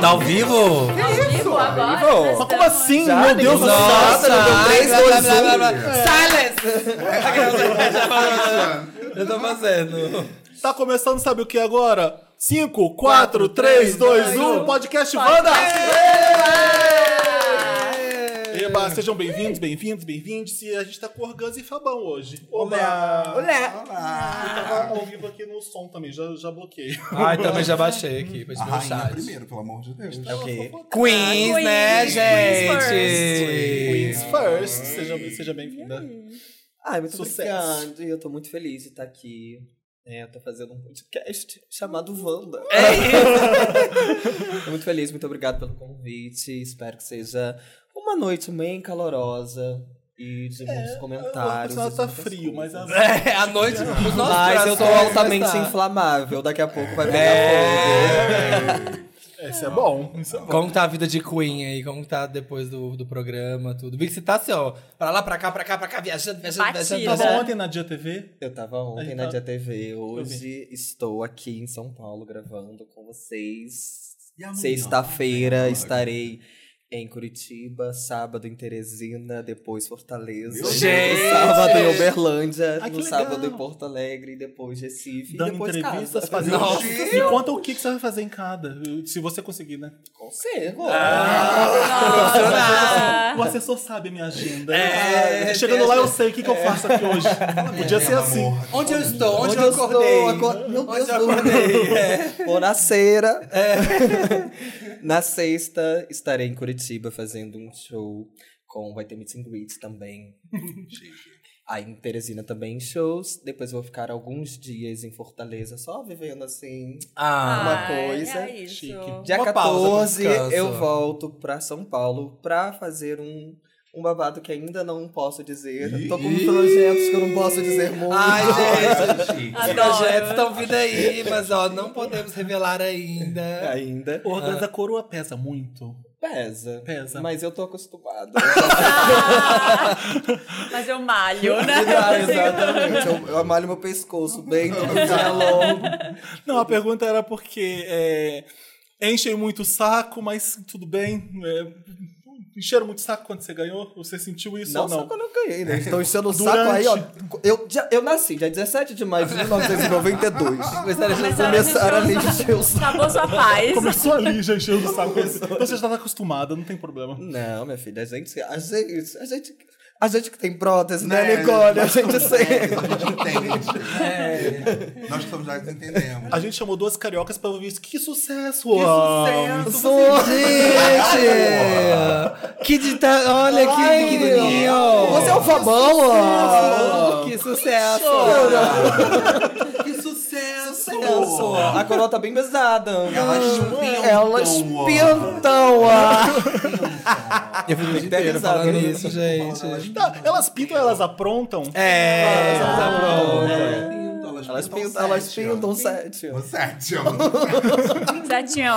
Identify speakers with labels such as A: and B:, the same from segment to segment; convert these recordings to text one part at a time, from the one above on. A: Tá ao vivo? né?
B: Vivo agora.
C: Vivo.
B: nós
C: Mas
A: Como
B: estamos-
A: assim?
C: Já,
A: Meu Deus do céu!
C: nossa, já deu três,
A: Ai, blá,
C: dois,
A: blá, blá,
C: um.
A: blá, blá. Silence! Eu tô fazendo.
D: Tá começando, sabe o que agora? 5, 4, 3, 2, 1, podcast Wanda! Eba, sejam bem-vindos, bem-vindos, bem-vindos. E a gente tá com Organza e Fabão hoje. Olá!
C: Olé.
D: Eu tava ao vivo aqui no som também, já, já bloqueei.
A: Ai, também já baixei aqui, mas
E: A
A: meu
E: rainha
A: chat.
E: primeiro, pelo amor de Deus.
A: É o quê? Queens, né,
B: Queens,
A: gente?
D: Queens first, seja, seja bem-vinda.
C: Ai, muito
D: Sucesso.
C: obrigado. E eu tô muito feliz de estar aqui. É, eu tô fazendo um podcast chamado Wanda. tô muito feliz, muito obrigado pelo convite. Espero que seja uma noite bem calorosa e de muitos comentários.
D: O ar tá
C: e de muitas
D: frio, mas...
C: coisas.
D: as-
A: É, a noite. Os nossos
C: Mas eu tô
A: corações
C: altamente
A: está-
C: inflamável. Daqui a pouco vai pegar fogo.
D: Esse é bom. Esse é bom.
A: Como tá a vida de Queen aí? Como tá depois do, do programa, tudo? Vi que você tá assim, ó, pra lá, pra cá, pra cá, pra cá, viajando, viajando,
B: Batida.
D: Eu
A: viajando. tá
D: Tava ontem na Dia TV.
C: Eu tava ontem
D: Aí
C: na
D: tá.
C: Dia TV. Hoje estou aqui em São Paulo gravando com vocês.
E: E amanhã?
C: Sexta-feira
E: Amanhã.
C: estarei em Curitiba, sábado em Teresina, depois Fortaleza,
E: Meu
C: no
A: Deus!
C: sábado em Uberlândia,
D: Ai, que
C: no sábado
D: legal.
C: em Porto Alegre, depois Recife,
D: Dando
C: e depois
D: entrevistas,
C: casa.
D: fazendo.
A: Nossa.
D: Me conta o que, que você vai fazer em cada. Se você conseguir, né?
C: Consigo.
B: Nossa.
D: O assessor sabe a minha agenda.
A: É,
D: Ah, Chegando lá, eu sei o que, que eu faço aqui hoje. Podia ser assim.
A: Onde eu estou? Onde,
C: Onde
A: eu
C: eu estou?
A: acordei?
C: Acor- Meu
A: Onde
C: Deus,
A: eu
C: eu
A: acordei? É.
C: Ou na ceira. na sexta estarei em Curitiba fazendo um show com vai ter meet and greet também. Aí em Teresina também shows. Depois eu vou ficar alguns dias em Fortaleza só vivendo assim.
A: Ah,
C: Uma
B: Ai,
C: coisa.
B: É isso.
D: Chique.
C: Dia
A: Uma pausa pra
C: 14
A: descanso.
C: eu volto pra São Paulo pra fazer um um babado que ainda não posso dizer. Tô com
A: Ih.
C: projetos que eu não posso dizer muito.
A: Ai, gente, os
B: Adoro.
A: projetos estão vindo aí, mas ó, não podemos revelar
D: É.
C: É,
A: ainda.
C: ainda.
D: Organza coroa pesa muito.
C: Pesa.
D: Pesa.
C: Mas eu tô acostumado.
B: Ah, Mas eu malho, né?
C: Ah, exatamente. Eu, eu amalho meu pescoço bem todo dia longo.
D: Não, a pergunta era porque é, enchem muito o saco, mas tudo bem. é, encheram muito o saco quando você ganhou? Você sentiu isso
C: Não,
D: ou
C: só
D: não?
C: quando eu ganhei, né? Estão enchendo o
D: Durante.
C: saco aí, ó. Eu, já- eu nasci dia 17 de maio de 1992.
A: Começaram a
B: Mas
A: chorar.
C: Começaram a me encher o saco.
B: Acabou sua paz.
D: Começou ali já enchendo o saco. Então você já tá acostumada, não tem problema.
C: Não, minha filha, a gente. A gente, a gente a gente que tem prótese, né,
E: Né,
C: Nicole? A gente
E: É,
C: sei.
E: a gente entende.
C: É.
E: Nós que somos já entendemos.
D: A gente chamou duas cariocas pra ouvir isso. Que sucesso!
E: Que
D: uau!
E: sucesso!
A: Gente! assim, que dita... Olha que
C: Ai,
A: pequenininho!
C: Você é o Fabão, ó.
A: Que sucesso!
E: Que sucesso!
C: Sucesso. A coroa tá bem pesada.
E: Ela espiantão,
C: Ela
E: ó.
C: espiantão, ó.
A: Eu fui o dia
C: ter
A: inteiro
C: avisado,
A: falando
C: eu não-
A: isso, gente.
D: Tá, elas pintam, elas aprontam.
A: É, tá pronto.
C: Elas pintam, elas pintam sete. ó.
E: Sete.
B: Zetinho.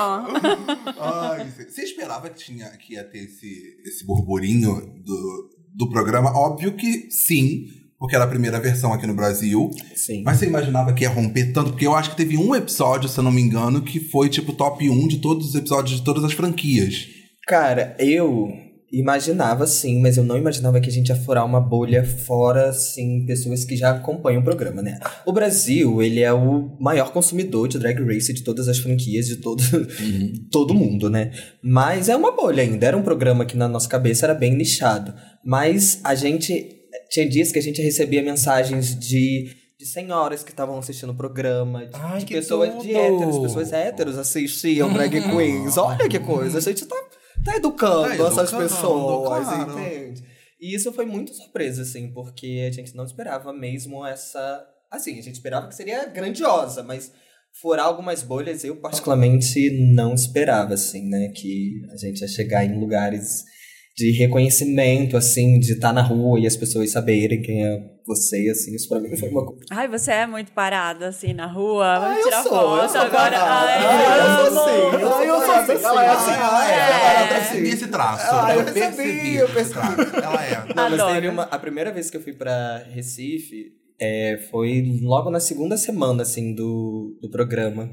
E: Ai, você- Você esperava que, tinha, que ia ter esse, esse burburinho do, do programa? Óbvio que sim, porque era a primeira versão aqui no Brasil.
C: Sim.
E: Mas você imaginava que ia romper tanto? Porque eu acho que teve um episódio, se eu não me engano, que foi tipo top 1 de todos os episódios de todas as franquias.
C: Cara, eu imaginava sim, mas eu não imaginava que a gente ia furar uma bolha fora, assim, pessoas que já acompanham o programa, né? O Brasil, ele é o maior consumidor de Drag Race de todas as franquias, de todo,
A: Uhum.
C: todo mundo, né? Mas é uma bolha ainda. Era um programa que na nossa cabeça era bem nichado. Mas a gente. Tinha dias que a gente recebia mensagens de. De senhoras que estavam assistindo o programa, de,
A: Ai,
C: de
A: que
C: pessoas de
A: tudo!
C: héteros, pessoas héteros assistiam drag queens. Olha que coisa, a gente tá, tá educando
E: Tá
C: essas
E: educando,
C: pessoas,
E: claro.
C: entende? E isso foi muito surpresa, assim, porque a gente não esperava mesmo essa. Assim, a gente esperava que seria grandiosa, mas furar algumas bolhas eu particularmente não esperava, assim, né? Que a gente ia chegar em lugares de reconhecimento, assim, de estar na rua e as pessoas saberem quem é você, assim, isso pra mim foi uma coisa.
B: Ai, você é muito parada assim na rua.
C: Ah,
B: Vamos
C: eu
B: tirar
C: sou, eu
B: foto
C: sou
B: agora.
C: parada.
B: Ai,
C: Ah, eu
B: amo.
C: sou assim, eu sou parada assim. Ela é assim, ela
B: é, ela é
E: Eu percebi esse traço. né?
C: Ah, eu percebi,
E: percebi
C: eu
E: esse traço. Ela é.
C: Não, mas
B: Adoro.
C: teve uma, a primeira vez que eu fui pra Recife, é, foi logo na segunda semana, assim, do, do programa.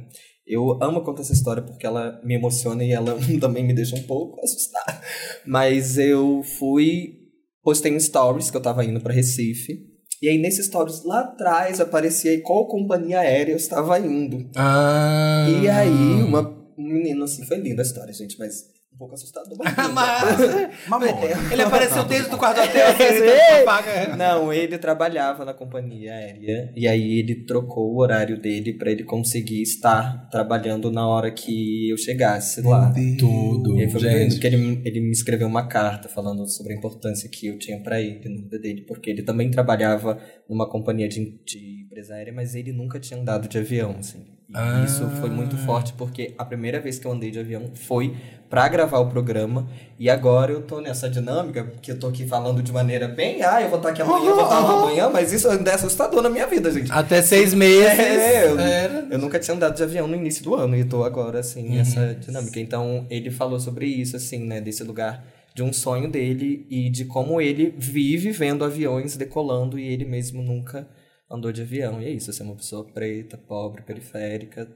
C: Eu amo contar essa história porque ela me emociona e ela também me deixa um pouco assustada. Mas eu fui, postei um stories que eu tava indo pra Recife. E aí, nesse stories lá atrás, aparecia aí qual companhia aérea eu estava indo.
A: Ah.
C: E aí, uma, um menino, assim, foi linda a história, gente, mas um pouco assustador. mas linda.
A: Ah, Mas
E: Mamona.
A: ele apareceu desde o quarto hotel. assim,
C: É,
A: ele
C: é.
A: tá paga.
C: Não, ele trabalhava na companhia aérea e aí ele trocou o horário dele pra ele conseguir estar trabalhando na hora que eu chegasse lá.
A: Tudo,
C: E aí foi
A: gente.
C: que ele, ele me escreveu uma carta falando sobre a importância que eu tinha pra ele na vida dele, porque ele também trabalhava numa companhia de, de empresa aérea, mas ele nunca tinha andado de avião, assim. E
A: Ah.
C: isso foi muito forte, porque a primeira vez que eu andei de avião foi pra gravar o programa, e agora eu tô nessa dinâmica, que eu tô aqui falando de maneira bem, ah, eu vou estar aqui amanhã, eu vou estar lá amanhã, mas isso ainda é assustador na minha vida, gente.
A: Até seis meses.
C: É, eu,
A: Era.
C: eu nunca tinha andado de avião no início do ano e tô agora, assim, nessa dinâmica. Então, ele falou sobre isso, assim, né? Desse lugar de um sonho dele e de como ele vive vendo aviões decolando e ele mesmo nunca andou de avião. E é isso, ser uma pessoa preta, pobre, periférica.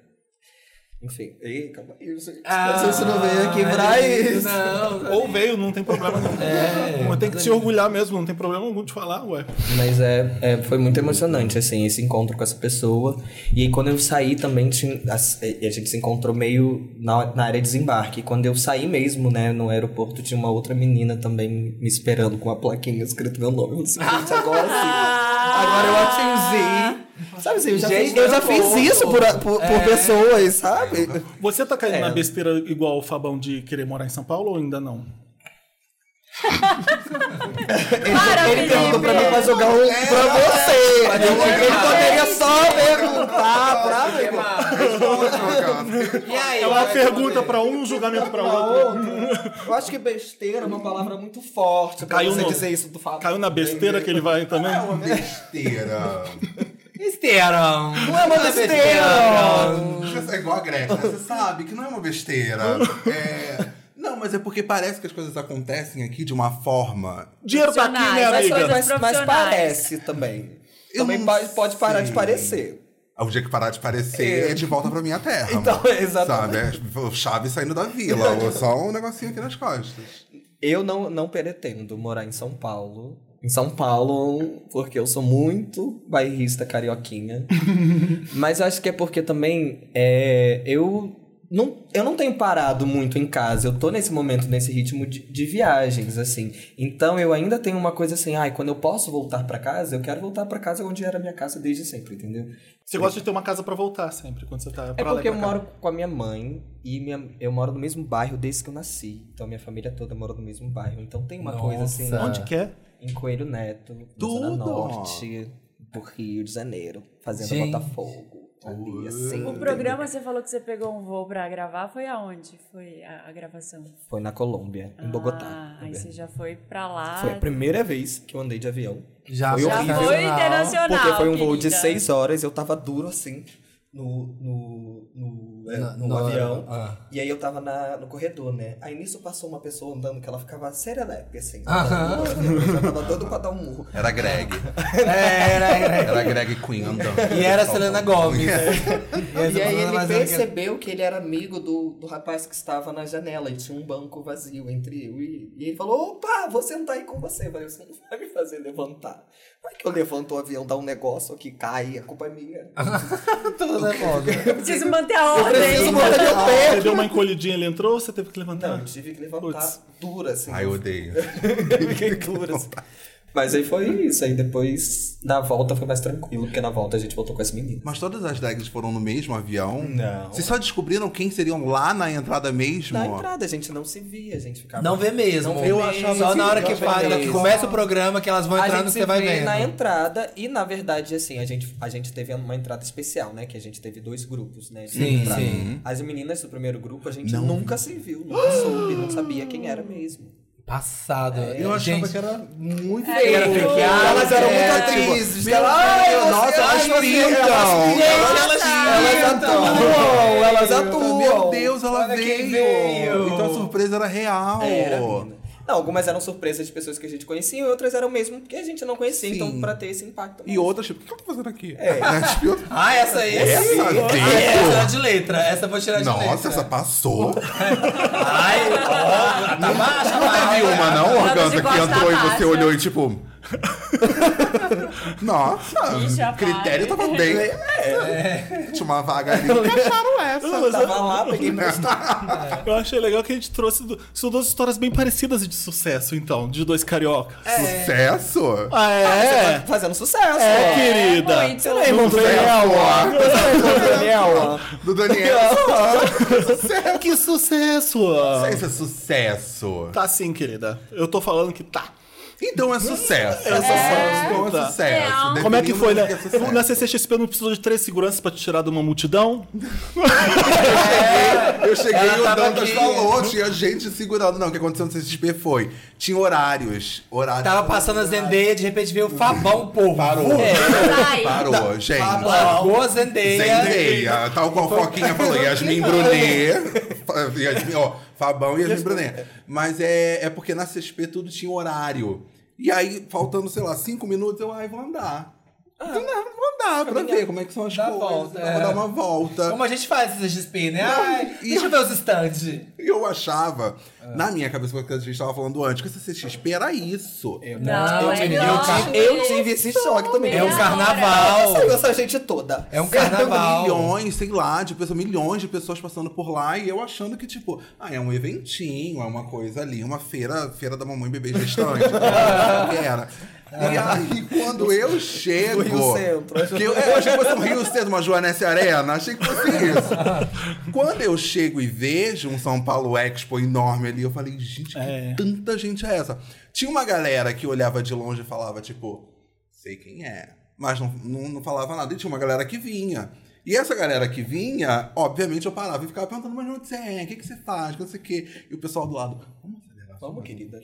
C: Enfim. Ei, calma aí, gente.
A: Ah,
C: Você não veio aqui pra
A: ele-
C: isso.
A: Não.
D: Ou veio, não tem problema nenhum.
A: É.
D: tem que se orgulhar mesmo, não tem problema algum de falar, ué.
C: Mas é, é, foi muito emocionante, assim, esse encontro com essa pessoa. E aí, quando eu saí também, tinha, as- e a gente se encontrou meio na, na área de desembarque. E Quando eu saí mesmo, né, no aeroporto, tinha uma outra menina também me esperando com uma plaquinha escrito meu nome. Eu disse, gente, agora sim. Agora eu atingi. Sabe assim, eu já,
A: Gente,
C: fiz, eu já fiz
A: aeroporto.
C: isso por, a- por, por pessoas, sabe?
D: Você tá caindo
C: É.
D: na besteira igual o Fabão de querer morar em São Paulo ou ainda não?
B: Para,
C: Ele perguntou pra mim pra
B: Felipe!
C: jogar um pra você. Ele poderia só perguntar pra mim.
A: E aí?
D: É uma pergunta pra um, um julgamento pra outro.
C: Eu acho que besteira é uma palavra muito forte pra
D: Caiu
C: você
D: no-
C: dizer isso do fato.
D: Caiu na besteira que ele vai também?
E: É uma besteira.
A: Besteirão.
C: Não é uma besteira!
E: É igual a Gretchen, você sabe que não é uma besteira. É, Não, mas é porque parece que as coisas acontecem aqui de uma forma.
D: Dinheiro tá aqui, minha
B: Profissionais, as
D: amiga.
B: coisas-
C: Mas, né, mas
B: Profissionais.
C: parece também.
E: Eu
C: também
E: não
C: pode, pode parar de
E: sei.
C: parecer.
E: O dia que parar de parecer é, de volta pra minha terra.
C: Então,
E: amor.
C: exatamente.
E: Sabe? É o Chaves saindo da vila, ou só um negocinho aqui nas costas.
C: Eu não, não pretendo morar em São Paulo. Em São Paulo, porque eu sou muito bairrista carioquinha. Mas acho que é porque também é, eu, não, eu não tenho parado muito em casa. Eu tô nesse momento, nesse ritmo de, de viagens, assim. Então eu ainda tenho uma coisa assim, ai, quando eu posso voltar pra casa, eu quero voltar pra casa onde era a minha casa desde sempre, entendeu?
D: Você gosta de ter uma casa pra voltar sempre, quando você tá
C: É
D: pra lá e
C: porque
D: pra
C: eu
D: cá.
C: moro com a minha mãe e minha- eu moro no mesmo bairro desde que eu nasci. Então minha família toda mora no mesmo bairro. Então tem uma coisa assim.
A: Nossa.
D: Onde é? quer?
C: Em Coelho Neto, na Zona
E: Tudo!
C: Norte do Rio de Janeiro, fazendo
A: Gente.
C: Botafogo. Ali, assim.
B: O programa que você falou que você pegou um voo pra gravar foi aonde? Foi a, a gravação?
C: Foi na Colômbia, em Bogotá.
B: Ah,
C: na
B: aí você
C: verdade.
B: já foi pra lá.
C: Foi a primeira vez que eu andei de avião.
A: Já
C: Foi
B: Já
C: horrível.
B: foi internacional.
C: Porque foi um voo de
B: querida.
C: seis horas, eu tava duro assim no, no, no, é,
A: Na-
C: no
A: no-
C: avião.
A: ah.
C: E aí eu tava na- no corredor, né? Aí nisso passou uma pessoa andando que ela ficava serelepe, assim.
A: Aham.
C: andando no avião. Eu já tava doido pra dar um murro.
E: Era Greg.
A: É, Era, era.
E: Era Greg Queen então. andando.
A: E era a
E: um.
A: Selena Gomes.
C: E aí ele
A: Mas era que-
C: percebeu que ele era amigo do, do rapaz que estava na janela e tinha um banco vazio entre eu e, e ele falou: opa, vou sentar aí com você. Eu falei, você não vai me fazer levantar. Vai que eu levanto o avião, dá um negócio aqui, cai, a culpa é minha.
A: Tudo nervosa.
B: Preciso manter a ordem.
C: preciso botar
D: Ah,
C: meu pé.
D: Você deu uma encolhidinha, ele entrou, você teve que
C: Não,
D: levantar.
C: eu tive que levantar
D: Putz.
C: dura, assim.
E: Ai, eu odeio.
C: Fiquei dura, assim. Mas aí foi isso. Aí depois, na volta, foi mais tranquilo, porque na volta a gente voltou com essa menina.
E: Mas todas as drags foram no mesmo avião?
C: Não.
E: Vocês só descobriram quem seriam lá na entrada mesmo?
C: Na entrada a gente não se via, a gente ficava.
A: Não vê mesmo.
C: Não vê
A: eu
C: mesmo.
A: achava só na hora que,
C: Eu
A: faz,
C: achava
A: que
C: mesmo.
A: começa o programa que elas vão
C: A
A: entrando
C: gente
A: que
C: se
A: você vai
C: vê
A: vendo.
C: na entrada e, na verdade, assim, a gente, a gente teve uma entrada especial, né? Que a gente teve dois grupos, né? de
A: Sim,
C: entrada.
A: sim.
C: As meninas do primeiro grupo, a gente nunca se viu, nunca soube, não sabia quem era mesmo.
A: Passado.
E: Eu achava
A: Gente,
E: que era muito
B: É,
A: era
B: eu-
A: fake, ah,
C: elas eram muito
A: é,
C: atrizes.
A: tipo,
C: elas,
A: meu
C: "Ai,
A: Deus,
C: você-
A: nossa,
C: ai,
A: elas
E: é
C: você-
A: pintam.
E: então.
C: elas-
A: Elas
C: Elas
A: pintam.
C: atuam, elas atuam.
E: Meu Deus, ela
A: Olha quem
E: veio.
A: veio.
E: Então a surpresa era real.
C: Era, menina. Não, algumas eram surpresas de pessoas que a gente conhecia e outras eram mesmo que a gente não conhecia,
E: Sim.
C: então pra ter esse impacto.
E: E
C: mesmo.
E: outras, tipo, o que eu tô fazendo aqui? É. tipo, eu-
C: Ah, essa aí?
E: Essa
C: sim.
E: tem-
A: Ah, essa era de letra. Essa eu vou tirar de letra.
E: Nossa, essa passou.
A: Ai, ó, tá baixa,
E: Não
A: vai.
E: teve uma, né? não, Organza, que
B: gosta
E: entrou e você
B: fácil.
E: olhou e tipo. Nossa,
B: Ixi,
E: o critério
B: rapaz.
E: tava bem. né? Tinha uma vaga ali. Encaixaram essa.
D: tá
C: Eu tava lá, peguei emprestado.
D: Eu achei legal que a gente trouxe. do- São duas histórias bem parecidas e de sucesso, então, de dois cariocas.
E: Sucesso?
D: Ah, é?
C: Fazendo sucesso.
D: É,
C: ó.
D: querida.
B: muito.
C: Você não é irmão do
D: Sucesso,
C: Daniel, ó.
E: ó.
C: Você não é irmão do Daniel, ó.
E: Do Daniel.
D: Sucesso. Que sucesso!
E: Isso é sucesso.
D: Tá sim, querida. Eu tô falando que tá.
E: Então é sucesso.
D: É sucesso.
E: Então é sucesso.
B: Não.
E: Definimos
D: Como é que foi, né?
E: o é sucesso.
D: Na CCXP não precisou de três seguranças pra te tirar de uma multidão?
E: Eu cheguei
A: Ela
E: e o
A: tava
E: Dantas
A: aqui.
E: falou, tinha gente segurando. Não, o que aconteceu no CXP foi. Tinha horários. Horários.
A: Tava passando a Zendeia, de repente veio o Fabão, povo.
E: Parou.
B: Sai.
E: É,
A: Tá
E: Parou, gente.
A: Largou a Zendeia.
E: Zendeia, tal qual Foquinha falou, Yasmin Brunet, Fa- Yasmin, ó, Fabão e Yasmin Brunet. Mas é, é porque na CSP tudo tinha horário. E aí, faltando, sei lá, cinco minutos, eu, ai, vou andar. Então, não, vou andar pra ver como é que são as
A: Ah. Dá
E: coisas.
A: volta,
E: vou
A: é.
E: dar uma volta.
A: Como a gente faz esse XP, né? Ai,
E: e-
A: deixa eu ver os stands.
E: E eu achava,
A: Ah.
E: na minha cabeça, porque a gente tava falando antes, que essa CSP era isso.
B: Não,
A: eu
B: é
A: tive,
B: não.
A: eu tive-
C: Eu tive esse choque também.
A: É um
B: Meia
A: carnaval.
C: Saiu essa gente toda.
A: É um
E: Eram
A: carnaval.
E: milhões, sei lá, de pessoas, milhões de pessoas passando por lá e eu achando que, tipo, ah, é um eventinho, é uma coisa ali, uma feira, feira da mamãe bebê gestante. que era. E aí, quando eu chego.
C: No Rio Centro.
E: Que eu, é, eu achei que fosse um Rio Centro, uma Joanesse Arena, achei que fosse isso. Quando eu chego e vejo um São Paulo Expo enorme ali, eu falei, gente, que
D: É.
E: tanta gente é essa? Tinha uma galera que olhava de longe e falava, tipo, sei quem é. Mas não, não, não falava nada. E tinha uma galera que vinha. E essa galera que vinha, obviamente, eu parava e ficava perguntando, mas onde você é? O que, que você faz? Não sei o quê. E o pessoal do lado, vamos acelerar. um
C: Vamos, querida.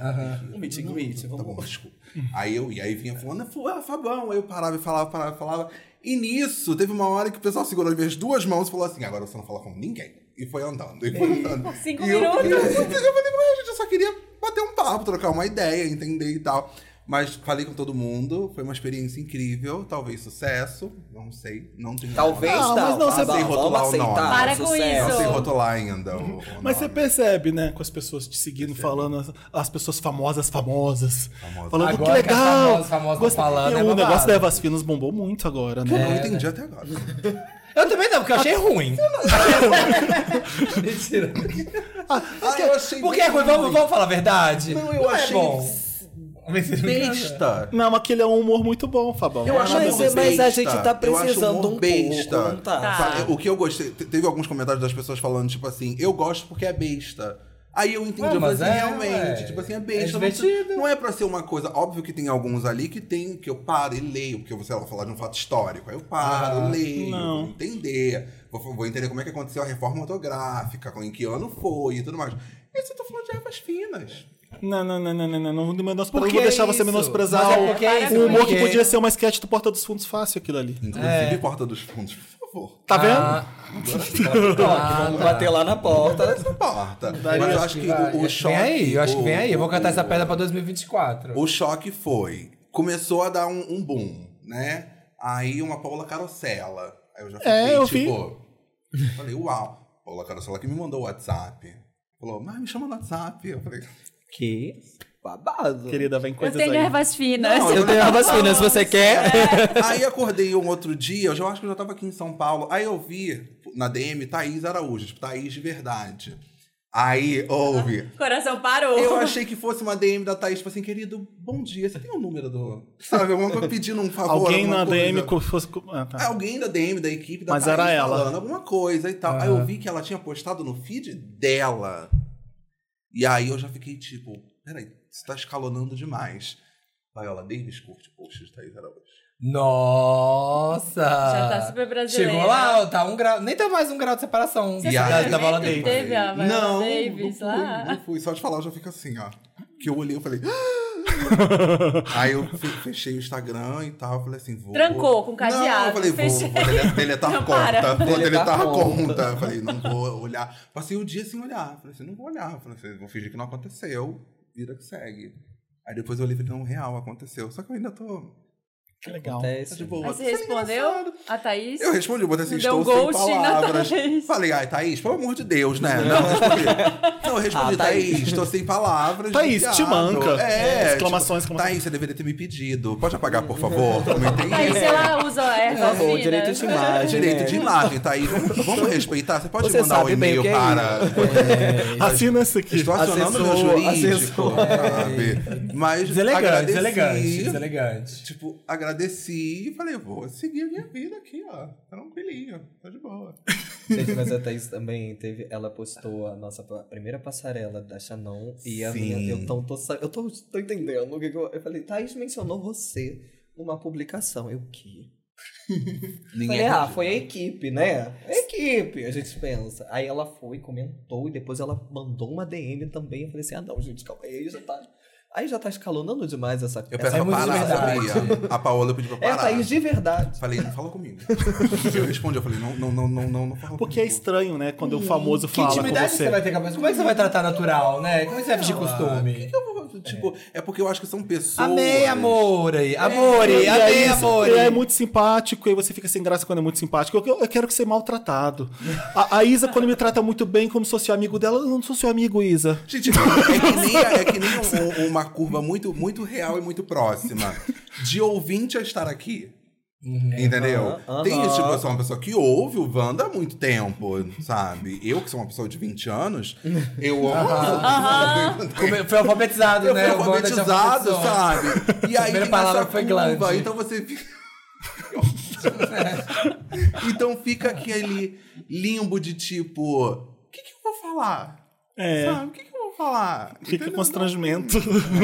E: Aham.
C: Um meet and greet,
E: Tá bom,
C: vamos.
E: desculpa. Aí eu ia, aí vinha falando, "Fu- ah, Fabão. Aí eu parava e falava, parava e falava. E nisso, teve uma hora que o pessoal segurou as minhas duas mãos e falou assim: agora você não fala com ninguém. E foi andando. E foi andando.
B: É, Cinco
E: E eu-
B: minutos.
E: Eu, eu falei, ué, gente, eu só queria bater um papo, trocar uma ideia, entender e tal. Mas falei com todo mundo, foi uma experiência incrível, talvez sucesso, não sei, não tenho
C: Talvez
E: nada.
D: Não, mas não, você
C: tá
E: tem
C: bom,
E: rotular
C: vamos
E: o nome.
C: aceitar.
B: Para com
C: Sucesso.
E: Não
B: isso.
E: sei rotular ainda. o- o
D: Mas você
E: nome.
D: percebe, né? Com as pessoas te seguindo, falando, as, as pessoas famosas, famosas.
E: Famosas.
D: Falando
A: Agora
D: que
A: que as
D: legal.
A: famosas, famosas falando,
D: E
A: é
D: o
A: babado.
D: negócio da Evas Finas bombou muito agora,
E: Eu não
D: né?
E: entendi até agora.
A: Eu também não, porque eu achei ruim.
E: tá
A: Mentira.
E: Ah, eu achei
A: Por que é ruim? Vamos, vamos falar a verdade?
E: Não, eu
A: é
E: achei
A: bom. Mentira.
E: besta.
D: Não, aquele é um humor muito bom, Fabão.
E: Eu acho um
C: mas-
E: humor
C: mas a
E: besta.
C: gente tá
E: Eu acho
C: precisando
E: humor
C: um
E: besta.
C: pouco, não tá?
B: Tá.
E: Sabe, O que eu gostei, te- teve alguns comentários das pessoas falando, tipo assim, eu gosto porque é besta. Aí eu entendi,
A: Ué,
E: eu falei
A: mas
E: assim,
A: é,
E: realmente,
A: ué.
E: tipo assim, é
A: É
E: besta. não
A: divertido.
E: precisa- não é pra ser uma coisa. Óbvio que tem alguns ali que tem, que eu paro e leio, porque eu vou, sei lá, vou falar de um fato histórico. Aí eu paro,
A: Ah,
E: leio,
D: não.
E: vou entender. Vou, vou entender como é que aconteceu a reforma ortográfica, em que ano foi e tudo mais. Isso eu tô falando de ervas finas.
D: Não, não, não, não, não, não. Não menosprezar.
A: Por
D: Eu
A: que
D: vou deixar
A: isso?
D: você menosprezar
A: Mas é
D: o,
A: porque é isso,
D: o humor
A: porque-
D: que podia ser uma sketch do Porta dos Fundos fácil, aquilo ali.
E: Inclusive,
C: É.
E: Porta dos Fundos, por favor.
D: Tá vendo?
A: Ah,
C: Vamos bater lá na porta.
E: Essa porta. Mas eu acho que
A: tá. vai.
E: o, o choque.
A: Vem aí, eu acho que vem aí. Eu vou cantar
E: o-
A: essa pedra pra 2024.
E: O choque foi. Começou a dar um, um boom, né? Aí uma Paula Carosella. Aí eu já fiquei,
D: É, eu vi.
E: tipo. Falei, uau. Paula Carosella que me mandou o WhatsApp. Falou, mas me chama no WhatsApp. Eu falei,
C: Que babado.
D: Querida, vem
B: Eu
D: coisas
B: tenho
D: aí.
B: ervas finas. É,
E: Não, eu
C: tenho a vacina, se você quer.
E: Aí acordei um outro dia, eu já acho que eu já tava aqui em São Paulo. Aí eu vi na DM Thaís Araújo, tipo, Thaís de verdade. Aí, ouve.
B: O coração parou.
E: Eu achei que fosse uma DM da Thaís, tipo assim, querido, bom dia, você tem o número do. Sabe, alguma coisa pedindo um favor.
D: Alguém
E: alguma
D: na
E: coisa. É,
D: DM co- fosse. co- Ah, tá.
E: Alguém da DM, da equipe, da
D: Mas
E: Thaís
D: era ela. É.
E: falando alguma coisa e tal. Aí eu vi que ela tinha postado no feed dela. E aí eu já fiquei tipo, peraí, você tá escalonando demais. Viola Davis curte posts de Thaís Araújo.
A: Nossa!
B: Já tá super brasileira.
A: Ah, Chegou lá, tá um grau. Nem tá mais um grau de separação.
E: Você
A: E
E: sabe
A: a-
E: que
A: da bola
E: evento
A: dele.
B: teve a Viola
E: não,
B: Davis
E: não fui,
B: lá?
E: Não fui, só de falar eu já fico assim, ó. Que eu olhei e falei... "Ah!" aí eu fe- fechei o Instagram e tal, falei assim, vou...
B: Trancou com
E: Não,
B: cadeado,
E: eu falei, vou, é,
B: fechei.
E: vou dele- deletar a
B: Não,
E: conta,
B: para.
E: vou deletar a
C: Deletar a
E: conta. Eu falei, não vou olhar. Passei o dia sem olhar, falei assim, não vou olhar, falei assim, vou fingir que não aconteceu. vida que segue. Aí depois eu olhei e falei, não, real, aconteceu. Só que eu ainda tô.
D: Que legal.
C: Acontece.
E: Tá de boa.
B: Aí você
E: Isso é
B: respondeu
E: engraçado.
B: a Thaís?
E: Eu respondi, eu botei assim,
B: Não deu
E: estou sem
B: ghosting na
E: palavras.
B: Thaís.
E: Falei, ai, Thaís, pelo amor de Deus, né? Não, eu respondi. Não, eu respondi,
C: Ah, Thaís.
E: Thaís, estou sem palavras.
D: Thaís,
E: diabo.
D: te manca.
E: É.
D: Exclamação,
E: tipo,
D: exclamação.
E: Thaís, você deveria ter me pedido. Pode apagar, por favor? Não entendi.
B: Thaís, ela usa ervas
C: Acabou,
B: finas.
C: direito de imagem.
E: É. Direito
C: né?
E: de imagem, Thaís. Vamos, vamos respeitar. Você pode
C: Você
E: mandar um
C: sabe bem
E: e-mail
C: o que é
E: para.
D: Assina essa aqui.
E: Estou acionando meu
C: Assessor,
E: jurídico,
C: assessor.
E: sabe? Mas
A: Deselegante,
E: agradeci,
A: deselegante, deselegante.
E: Tipo, agradeci e falei, vou seguir a minha vida aqui, ó. Tranquilinho, tá de boa.
C: Gente, mas a Thaís também teve. Ela postou a nossa pa- primeira passarela da Shannon e a
E: Sim.
C: minha. Eu, tô, tô, sa- eu tô, tô entendendo o que que eu. Eu falei, Thaís mencionou você numa publicação. Eu o quê? Falei, ah,
E: acredita.
C: foi a equipe, né? A equipe, a gente pensa. Aí ela foi, comentou, e depois ela mandou uma DM também. Eu falei assim, ah não, gente, calma aí, aí já tá. Aí já tá escalonando demais essa
E: Eu é
C: essa
E: peço pra
A: muito
E: parar,
A: verdade.
E: sabia? A Paola pediu pra
C: É,
E: parar.
C: Thaís de verdade.
E: Falei, não fala comigo. Eu respondi, eu falei, não, não, não, não, não, não fala
D: Porque é
E: comigo.
D: estranho, né? Quando o famoso
A: Que
D: fala com
A: intimidade você
D: você.
A: vai ter com a pessoa? Como é que você vai tratar natural, né? Como é que você vai fingir costume?
E: Ah, Eu vou- Tipo, é porque eu acho que são pessoas.
A: Amei, amore! Amore!
D: E
A: Amei,
D: aí,
A: amore!
D: e aí é muito simpático, e você fica sem graça quando é muito simpático. Eu, eu quero que ser maltratado. A, a Isa, quando me trata muito bem, como sou seu amigo dela, eu não sou seu amigo, Isa.
E: Gente, é que nem, é que nem um- um- uma curva muito, muito real e muito próxima. De ouvinte a estar aqui. Entendeu?
C: Aham,
E: Tem
C: aham.
E: isso, tipo, eu sou uma pessoa que ouve o Wanda há muito tempo, sabe? Eu, que sou uma pessoa de 20 anos, eu ouvo.
A: Come- Foi alfabetizado,
E: Eu
A: né?
E: fui
A: O Wanda te
E: alfabetizado,
A: alfabetizou.
E: sabe? E
A: primeira
E: aí tem essa
A: palavra foi
E: curva,
A: glande.
E: Então você fica... então fica aquele limbo de tipo... O que, que eu vou falar?
D: É.
E: Sabe? O que, que eu vou falar?
D: Fica
E: Entendeu?
D: constrangimento.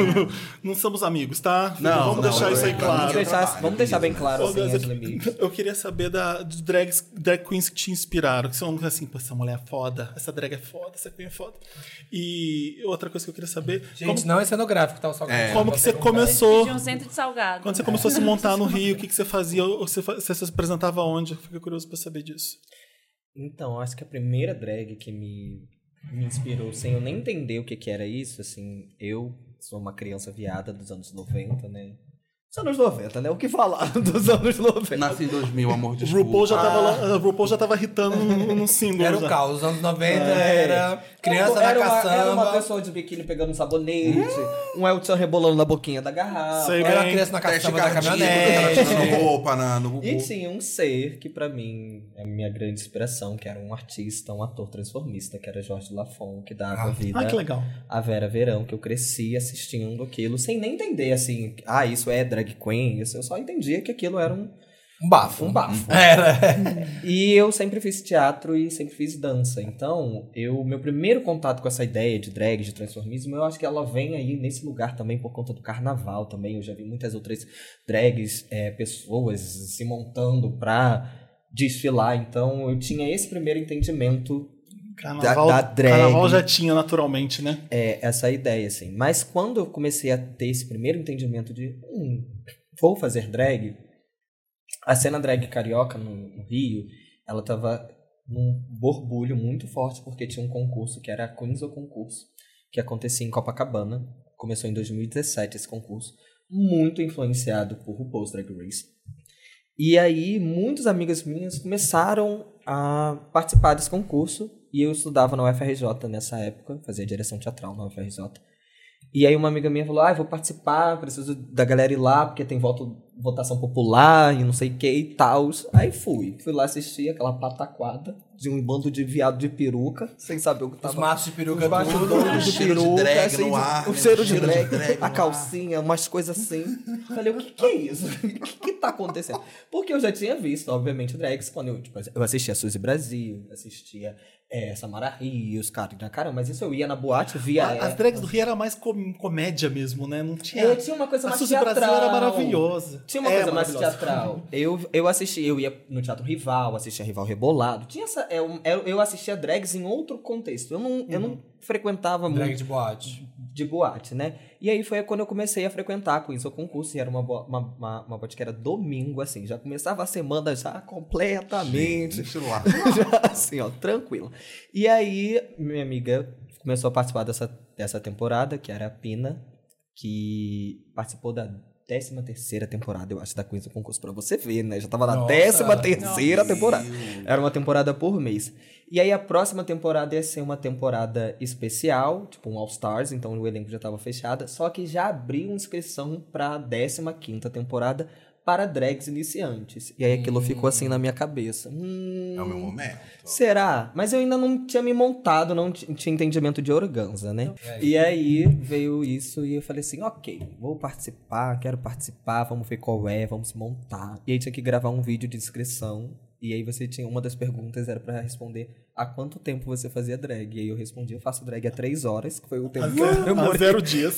D: não somos amigos, tá?
E: Não,
D: Vamos
E: não,
D: deixar
E: eu-
D: isso aí
E: eu-
D: claro.
C: Vamos deixar,
E: trabalho,
C: vamos deixar bem
E: isso.
C: claro,
D: Ô,
C: assim,
D: Deus,
C: as
D: eu-
C: limites.
D: Eu queria saber da, dos drags, drag queens que te inspiraram. Que são assim, pô, essa mulher é foda, essa drag é foda, essa queen é foda. E outra coisa que eu queria saber,
A: Gente, não é cenográfico, tá? Só
E: É.
D: como, como que você começou?
B: De um centro de salgado.
D: Quando você começou a se montar no Rio, o que, que você fazia? Ou Você, fa- você se apresentava onde? Eu fiquei curioso pra saber disso.
C: Então, acho que a primeira drag que me, me inspirou, sem eu nem entender o que, que era isso, assim, eu sou uma criança viada dos anos 90, né? Dos anos 90, né? O que falar dos anos 90?
E: Nasci em 2000, amor,
D: O
E: desculpa.
D: RuPaul já tava, lá- a RuPaul já tava hitando num, num single.
A: Era um o
D: já.
A: caos. Os anos 90
C: É.
A: era criança na
C: era uma,
A: caçamba. Hum.
C: Era uma pessoa de biquíni pegando um sabonete, um Elton rebolando na boquinha da garrafa.
D: Sei.
A: Era
D: bem.
A: criança tá na
E: Teste
A: caçamba da
E: cardíaco,
A: caminhonete.
E: ela tá tirando roupa na, no
C: E
E: Gugu.
C: tinha um ser que, pra mim, é a minha grande inspiração, que era um artista, um ator transformista, que era Jorge Lafon, que dava vida
D: Ah, que legal.
C: a Vera Verão, que eu cresci assistindo aquilo, sem nem entender, assim, ah, isso é drag queen, isso, eu só entendia que aquilo era um,
A: Um bafo.
C: um bafo.
A: Era.
C: E eu sempre fiz teatro e sempre fiz dança, então, eu, meu primeiro contato com essa ideia de drag, de transformismo, eu acho que ela vem aí nesse lugar também por conta do carnaval também, eu já vi muitas outras drags, é, pessoas se montando pra desfilar, então eu tinha esse primeiro entendimento
D: Carnaval,
C: da drag.
D: carnaval já tinha naturalmente, né?
C: é, essa ideia, assim. Mas quando eu comecei a ter esse primeiro entendimento de hum, vou fazer drag, a cena drag carioca no, no Rio, ela tava num borbulho muito forte, porque tinha um concurso que era Queens ou Concurso, que acontecia em Copacabana. Começou em 2017 esse concurso, muito influenciado por RuPaul's Drag Race. E aí, muitas amigas minhas começaram a participar desse concurso. E eu estudava na UFRJ nessa época, fazia direção teatral na UFRJ. E aí, uma amiga minha falou: Ah, eu vou participar, preciso da galera ir lá, porque tem voto, votação popular e não sei o que e tal. Aí fui. Fui lá assistir aquela pataquada de um bando de viado de peruca, sem saber o que
A: Os
C: tava
A: matos de peruca
C: os
A: tudo.
C: bastidores de
E: cheiro de
C: peruca,
E: drag
C: assim,
E: no ar,
C: o
E: né?
C: cheiro de
E: Cheiro de
C: drag,
E: drag no
C: a
E: ar.
C: calcinha, umas coisas assim. Falei, o que, que é isso? O que, que tá acontecendo? Porque eu já tinha visto, obviamente, drags quando eu, tipo, eu assistia Suzy Brasil, assistia eh, Samara Rios, cara, caramba, mas isso eu ia na boate, via.
D: A- As
C: ela.
D: drags do Rio era mais com- comédia mesmo, né? Não tinha.
C: Eu tinha uma coisa
D: a
C: mais
D: Suzy Brasil
C: teatral.
D: era maravilhosa.
C: Tinha uma
D: É,
C: coisa mais
D: maravilhosa.
C: teatral. Eu, eu assisti, eu ia no Teatro Rival, assistia Rival Rebolado. Tinha essa. é
D: Uhum.
C: um- Eu, eu assistia drags em outro contexto. Eu não, eu não frequentava muito
A: Drag de boate.
C: de de boate, né? E aí foi quando eu comecei a frequentar a Queens, o concurso, e era uma, bo- uma, uma, uma boate que era domingo, assim, já começava a semana já completamente
E: Deixa lá.
C: já assim, ó, tranquilo. E aí, minha amiga começou a participar dessa, dessa temporada, que era a Pina, que participou da 13 terceira temporada, eu acho, da Queens do Concurso, pra você ver, né? Já tava na
A: Nossa.
C: 13 terceira
E: Meu
C: temporada.
E: Deus.
C: Era uma temporada por mês. E aí a próxima temporada ia ser uma temporada especial, tipo um All Stars, então o elenco já tava fechado. Só que já abriu inscrição pra 15 temporada para drags iniciantes. E aí aquilo ficou assim na minha cabeça. Hum,
E: É o meu momento.
C: Será? Mas eu ainda não tinha me montado, não ti- tinha entendimento de organza, né?
A: É.
C: E aí veio isso e eu falei assim, ok, vou participar, quero participar, vamos ver qual é, vamos se montar. E aí tinha que gravar um vídeo de inscrição. E aí você tinha uma das perguntas era pra responder há quanto tempo você fazia drag. E aí eu respondi, eu faço drag há três horas, que foi o tempo que eu
D: Há
C: demorei,
D: zero dias.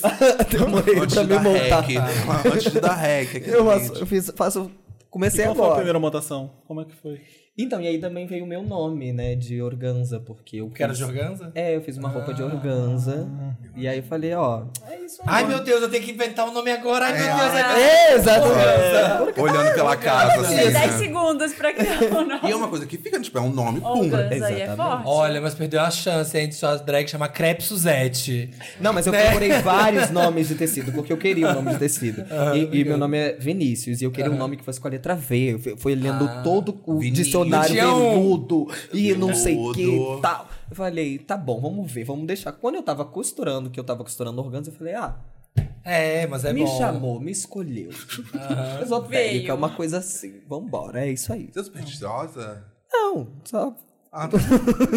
C: demorei
E: Antes
C: pra me
E: da
C: montar.
E: hack. né? Antes da hack. aqui
C: Eu,
E: no
C: faço,
E: vídeo.
C: eu fiz, faço, comecei
D: e qual foi a
C: agora.
D: primeira montação? Como é que foi?
C: Então, e aí também veio o meu nome, né, de organza, porque eu
A: Que era
C: fiz-
A: de organza?
C: É, eu fiz uma roupa de organza. E aí eu falei, ó. É isso
A: Ai, meu Deus, eu tenho que inventar um nome agora. Ai, meu Deus. ai,
C: É, exatamente.
E: Olhando pela casa, assim.
B: Tem 10
E: né?
B: segundos pra criar o nome.
E: E é uma coisa que fica, tipo, é um nome, pum.
B: Organza aí é
C: Exatamente.
B: forte.
A: Olha, mas perdeu a chance, hein, de sua drag chamar Crepe Suzette.
C: Não, mas eu
A: Né?
C: procurei vários nomes de tecido, porque eu queria um nome de tecido.
A: Ah,
C: e, e meu nome é Vinícius, e eu queria um nome que fosse com a letra V. Eu fui- fui lendo
A: Ah,
C: todo o
E: Vinícius.
C: dicionário
A: Tinha um-
C: veludo e não sei o que
E: Veludo.
C: tal. Eu falei, tá bom, vamos ver, vamos deixar. Quando eu tava costurando, que eu tava costurando organza, eu falei, ah,
A: É, mas é
C: me
A: bom.
C: chamou, me escolheu.
A: Aham.
C: Esotérica,
B: Veio.
C: uma coisa assim. Vambora, é isso aí.
E: Você é supersticiosa?
C: Não, só
E: Ah,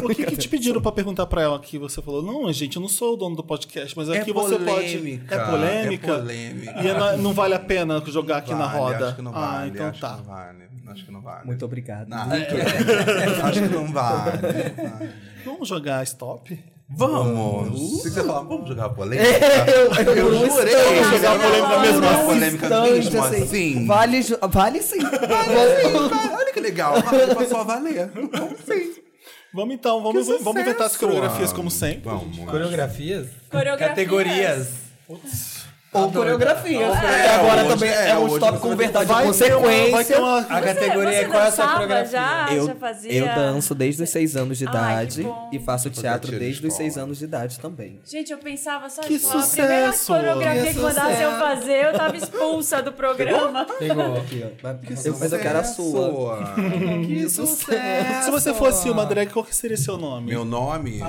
D: O que, que te pediram pra perguntar pra ela que você falou? Não, gente, eu não sou o dono do podcast, mas aqui você pode. É polêmica.
E: É polêmica.
D: E não, não vale a pena jogar aqui na
E: Vale,
D: roda.
E: Acho que não
D: ah,
E: vale.
D: então
E: acho
D: tá.
E: Que não vale. Acho que não vale.
C: Muito obrigado.
E: Não, é, acho que não vale. não vale.
D: Vamos jogar stop?
E: Vamos! Se você falar, vamos jogar polêmica?
C: É. Eu, eu, eu
E: jurei
C: instante,
E: que eu ia jogar
B: uma
C: por um
B: polêmica mesmo.
E: Polêmica
C: instante,
E: mesmo assim.
C: Vale, ju- vale sim. Vale
E: Ah, Olha que legal, mas passou a valer. Então, sim.
D: Vamos então, vamos,
E: Que
D: vamos inventar as
E: sucesso.
D: coreografias como sempre.
E: Vamos.
A: Coreografias?
B: Coreografias.
A: Categorias.
C: Ou coreografia.
E: É,
C: agora
E: hoje-
C: também é,
E: é,
C: um
E: hoje
C: stop
E: você
C: com
E: vai-
C: verdade
D: Vai
C: e
D: ter uma- vai ter
C: consequência.
D: uma-
A: A categoria
B: você
A: é qual é a sua
B: dançava
A: coreografia?
B: Já,
C: Eu,
B: Ah, já fazia.
C: eu danço desde os seis anos de
B: Ai, que
C: idade
B: bom.
C: e faço teatro
E: tiro de
C: desde os
E: escola.
C: seis anos de idade também.
B: Gente, eu pensava só
D: Que
B: isso. A primeira
D: sucesso!
B: coreografia
A: Que
B: que mandasse eu
A: sucesso!
B: fazer, eu tava expulsa do programa.
A: Pegou.
C: Aqui, ó. Mas, eu, mas eu quero a sua.
E: Que
D: Se você fosse uma drag, qual que seria seu nome?
E: Meu nome?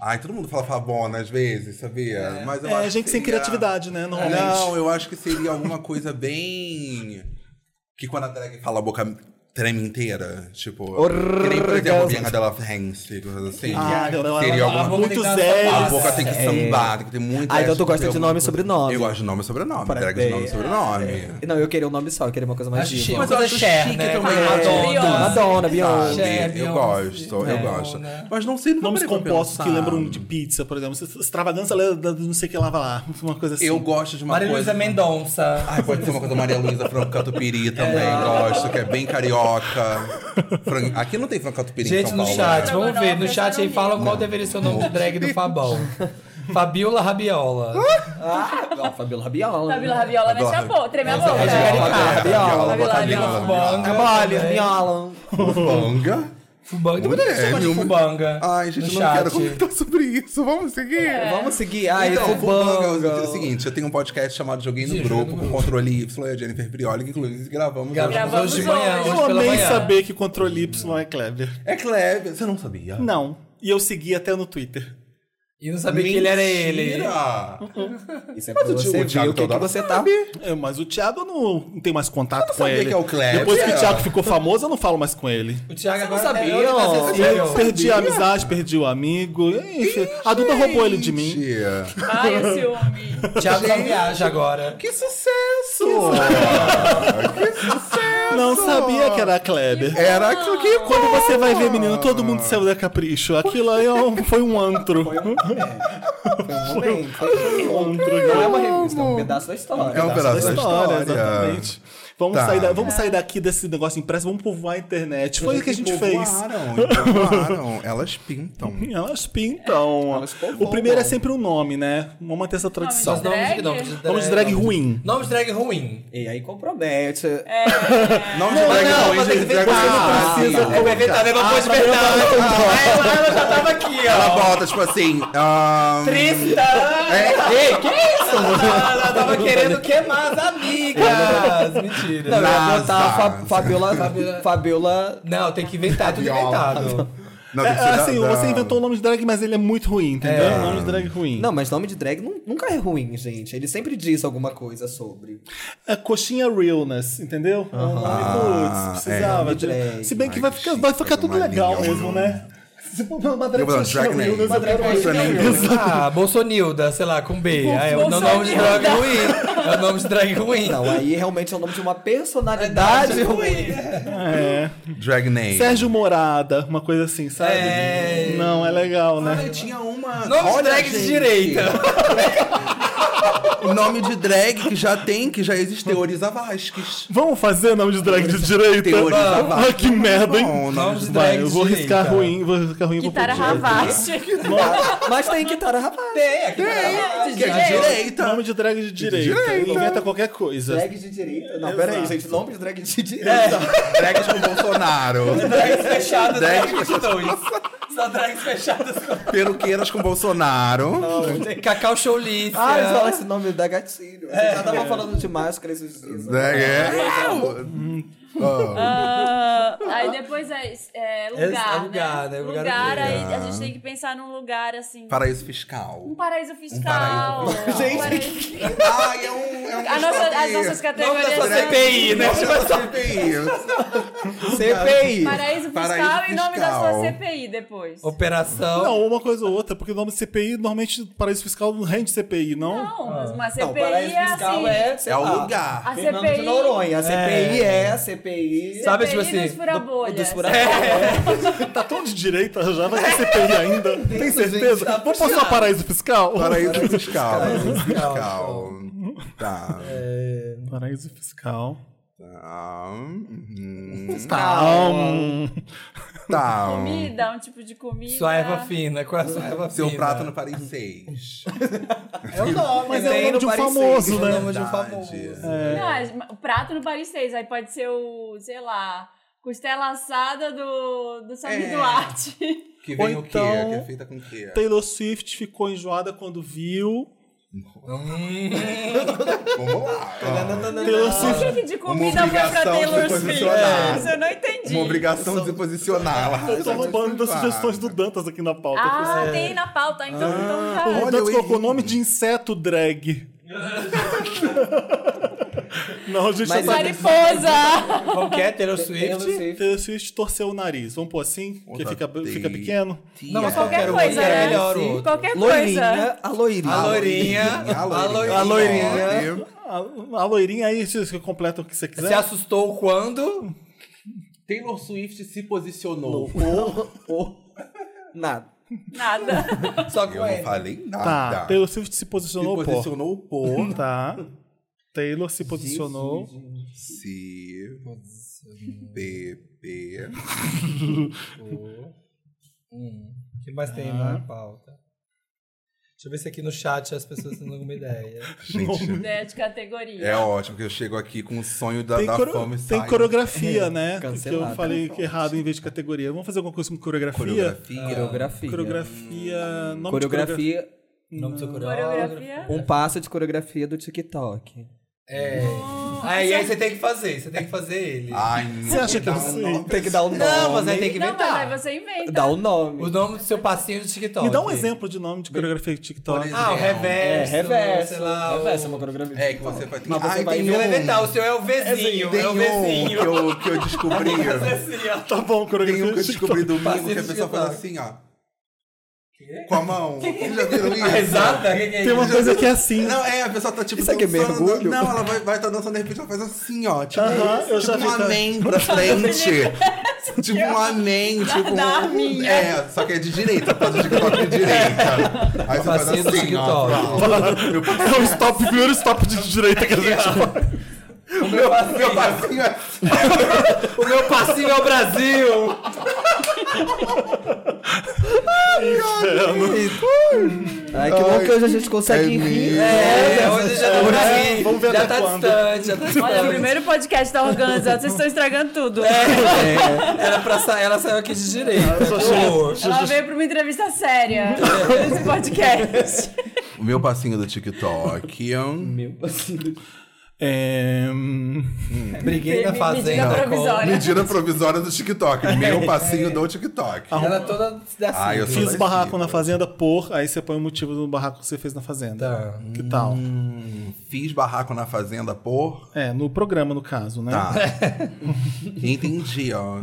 E: Ai, todo mundo fala Fabona às vezes, sabia? Mas eu
D: É,
E: acho que
D: gente sem
E: seria-
D: criatividade, né? Normalmente.
E: Não, eu acho que seria alguma coisa bem. Que quando a drag fala a boca treme inteira. Tipo, que nem, por exemplo, Bianca Della Fence, coisas assim.
D: Ah,
E: seria
D: ela-
E: alguma
D: muitos
A: coisa-
D: L's.
E: A boca tem que sambar, tem que ter muito.
C: É. Ah, então
E: essa,
C: tu gosta
E: tem
C: de
E: alguma
C: nome e
E: coisa-
C: sobrenome.
E: Eu gosto de nome e sobrenome.
C: Parabéns.
E: Drag de nome e sobrenome.
C: Não, eu queria um nome só, eu queria uma coisa mais
A: Acho chique.
C: diva.
A: Mas eu acho Cher,
E: chique
A: né?
E: também.
B: Madonna.
C: Madonna, Beyoncé.
E: Sabe?
A: Cher,
E: Eu
A: Beyoncé.
E: gosto, eu
A: É.
E: gosto. Mas não sei
D: Nomes compostos que lembram de pizza, por exemplo. Extravagância, ela é da- não sei o que lá, vai lá. Uma coisa assim.
E: Eu gosto de uma
A: Maria
E: coisa.
A: Luísa Mendonça.
E: Ai, pode ser uma coisa Maria Luísa Franco Catupiry também, gosto, que é bem carioca. Fran- Aqui não tem Franco Catupiry em
A: Gente
E: São
A: no
E: Paulo,
A: chat,
E: né?
A: vamos ver. No
B: Não,
A: chat aí
B: não.
A: falam qual deveria ser o nome do drag do Fabão. Fabiola Rabiola.
C: Ó, Fabiola Rabiola.
B: Fabiola Rabiola mexe a boca, treme a boca.
E: Fabiola,
C: Rabiola,
E: É, Fabiola, Fabiola,
B: Rabiola,
A: Rabiola.
C: Rabiola, Rabiola.
E: Fabiola.
A: Fubanga. Também deve ser
E: Mulher,
A: uma de
E: viu?
A: Fubanga.
E: Ai, gente,
A: É, no
E: eu não quero
A: chat.
E: comentar sobre isso. Vamos seguir?
C: Vamos seguir. Ah,
E: então,
C: então,
E: Fubanga.
C: Fubanga.
E: É o seguinte, eu tenho um podcast chamado Joguei no
A: Sim,
E: Grupo,
A: Joguei no
E: com controle Y e a Jennifer Prioli, que inclusive gravamos.
A: Gravamos hoje de manhã,
B: hoje.
A: hoje
D: Eu
A: pela
D: amei
A: manhã.
D: saber que controle Y é Kleber.
E: É Kleber, você não sabia?
D: Não. E eu segui até no Twitter.
A: E não sabia que ele era ele.
E: Mentira!
C: Isso é pra
E: Mas o tio-
C: você
E: o Thiago
C: ver o que, que
E: Teodoro
C: você tá.
E: sabe.
D: É, mas o Thiago não, não tem mais contato com
E: sabia
D: ele.
E: que é o Kleber.
D: Depois que
E: É.
D: o Thiago ficou famoso, eu não falo mais com ele.
A: O Thiago agora
C: Vocês não
A: é
C: sabiam?
A: outro que tá
D: Eu
A: acessível.
D: perdi a amizade, perdi o amigo. Enfim, a Duda roubou ele de mim.
E: Mentira.
B: Ai, o ciúme.
A: O Thiago só viaja agora.
E: Que sucesso! que sucesso!
D: Não sabia que era Kleber.
E: Era aquilo que
D: Quando você vai ver, menino, todo mundo saiu da Capricho. Aquilo aí é um- foi um antro.
C: Bem,
D: Um antro.
C: Não é uma revista, é um pedaço da história.
E: É um pedaço da
D: da
E: história.
D: Exatamente. Vamos,
E: Tá.
D: sair, da- vamos sair daqui desse negócio impresso, vamos povoar a internet. Foi o que a gente fez.
E: Povoaram, povoaram. Elas pintam.
D: Elas pintam.
C: elas povoam.
D: o primeiro é sempre o nome, né? Vamos manter essa tradição.
B: Mas
A: Os nomes
B: drag?
A: de nomes de drag.
D: Nomes de drag
A: nomes de-
D: ruim.
A: Nomes de drag ruim.
C: E aí compromete.
E: Não, é de drag
A: não,
E: ruim,
A: mas
E: de
A: tem que
E: drag
A: inventar.
E: ruim.
D: Você não precisa
E: É
A: Tá
E: verdade.
A: vendo? Uma coisa Ela Ah, ela já tava aqui,
E: Ela
A: ó.
E: bota, tipo assim. ahn,
A: Tristã!
E: É,
A: Ei, que isso? Ela tava querendo queimar as amigas. Mentira.
C: Não, eu ia botar a Fa-
E: Nossa.
C: Fabiola. Fabiola.
A: Não, tem que inventar, tudo inventado.
E: Não,
D: É,
E: tem que ser da-
D: assim,
E: da-
D: você inventou o nome de drag, mas ele é muito ruim, entendeu? O nome de drag ruim.
C: Não, mas nome de drag nu- nunca é ruim, gente. Ele sempre diz alguma coisa sobre.
D: É coxinha realness, entendeu? É um nome,
E: Ah,
D: putz, precisava.
C: é.
D: de... Se bem que
E: Ai,
D: vai
E: que
D: ficar, vai
E: chique,
D: ficar
E: vai
D: tudo
E: tomar
D: legal
E: nenhum.
D: mesmo, né? Se for uma drag
E: Eu vou dar
D: coxinha
E: drag name.
D: realness, eu quero
E: Drag
D: coxinha
E: name.
D: realness.
A: Ah, Bolsonilda, sei lá, com B. Ah, é o não- nome de drag
B: Bolsonilda.
A: ruim. É o nome de drag ruim.
C: Não, aí realmente é o nome de uma personalidade ruim.
D: É.
E: Drag name.
D: Sérgio Morada, uma coisa assim, sabe?
A: É.
D: Não, é legal, né?
E: Ai, tinha uma.
A: Nome de
E: Olha,
A: drag de
E: gente,
A: direita.
E: Nome de drag que já tem, que já existe. Teoriza Vasques.
D: Vamos fazer nome de drag de direita?
E: Teoriza
D: Ah, que merda, hein?
E: Bom, Tá nome de
D: Vai,
A: drag
D: eu vou
A: de
D: riscar
A: direita.
D: ruim, vou riscar ruim. vou
B: Guitarra
D: pôr direita.
B: Ravasti.
C: Mas tem é guitarra, rapaz.
A: Tem, aqui
E: drag. Que é de direita.
D: Nome de drag de direita.
E: direita.
D: Inventa qualquer coisa.
C: Drag de direita. Não,
D: Exato.
C: peraí, gente. Nome de drag de direita.
E: Drags com É. Bolsonaro.
A: Drags fechadas,
E: Drag- né?
A: drag 22. Só drags fechadas. com-
E: Peruqueiras com Bolsonaro. Né,
A: Cacau Showlícia.
C: Ah, eles falam esse nome da gatilho. Vocês já estavam falando de máscara esses dias.
E: Drag é.
B: Ah, aí depois é, é
A: É
B: lugar,
A: lugar, né?
B: né?
A: Lugar
B: Lugar,
A: é
B: aí
E: lugar.
B: a gente tem que pensar num lugar assim.
E: Paraíso fiscal.
B: Um paraíso fiscal.
C: Gente.
B: Um paraíso-
E: Ai, é um. É um
B: A nossa- as nossas
A: Nome da sua
B: categorias são
A: CPI, né?
E: Nome da CPI.
C: CPI.
B: paraíso fiscal
E: Paraíso
B: e nome da sua
E: fiscal.
B: CPI depois.
A: Operação.
D: Não, uma coisa ou outra, porque o nome CPI, normalmente, paraíso fiscal não rende CPI, não?
B: Não, mas uma
C: Não,
B: CPI
C: paraíso
B: é
C: fiscal
B: assim.
C: é. sei
E: É o
C: lá,
E: lugar.
B: A
C: Fernando
B: CPI.
C: de Noronha. A CPI é, a CPI.
A: Sabe, tipo
B: CPI
A: assim,
B: Dos furabolhas.
C: Dos furacões.
D: Tá tão de direita já, vai ter CPI ainda. Tem certeza?
C: gente, tá
D: Vamos passar o paraíso fiscal?
E: Paraíso fiscal. Paraíso
A: fiscal.
E: fiscal. Tá.
D: Paraíso fiscal.
E: Tá. Uhum.
D: Tá.
E: Tá.
B: Comida, um tipo de comida.
A: Sua erva fina, qual é a sua erva
E: Seu
A: fina?
E: um prato no Paris 6.
A: É o nome,
D: Mas é o nome de um famoso,
A: É o
D: né?
A: nome de um famoso.
B: Não, é, o prato no Paris 6, aí pode ser o, sei lá, costela assada do, do
E: É.
B: Samir Duarte.
E: Que vem
D: Ou
E: o quê?
D: então-
E: Que é feita com o quê?
D: Taylor Swift ficou enjoada quando viu.
E: Vamos lá. Ah,
D: Taylor
B: Por
D: Swift.
B: que, que de comida foi pra
E: obrigação
B: Taylor
E: de
B: Swift?
E: posicionar.
B: Isso eu não entendi.
E: Uma obrigação de se posicionar. Ela
D: Eu tô roubando das sugestões do Dantas aqui na pauta.
B: Ah, tem na pauta, então, então tá.
D: o
E: olha,
D: Dantas
E: eu
D: colocou o
E: errei.
D: nome de inseto drag. Não, gente, já
C: Mas
B: é
D: tá- É,
B: Mariposa!
A: Como que é? Taylor
C: Taylor
A: Swift?
C: Swift.
D: Taylor Swift torceu o nariz. Vamos pôr assim? Que
E: Outra
D: fica,
E: vez.
D: fica pequeno.
A: Não, mas
E: qualquer
B: Qualquer
A: qualquer um
B: coisa,
A: é
B: né?
A: melhor o outro.
B: Qualquer coisa.
C: Loirinha, a loirinha.
A: A loirinha.
E: A loirinha.
A: A loirinha.
E: Olha,
D: A, Ah, a loirinha aí, você completa o que você quiser.
A: Se assustou quando?
E: Taylor Swift se posicionou.
C: Ou, ou, nada.
B: Nada.
A: Só
E: Eu
A: com
E: não
A: ele.
E: falei
D: Tá,
E: nada.
D: Taylor Swift se
E: se
D: posicionou, pô.
E: posicionou o pô.
D: Tá. Taylor se posicionou.
E: Se. Bebê.
A: Hum, O que mais tem na pauta? Deixa eu ver se aqui no chat as pessoas têm alguma ideia.
E: Gente,
B: Ideia né, de categoria.
E: é ótimo que eu chego aqui com o sonho da,
D: Tem,
E: da
D: coro-
E: fama e
D: tem
E: saio.
D: coreografia, né? Porque eu
C: cancelado.
D: falei que errado em vez de categoria. Vamos fazer alguma coisa com coreografia?
E: Coreografia.
C: Ah, Coreografia.
D: Coreografia. nome de
C: Coreografia.
A: Nome do seu coreógrafo.
B: Coreografia.
C: Um passo de coreografia do TikTok.
A: É. Aí, aí você tem que fazer, você tem que fazer ele.
E: Ai, meu
D: Você acha que é eu
E: Deus.
D: sei?
C: Tem que dar o nome.
A: Não, mas aí tem que
B: Não, mas
A: inventar.
B: aí você inventa.
C: Dá o nome.
A: O nome do seu passinho do TikTok.
D: Me dá um exemplo de nome de coreografia de TikTok.
E: Por
A: Ah, o
C: É,
A: reverso.
C: reverso.
A: Sei lá, o-
C: reverso é uma coreografia.
E: É que você vai ter
C: Mas você
E: Ai,
C: vai
E: tem
A: Você
E: um-
A: vai inventar, o seu é o
E: Tem
A: vizinho. é o
E: um que
A: vizinho.
E: eu, que eu descobri.
A: Assim, ó.
D: Tá bom,
E: tem um
D: coreografia
E: que eu
D: de TikTok.
E: descobri domingo que a
A: Passinho de
E: pessoa faz
A: TikTok.
E: assim, ó. Com a mão. Vocês já viram isso?
A: Exata? Que que é
D: Tem uma
A: isso?
D: coisa que é assim.
E: Não, é, a pessoa tá tipo.
C: Isso aqui é
E: dançando,
C: mergulho?
E: Não, ela vai, vai tá dançando de repente, ela faz assim, ó. Tipo,
D: Aham, eu já vi
E: tipo um
D: também. um
E: amém pra frente. tipo um amém, tipo.
B: Da
E: um-
B: arminha.
E: É, só que é de direita, faz o TikTok de direita. Aí você faz
A: Passinho do
E: assim, ó.
A: TikTok.
E: pra alto. Eu
D: É o stop, primeiro stop de direita que a gente faz.
E: O meu, o meu passinho é.
A: O meu passinho é o Brasil!
C: Ai, que bom que hoje a gente consegue
E: é
C: rir.
E: mesmo.
A: É, hoje já tá por aí.
D: vamos ver
A: já
D: até
A: tá
D: quando.
A: distante, já tá
B: Olha, É o
A: distante.
B: primeiro podcast da Organza, vocês estão estragando tudo.
A: É, era pra sa... Ela saiu aqui de direita. Pô,
B: Ela veio pra uma entrevista séria nesse podcast.
E: O meu passinho do TikTok. é um
C: Meu assim, passinho.
D: É, hum,
A: Briguei na
B: Me- me diga
A: fazenda.
B: provisória.
E: Medida provisória do TikTok. Meu passinho do TikTok.
A: com- Ela toda assim. da
E: Ah, eu sou
D: um fiz
E: da
D: barraco
E: esquerda.
D: na fazenda por. Aí você põe o motivo do barraco que você fez na fazenda.
A: Tá.
D: Que tal?
E: Hum, Fiz barraco na fazenda por.
D: É, no programa, no caso, né?
E: Tá. Entendi, ó.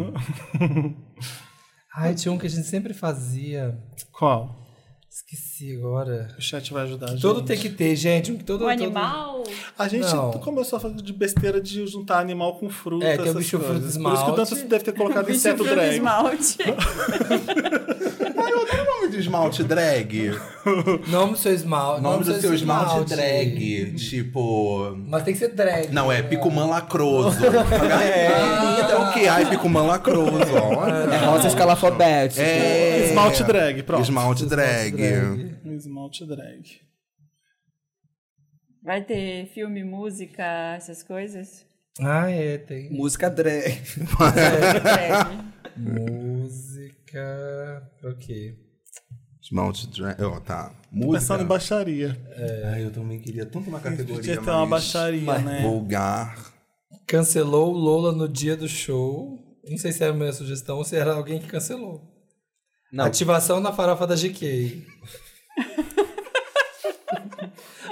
A: Ai, tinha um que a gente sempre fazia.
D: Qual?
A: Esqueci agora.
D: O chat vai ajudar. a
A: Todo
D: gente.
A: tem que ter, gente. um que Todo, todo-
B: O animal.
D: A gente
A: Não.
D: começou a fazer de besteira de juntar animal com fruta.
A: É, tem o
D: essas
A: bicho
D: coisas.
A: fruta
D: Por isso que o
A: esmalte.
D: Dantas deve ter colocado
B: Bicho
D: inseto
B: fruto
D: drag.
B: esmalte.
E: O nome de esmalte drag.
A: Nome do seu esmalte.
E: O nome do seu esmalte é drag. Tipo.
A: Mas tem que ser drag.
E: Não, é Picumã Lacroso. é, então o que? Ai, Picumã Lacroso,
C: É
E: olha.
C: rosa escalafobética.
E: É.
D: Esmalte drag, pronto.
E: Esmalte drag.
D: Esmalte drag.
B: Vai ter filme, música, essas coisas?
A: Ah, é, tem.
C: Música drag.
B: Drag.
A: Música. Ok.
E: Esmalte drag. Oh, tá.
D: Pensando em
E: Música.
D: baixaria.
E: Ai, É, eu também queria tanto uma categoria
D: Podia ter uma
E: mais
D: baixaria, né?
E: vulgar.
A: Cancelou o Lola no dia do show. Não sei se era a minha sugestão ou se era alguém que cancelou.
C: Não.
A: Ativação na farofa da GK.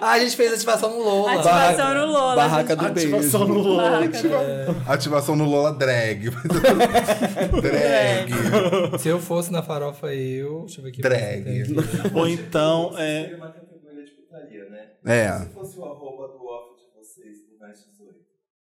A: ah, a gente fez ativação no Lola.
B: Ativação no Lola.
C: Barraca do beijo.
D: Ativação Tipo, no Lola.
B: Barraca do-
E: Ativação no Lola Drag. drag.
A: Se eu fosse na farofa, eu. Deixa eu ver aqui.
E: Drag.
D: Ou então, é,
E: É.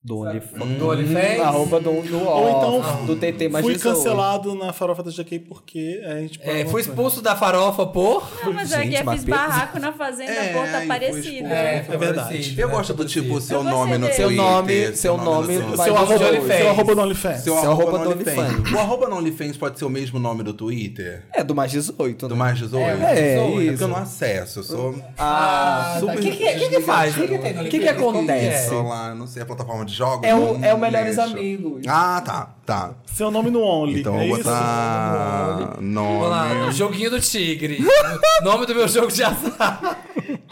C: Do OnlyFans.
A: Do OnlyFans?
C: Arroba do, do
D: Ou então,
C: off, do TT mais
D: fui
C: 18.
D: cancelado na farofa da GK porque a gente...
A: É, fui expulso da farofa por.
B: Não, Ah, mas
E: Gente,
B: aqui eu
E: mas
B: fiz
E: pe-
B: barraco na fazenda
E: É,
B: Porta
E: aí foi
B: Aparecida.
E: expulso. É,
A: foi
D: verdade.
A: parecido,
E: Eu
A: né?
E: gosto do tipo seu
B: Eu gostei
E: nome no
B: dele.
E: Twitter.
C: Seu nome- seu nome
E: no-
C: vai-
D: Seu
A: Mas
D: arroba,
A: de
D: seu
A: OnlyFans.
D: arroba no OnlyFans.
E: Seu
C: Seu
E: arroba
C: arroba
E: no
C: é do
E: OnlyFans.
C: OnlyFans.
E: O arroba no OnlyFans pode ser o mesmo nome do Twitter?
C: É, do mais 18.
E: Do
C: né?
E: mais 18?
C: É,
E: Sou, porque
C: isso.
E: eu não acesso, eu sou...
C: Ah,
A: O que, que, que que faz? O que, que tem no
C: O que que
A: LinkedIn?
C: acontece?
E: Sei lá, não sei, a plataforma de jogos.
C: é
E: não-
C: o, é
E: não
C: o Melhores
E: mexo.
C: Amigos.
E: Ah, tá, tá.
D: Seu nome no Only.
E: Então
D: é
E: eu vou
D: isso?
E: botar
A: Vamos lá,
E: nome...
A: joguinho do tigre. Nome do meu jogo de azar.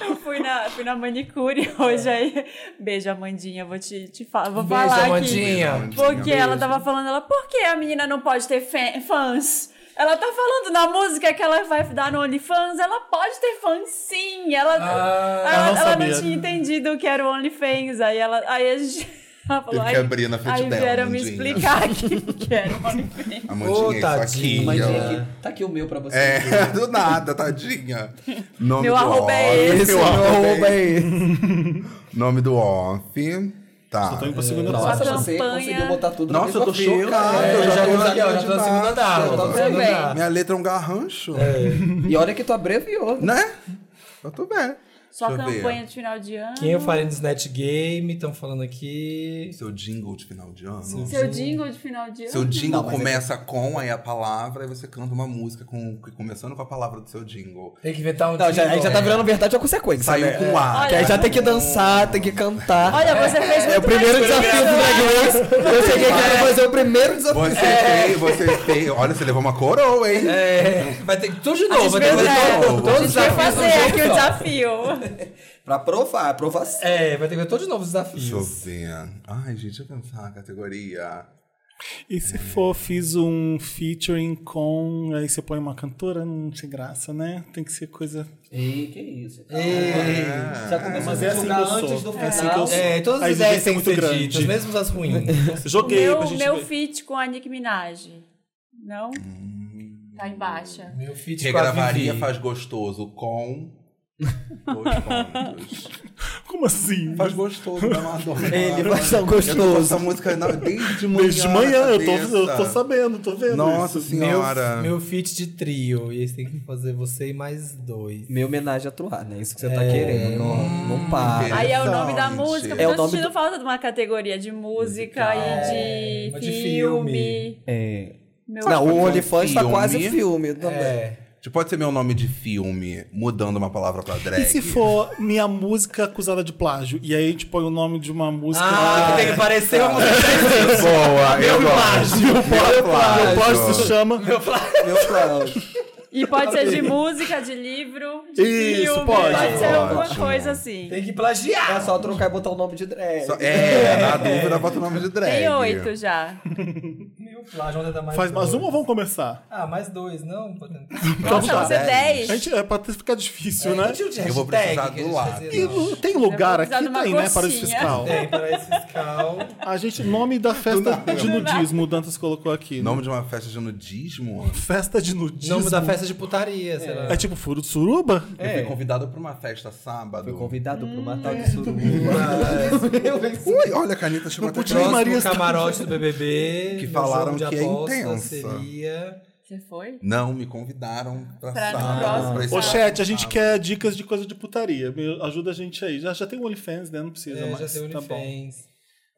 B: Eu fui na, fui na manicure hoje aí. Beijo, Amandinha. Vou te, te falar. Vou
A: Beijo,
B: falar
A: Amandinha.
B: aqui. Porque ela tava falando, ela, por que a menina não pode ter fã- fãs? Ela tá falando na música que ela vai dar no OnlyFans, ela pode ter fãs sim. Ela, ela,
D: eu não
B: ela não
D: sabia.
B: tinha entendido o que era o OnlyFans. Aí ela. Aí a gente. Ela falou,
E: que
B: aí-
E: abrir na frente
B: aí
E: dela,
B: vieram me
E: Amandinha.
B: explicar aqui o que era o OnlyFans.
E: A mandinha,
A: Ô,
E: isso aqui.
A: tadinha.
E: ó.
C: Imagina que tá aqui o meu pra você.
E: É, do nada, tadinha. Nome
B: Meu
E: do
B: arroba é
E: off,
B: esse,
C: Esse
E: meu arroba é-
C: aí.
E: Nome do off. Tá.
D: Tô indo pra segunda
C: Nossa,
D: parte.
B: Só
C: você
B: campanha.
C: conseguiu botar tudo
E: Nossa, eu tô chocado.
A: É,
E: eu
A: já
E: tô
A: tô
E: na
A: aqui, ó, já tô na
E: de
A: segunda
E: baixo.
A: dá.
C: Eu
A: Já tô na
C: tô
A: segunda
C: bem.
A: dá.
E: Minha letra é um garrancho,
C: E olha que tu abreviou.
E: né? Eu tô bem.
B: Só
E: Deixa eu ver.
B: campanha de final de ano.
A: Quem é eu falei no Snatch Game, estão falando aqui.
E: Seu jingle de final de ano.
B: Seu jingle de final de ano.
E: Seu jingle
C: Não, mas é-
E: começa com aí a palavra e você canta uma música com, começando com a palavra do seu jingle.
A: Tem que inventar um
C: Não, já, aí
A: jingle.
C: já
F: é.
C: tá virando verdade ou consequência.
E: Saiu
C: né?
F: um
E: com A.
C: Que aí já tem que dançar, tem que cantar.
B: Olha, você fez muito
C: é o primeiro
B: mais que
C: desafio do
B: isso.
C: Drag Race. Eu cheguei aqui pra fazer É. o primeiro desafio.
E: Você tem, você tem. Olha, você levou uma coroa, hein?
A: É, vai ter que tudo de novo. Vai ter que
B: Fez,
A: fazer
B: é,
A: todo,
E: novo.
A: todos os
B: a gente vai
A: desafios.
B: fazer
A: de um
B: aqui o
A: jeito só.
B: desafio.
C: Pra provar, aprovação.
A: É, vai ter que fazer todos de novo os
E: Deixa eu
A: desafios.
E: ver. Ai, gente, deixa eu pensar na categoria.
D: E se for, fiz um featuring com. Aí você põe uma cantora, não tem graça, né? Tem que ser coisa.
C: Ei, que isso. Ah.
E: É.
C: Já começou a
D: Mas é assim que eu
C: divulgar antes do
D: sou. É assim que eu
C: final.
D: sou.
A: É, todas
D: A
A: as ideias
D: exigência
A: têm
D: é
A: que ser
D: muito grande.
A: ditas, mesmo as ruins.
D: Joguei pra
B: Meu,
D: gente
B: meu
D: ver.
B: feat com a Nick Minaj. Não?
D: Hum.
B: Tá em baixa.
A: Meu feat com a
E: Regravaria
A: Vivi.
E: faz gostoso com. Dois pontos.
D: Como assim?
E: Faz gostoso da Madonna.
F: Ele faz
A: um
F: tão
E: Eu tô com
F: gostoso.
E: essa música na- desde manhã.
D: Desde de manhã,
E: na
D: eu tô,
E: cabeça.
D: eu tô sabendo, tô vendo
E: Nossa
D: isso.
A: Meu,
E: senhora.
A: meu feat de trio. E eles têm que fazer você e mais dois.
F: Minha homenagem a Truar, né? Isso que você tá
C: É.
F: querendo. Não, não para.
B: Aí é o nome da
E: Interessante.
B: música, porque
F: É o
B: eu tô
F: nome
B: sentindo
F: do-
B: falta de uma categoria de
D: Tá.
B: música
D: É,
B: e
A: mas
B: de,
A: de filme.
B: filme.
F: É.
B: Meu
F: Não, o
E: um
F: OnlyFans tá
E: filme.
F: quase filme também.
A: É.
E: Tipo, Pode ser meu nome de filme, mudando uma palavra pra drag.
D: E se for minha música acusada de plágio? E aí a gente põe o nome de uma música.
A: Ah, que tem que parecer
F: É.
A: uma
D: assim,
E: Boa, eu
A: Meu
E: gosto.
A: plágio.
E: Meu
A: Ah, é,
D: o plágio se chama.
F: Meu plágio.
B: E pode ser de música, de livro, de
D: Isso,
B: filme,
D: pode.
B: ser alguma
E: Ótimo.
B: coisa assim.
A: Tem que plagiar.
F: É só trocar e botar o nome de drag.
E: Só- É, na dúvida, bota o nome de drag.
B: Tem oito já.
A: Meu plágio, onde tá mais
D: Faz mais
A: dois?
D: uma ou vamos começar?
A: Ah, mais dois, não? tá- Pode tentar.
B: Nossa, vão ser
E: dez.
D: A
B: dez.
D: gente, é pra ficar
A: É,
D: difícil, né?
E: Eu vou precisar do lado.
D: E não tem lugar
B: Eu vou precisar
D: aqui,
B: de uma
D: tem, né?
B: cocinha.
D: Paraíso fiscal.
A: Tem, paraíso fiscal.
D: A gente, nome da festa de nudismo, o Dantas colocou aqui.
E: Nome de uma festa de nudismo?
D: Festa de nudismo.
A: Nome da É. festa de putaria, sei lá.
D: É tipo furo de suruba?
E: Eu fui convidado pra uma festa sábado.
F: Fui convidado pra uma tal de suruba.
E: Ui, olha, a caneta chegou até
D: podia
A: Próximo
E: próximo.
D: Maria está-
A: camarote do BBB.
E: Que
A: no
E: falaram
A: jogo de
E: que é
A: aposta,
E: intensa.
A: Seria...
B: Você foi?
E: Não, me convidaram pra,
B: Pra no
E: sábado.
B: próximo
E: pra esse
D: Ô,
E: próximo
D: chat, a gente
E: sábado.
D: quer dicas de coisa de putaria. Me- Ajuda a gente aí. Já, já tem o OnlyFans, né? Não precisa
A: É,
D: mais.
A: já tem
D: tá bom.
A: OnlyFans.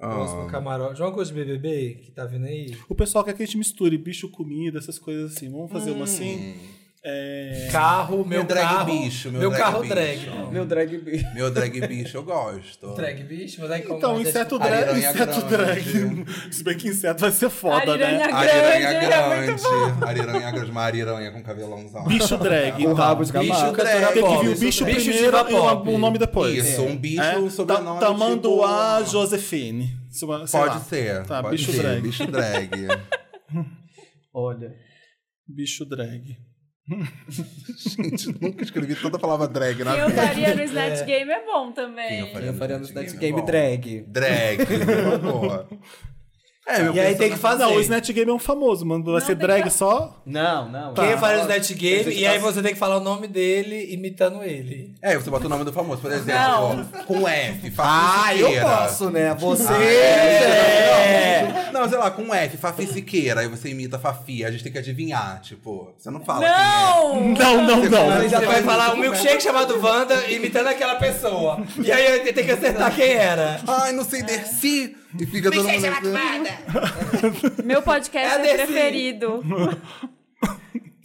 E: Ah,
A: Próximo camarote. Joga uma coisa de BBB que tá vindo aí?
D: O pessoal quer que a gente misture bicho, comida, essas coisas assim. Vamos fazer
A: Hum.
D: uma assim? É...
A: Carro, meu,
E: Meu drag
A: carro.
E: bicho, meu
A: meu
E: drag
A: carro
E: bicho.
A: drag.
F: Meu drag bicho.
E: Meu drag bicho, eu gosto.
A: Drag bicho, mas aí como
D: Então,
A: mas é
D: inseto
A: tipo-
E: drag-
D: drag,
E: Ariranha
D: inseto
E: grande.
A: né?
D: drag. Se bem que inseto vai ser foda,
B: Ariranha
D: né?
B: grande,
E: Ariranha
B: é muito
E: grande. Ariranha grande, uma ariranha com cabelãozão.
D: Bicho drag.
F: Com
D: então.
F: rabo de
A: Bicho
F: gambá.
A: drag.
D: Tem que vir o
A: Isso,
D: bicho,
A: bicho
D: primeiro
A: diva
D: e o-
A: pop.
D: o nome depois.
E: Isso, um bicho,
D: É?
E: um sobrenome
D: Ta- Tamanduá
E: tipo-
D: Josefine. Se- sei
E: Pode
D: lá.
E: ser.
D: Tá,
E: pode
D: bicho
E: ser,
D: drag.
E: Bicho drag.
F: Olha.
D: Bicho drag.
E: gente, nunca escrevi tanta palavava drag na
B: Quem eu
E: vida.
B: faria no Snatch Game é bom
E: Quem
B: também.
F: Eu faria no
E: Snatch
F: Snatch Game
E: Bom,
F: drag.
E: Drag, por favor. É, meu
A: E aí tem que fazer.
D: Não, o Snatch Game é um famoso, mano. Vai
B: Não,
D: ser
B: tem
D: drag
B: que-
D: só?
F: Não, não.
A: Quem
F: Ah,
A: faz o
F: olha.
A: Snatch Game e aí você tem que falar o nome dele imitando ele.
E: É, você bota o nome do famoso, por exemplo.
B: Não.
E: Com F,
F: Ah,
E: Fafi
F: eu
E: Siqueira. Ah,
F: posso, né? Você.
E: É. Não, sei lá, com F, Fafi Siqueira. Aí você imita Fafi, a gente tem que adivinhar, tipo. Você não fala
B: Não!
D: Não, não,
A: Aí
D: não.
A: você vai falar um milkshake chamado Wanda imitando aquela pessoa. E aí eu tenho que acertar quem era.
E: quem é. Ai, não sei, Dercy. E fica todo mundo... assim.
A: É
B: Meu
A: a
B: podcast é
A: desse.
B: preferido.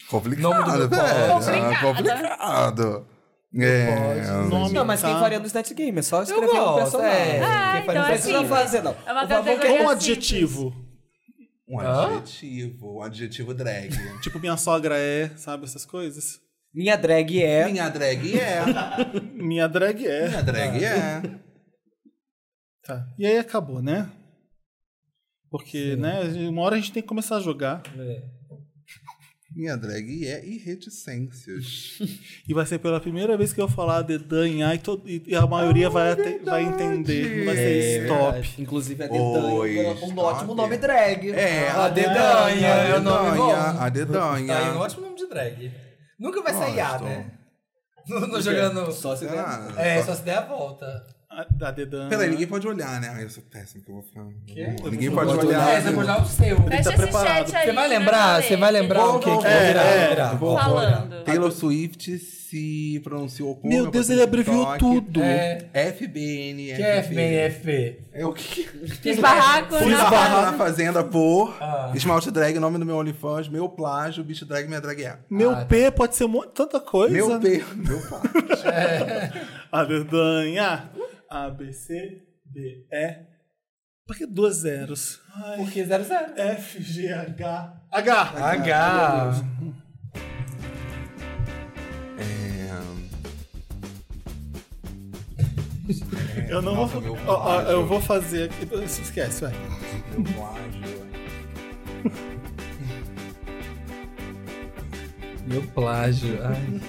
E: Complicado, velho. Complicado. É.
D: Nome,
F: Não, mas quem
D: tá?
F: faria no Snatch Game? É só
A: Eu
F: escrever um
A: gosto,
F: personagem.
A: é.
B: Ah,
A: Quem faz
B: então
A: no
F: Não
B: é
A: Brasil.
F: precisa
B: assim.
F: fazer, não.
B: É uma
F: Por favor,
B: categoria-
D: Ou um
B: Simples.
D: adjetivo.
E: Um
A: Hã?
E: adjetivo, um adjetivo drag.
D: Tipo, minha sogra é, sabe, essas coisas.
F: Minha drag é.
E: Minha drag é.
D: Minha drag é.
E: Minha drag é.
D: Tá. E aí acabou, né? Porque, né, uma hora a gente tem que começar a jogar.
B: assim.
E: Minha drag é irreticências.
D: E vai ser pela primeira vez que eu falar dedanhar e, todo, e e a maioria
E: É
D: vai, ate- vai entender. Não vai
A: É
D: ser stop.
F: Inclusive a
E: Oi,
F: Dedanha. Um
E: stop.
F: ótimo nome drag.
E: É,
A: A Dedanha, é o nome bom.
E: A
A: Tá aí um
E: dedanha.
A: ótimo nome de drag. Nunca vai sair A,
E: Gosto.
A: né? No, no jogando.
F: Só se der.
E: Será?
A: É, só se der a volta.
D: A, a dedanha.
E: Peraí, ninguém pode olhar, né? Ai, eu sou péssimo que eu vou falar. Ninguém
D: Eu
E: pode
D: vou
E: olhar.
A: É, você pode dar o seu.
B: Fecha esse
D: preparado.
B: chat aí.
A: Você vai
B: né,
A: lembrar,
B: Valete?
A: você vai lembrar o que que
D: é, é.
E: Vou-
B: Falando.
E: Taylor Swift se pronunciou como.
D: Meu
E: eu
D: Deus,
E: botei
D: ele
E: no
D: abreviou
E: TikTok.
D: tudo.
A: É.
E: FBN.
A: Que é FBNFP?
E: É o que?
B: Fiz barraco
D: Fiz
B: na
D: barraco.
E: Barra na Fazenda por
A: Ah.
E: esmalte drag, nome do meu OnlyFans, meu plágio, bicho drag, minha drag é.
D: Meu
A: Ah,
D: P pode ser um monte- tanta coisa. né?
E: Meu P, meu plágio.
A: É.
D: A dedanha. A, B, C, D, E. Por que duas zeros? Ai,
A: Porque 00.
D: F, G, H. H.
A: H.
D: eu não
E: nossa,
D: vou.
E: meu
D: Ó, ó,
E: plágio.
D: eu vou fazer aqui. Esquece, vai.
E: Meu plágio.
A: Meu plágio. Ai.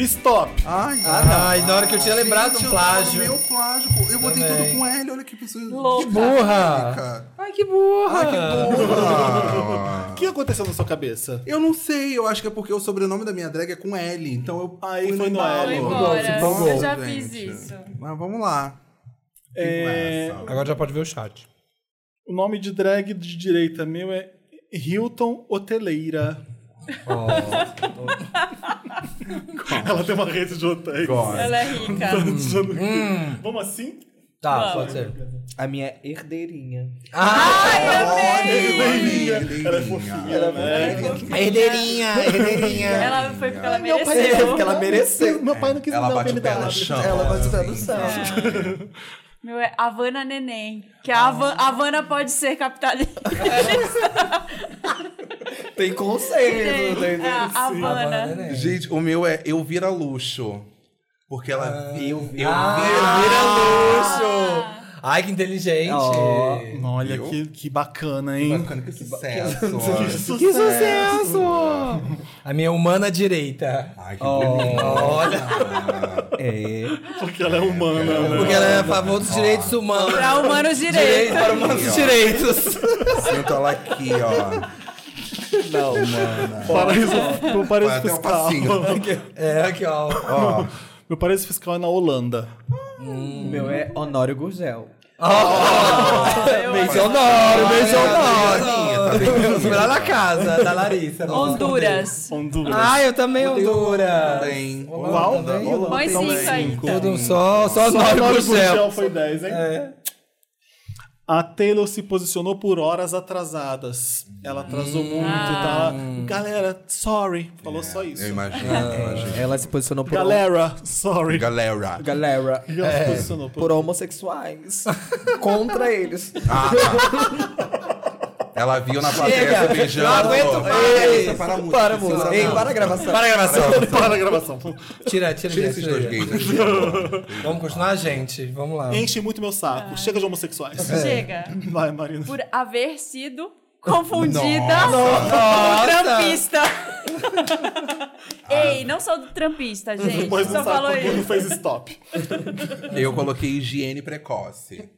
D: Stop.
E: Ai,
A: Ai, Ah, tá. na hora que eu tinha lembrado
E: Gente,
A: do
E: eu
A: plágio.
E: tava no Meu plágio, pô. Eu botei
A: Também.
E: tudo com L, olha que pessoa.
B: Louca.
E: Que
A: Burra!
E: burra.
A: Ai, que
F: que burra!
E: Ah,
D: O
E: que
D: que aconteceu na sua cabeça?
E: Eu não sei, eu acho que é porque o sobrenome da minha drag é com L, então eu
D: Aí
E: fui
D: foi no
E: embalo.
D: L.
B: Foi embora.
E: Se empolgou,
B: Eu já fiz isso.
E: Mas vamos lá.
D: É,
E: Fico nessa.
A: Agora já pode ver o chat.
D: O nome de drag de direita meu é Hilton Hoteleira.
E: Oh.
D: Ela tem uma rede de hotéis.
E: Agora.
B: Ela é rica.
D: Vamos assim?
A: Tá, pode ser.
F: A minha é herdeirinha.
A: Ah!
E: Herdeirinha,
D: Ela é fofinha, né?
A: Ah,
F: Herdeirinha, herdeirinha.
B: Ela foi porque ela
F: Meu
D: é
F: pai teve
B: mereceu.
F: porque ela mereceu.
D: Meu pai não quis me
E: Ela
D: dar o
E: bate o
D: apelido
E: pé
D: da
E: no
D: Lavra.
E: chão. É.
F: Ela vai se tradução.
B: Meu é Havana Neném. Que a Hava- Havana pode ser capitalista.
F: Tem conceito.
B: Gente,
F: Tem...
B: é a
A: Havana,
B: Havana.
A: né?
E: Gente, o meu é Eu Vira Luxo. Porque ela viu. Eu Vira
A: Ah, vira luxo! Ai, que inteligente.
F: Ó.
D: Olha
E: Viu?
D: que, que bacana,
E: Luxo.
D: hein?
E: Bacana, que sucesso.
D: Que
E: olha.
D: sucesso.
A: A minha humana direita.
E: Ai, que bonito. Olha.
F: É.
D: Porque ela é humana, né?
A: Porque ela é a favor dos direitos humanos.
B: Pra humanos
A: Direito
B: direitos.
A: para humanos direitos.
E: Senta ela aqui, ó.
F: Não, mano.
D: Paraíso, meu
E: Vai
D: paraíso
E: até um
D: fiscal.
E: passinho.
A: É, aqui, ó.
E: Ó,
D: Meu paraíso fiscal é na Holanda.
F: O meu é Honório Gurgel.
A: Beijo honório, beijo
E: Tá bem
A: honório.
E: bonita.
A: Lá na casa da Larissa.
B: Honduras.
D: Honduras.
A: Ah, eu também, Honduras.
E: Também.
D: Qual? Então
E: Olá.
B: Põe
E: Também.
B: cinco aí.
A: Todo um só, só
D: Só
A: honório pro
D: Honório
A: céu. É.
D: Gurgel foi 10, hein? A Taylor se posicionou por horas atrasadas. Ela atrasou
A: Hum.
D: muito,
A: Ah.
D: tá? Galera, sorry.
A: É,
D: Falou só isso.
E: Eu imagino, eu imagino.
F: Ela se posicionou por.
D: Galera, sorry.
E: É. Galera.
F: Galera.
A: É.
D: Ela se posicionou por...
F: Por homossexuais. Contra eles.
E: Ah, tá. Ela viu na plateia se beijando.
A: Não aguento
E: Ei,
A: mais.
E: Para a música.
F: Para,
E: segura
F: música.
E: a
F: Ei,
E: mão.
F: para a gravação.
A: Para Tá. a gravação.
D: Para a gravação.
A: Tira, tira,
E: Tira
A: tira.
E: esses dois
A: tira.
E: gays aqui.
A: Vamos continuar, gente? Vamos lá.
D: Enche muito meu saco. Chega de homossexuais.
A: É.
B: Chega.
D: Vai, Marina.
B: Ah. Por haver sido confundida com o
A: Nossa.
B: trampista. Ei, não sou do trampista, gente.
D: Mas
B: Só
D: não sabe
B: falou
D: porque não
B: isso.
D: fez stop.
E: Eu coloquei higiene precoce.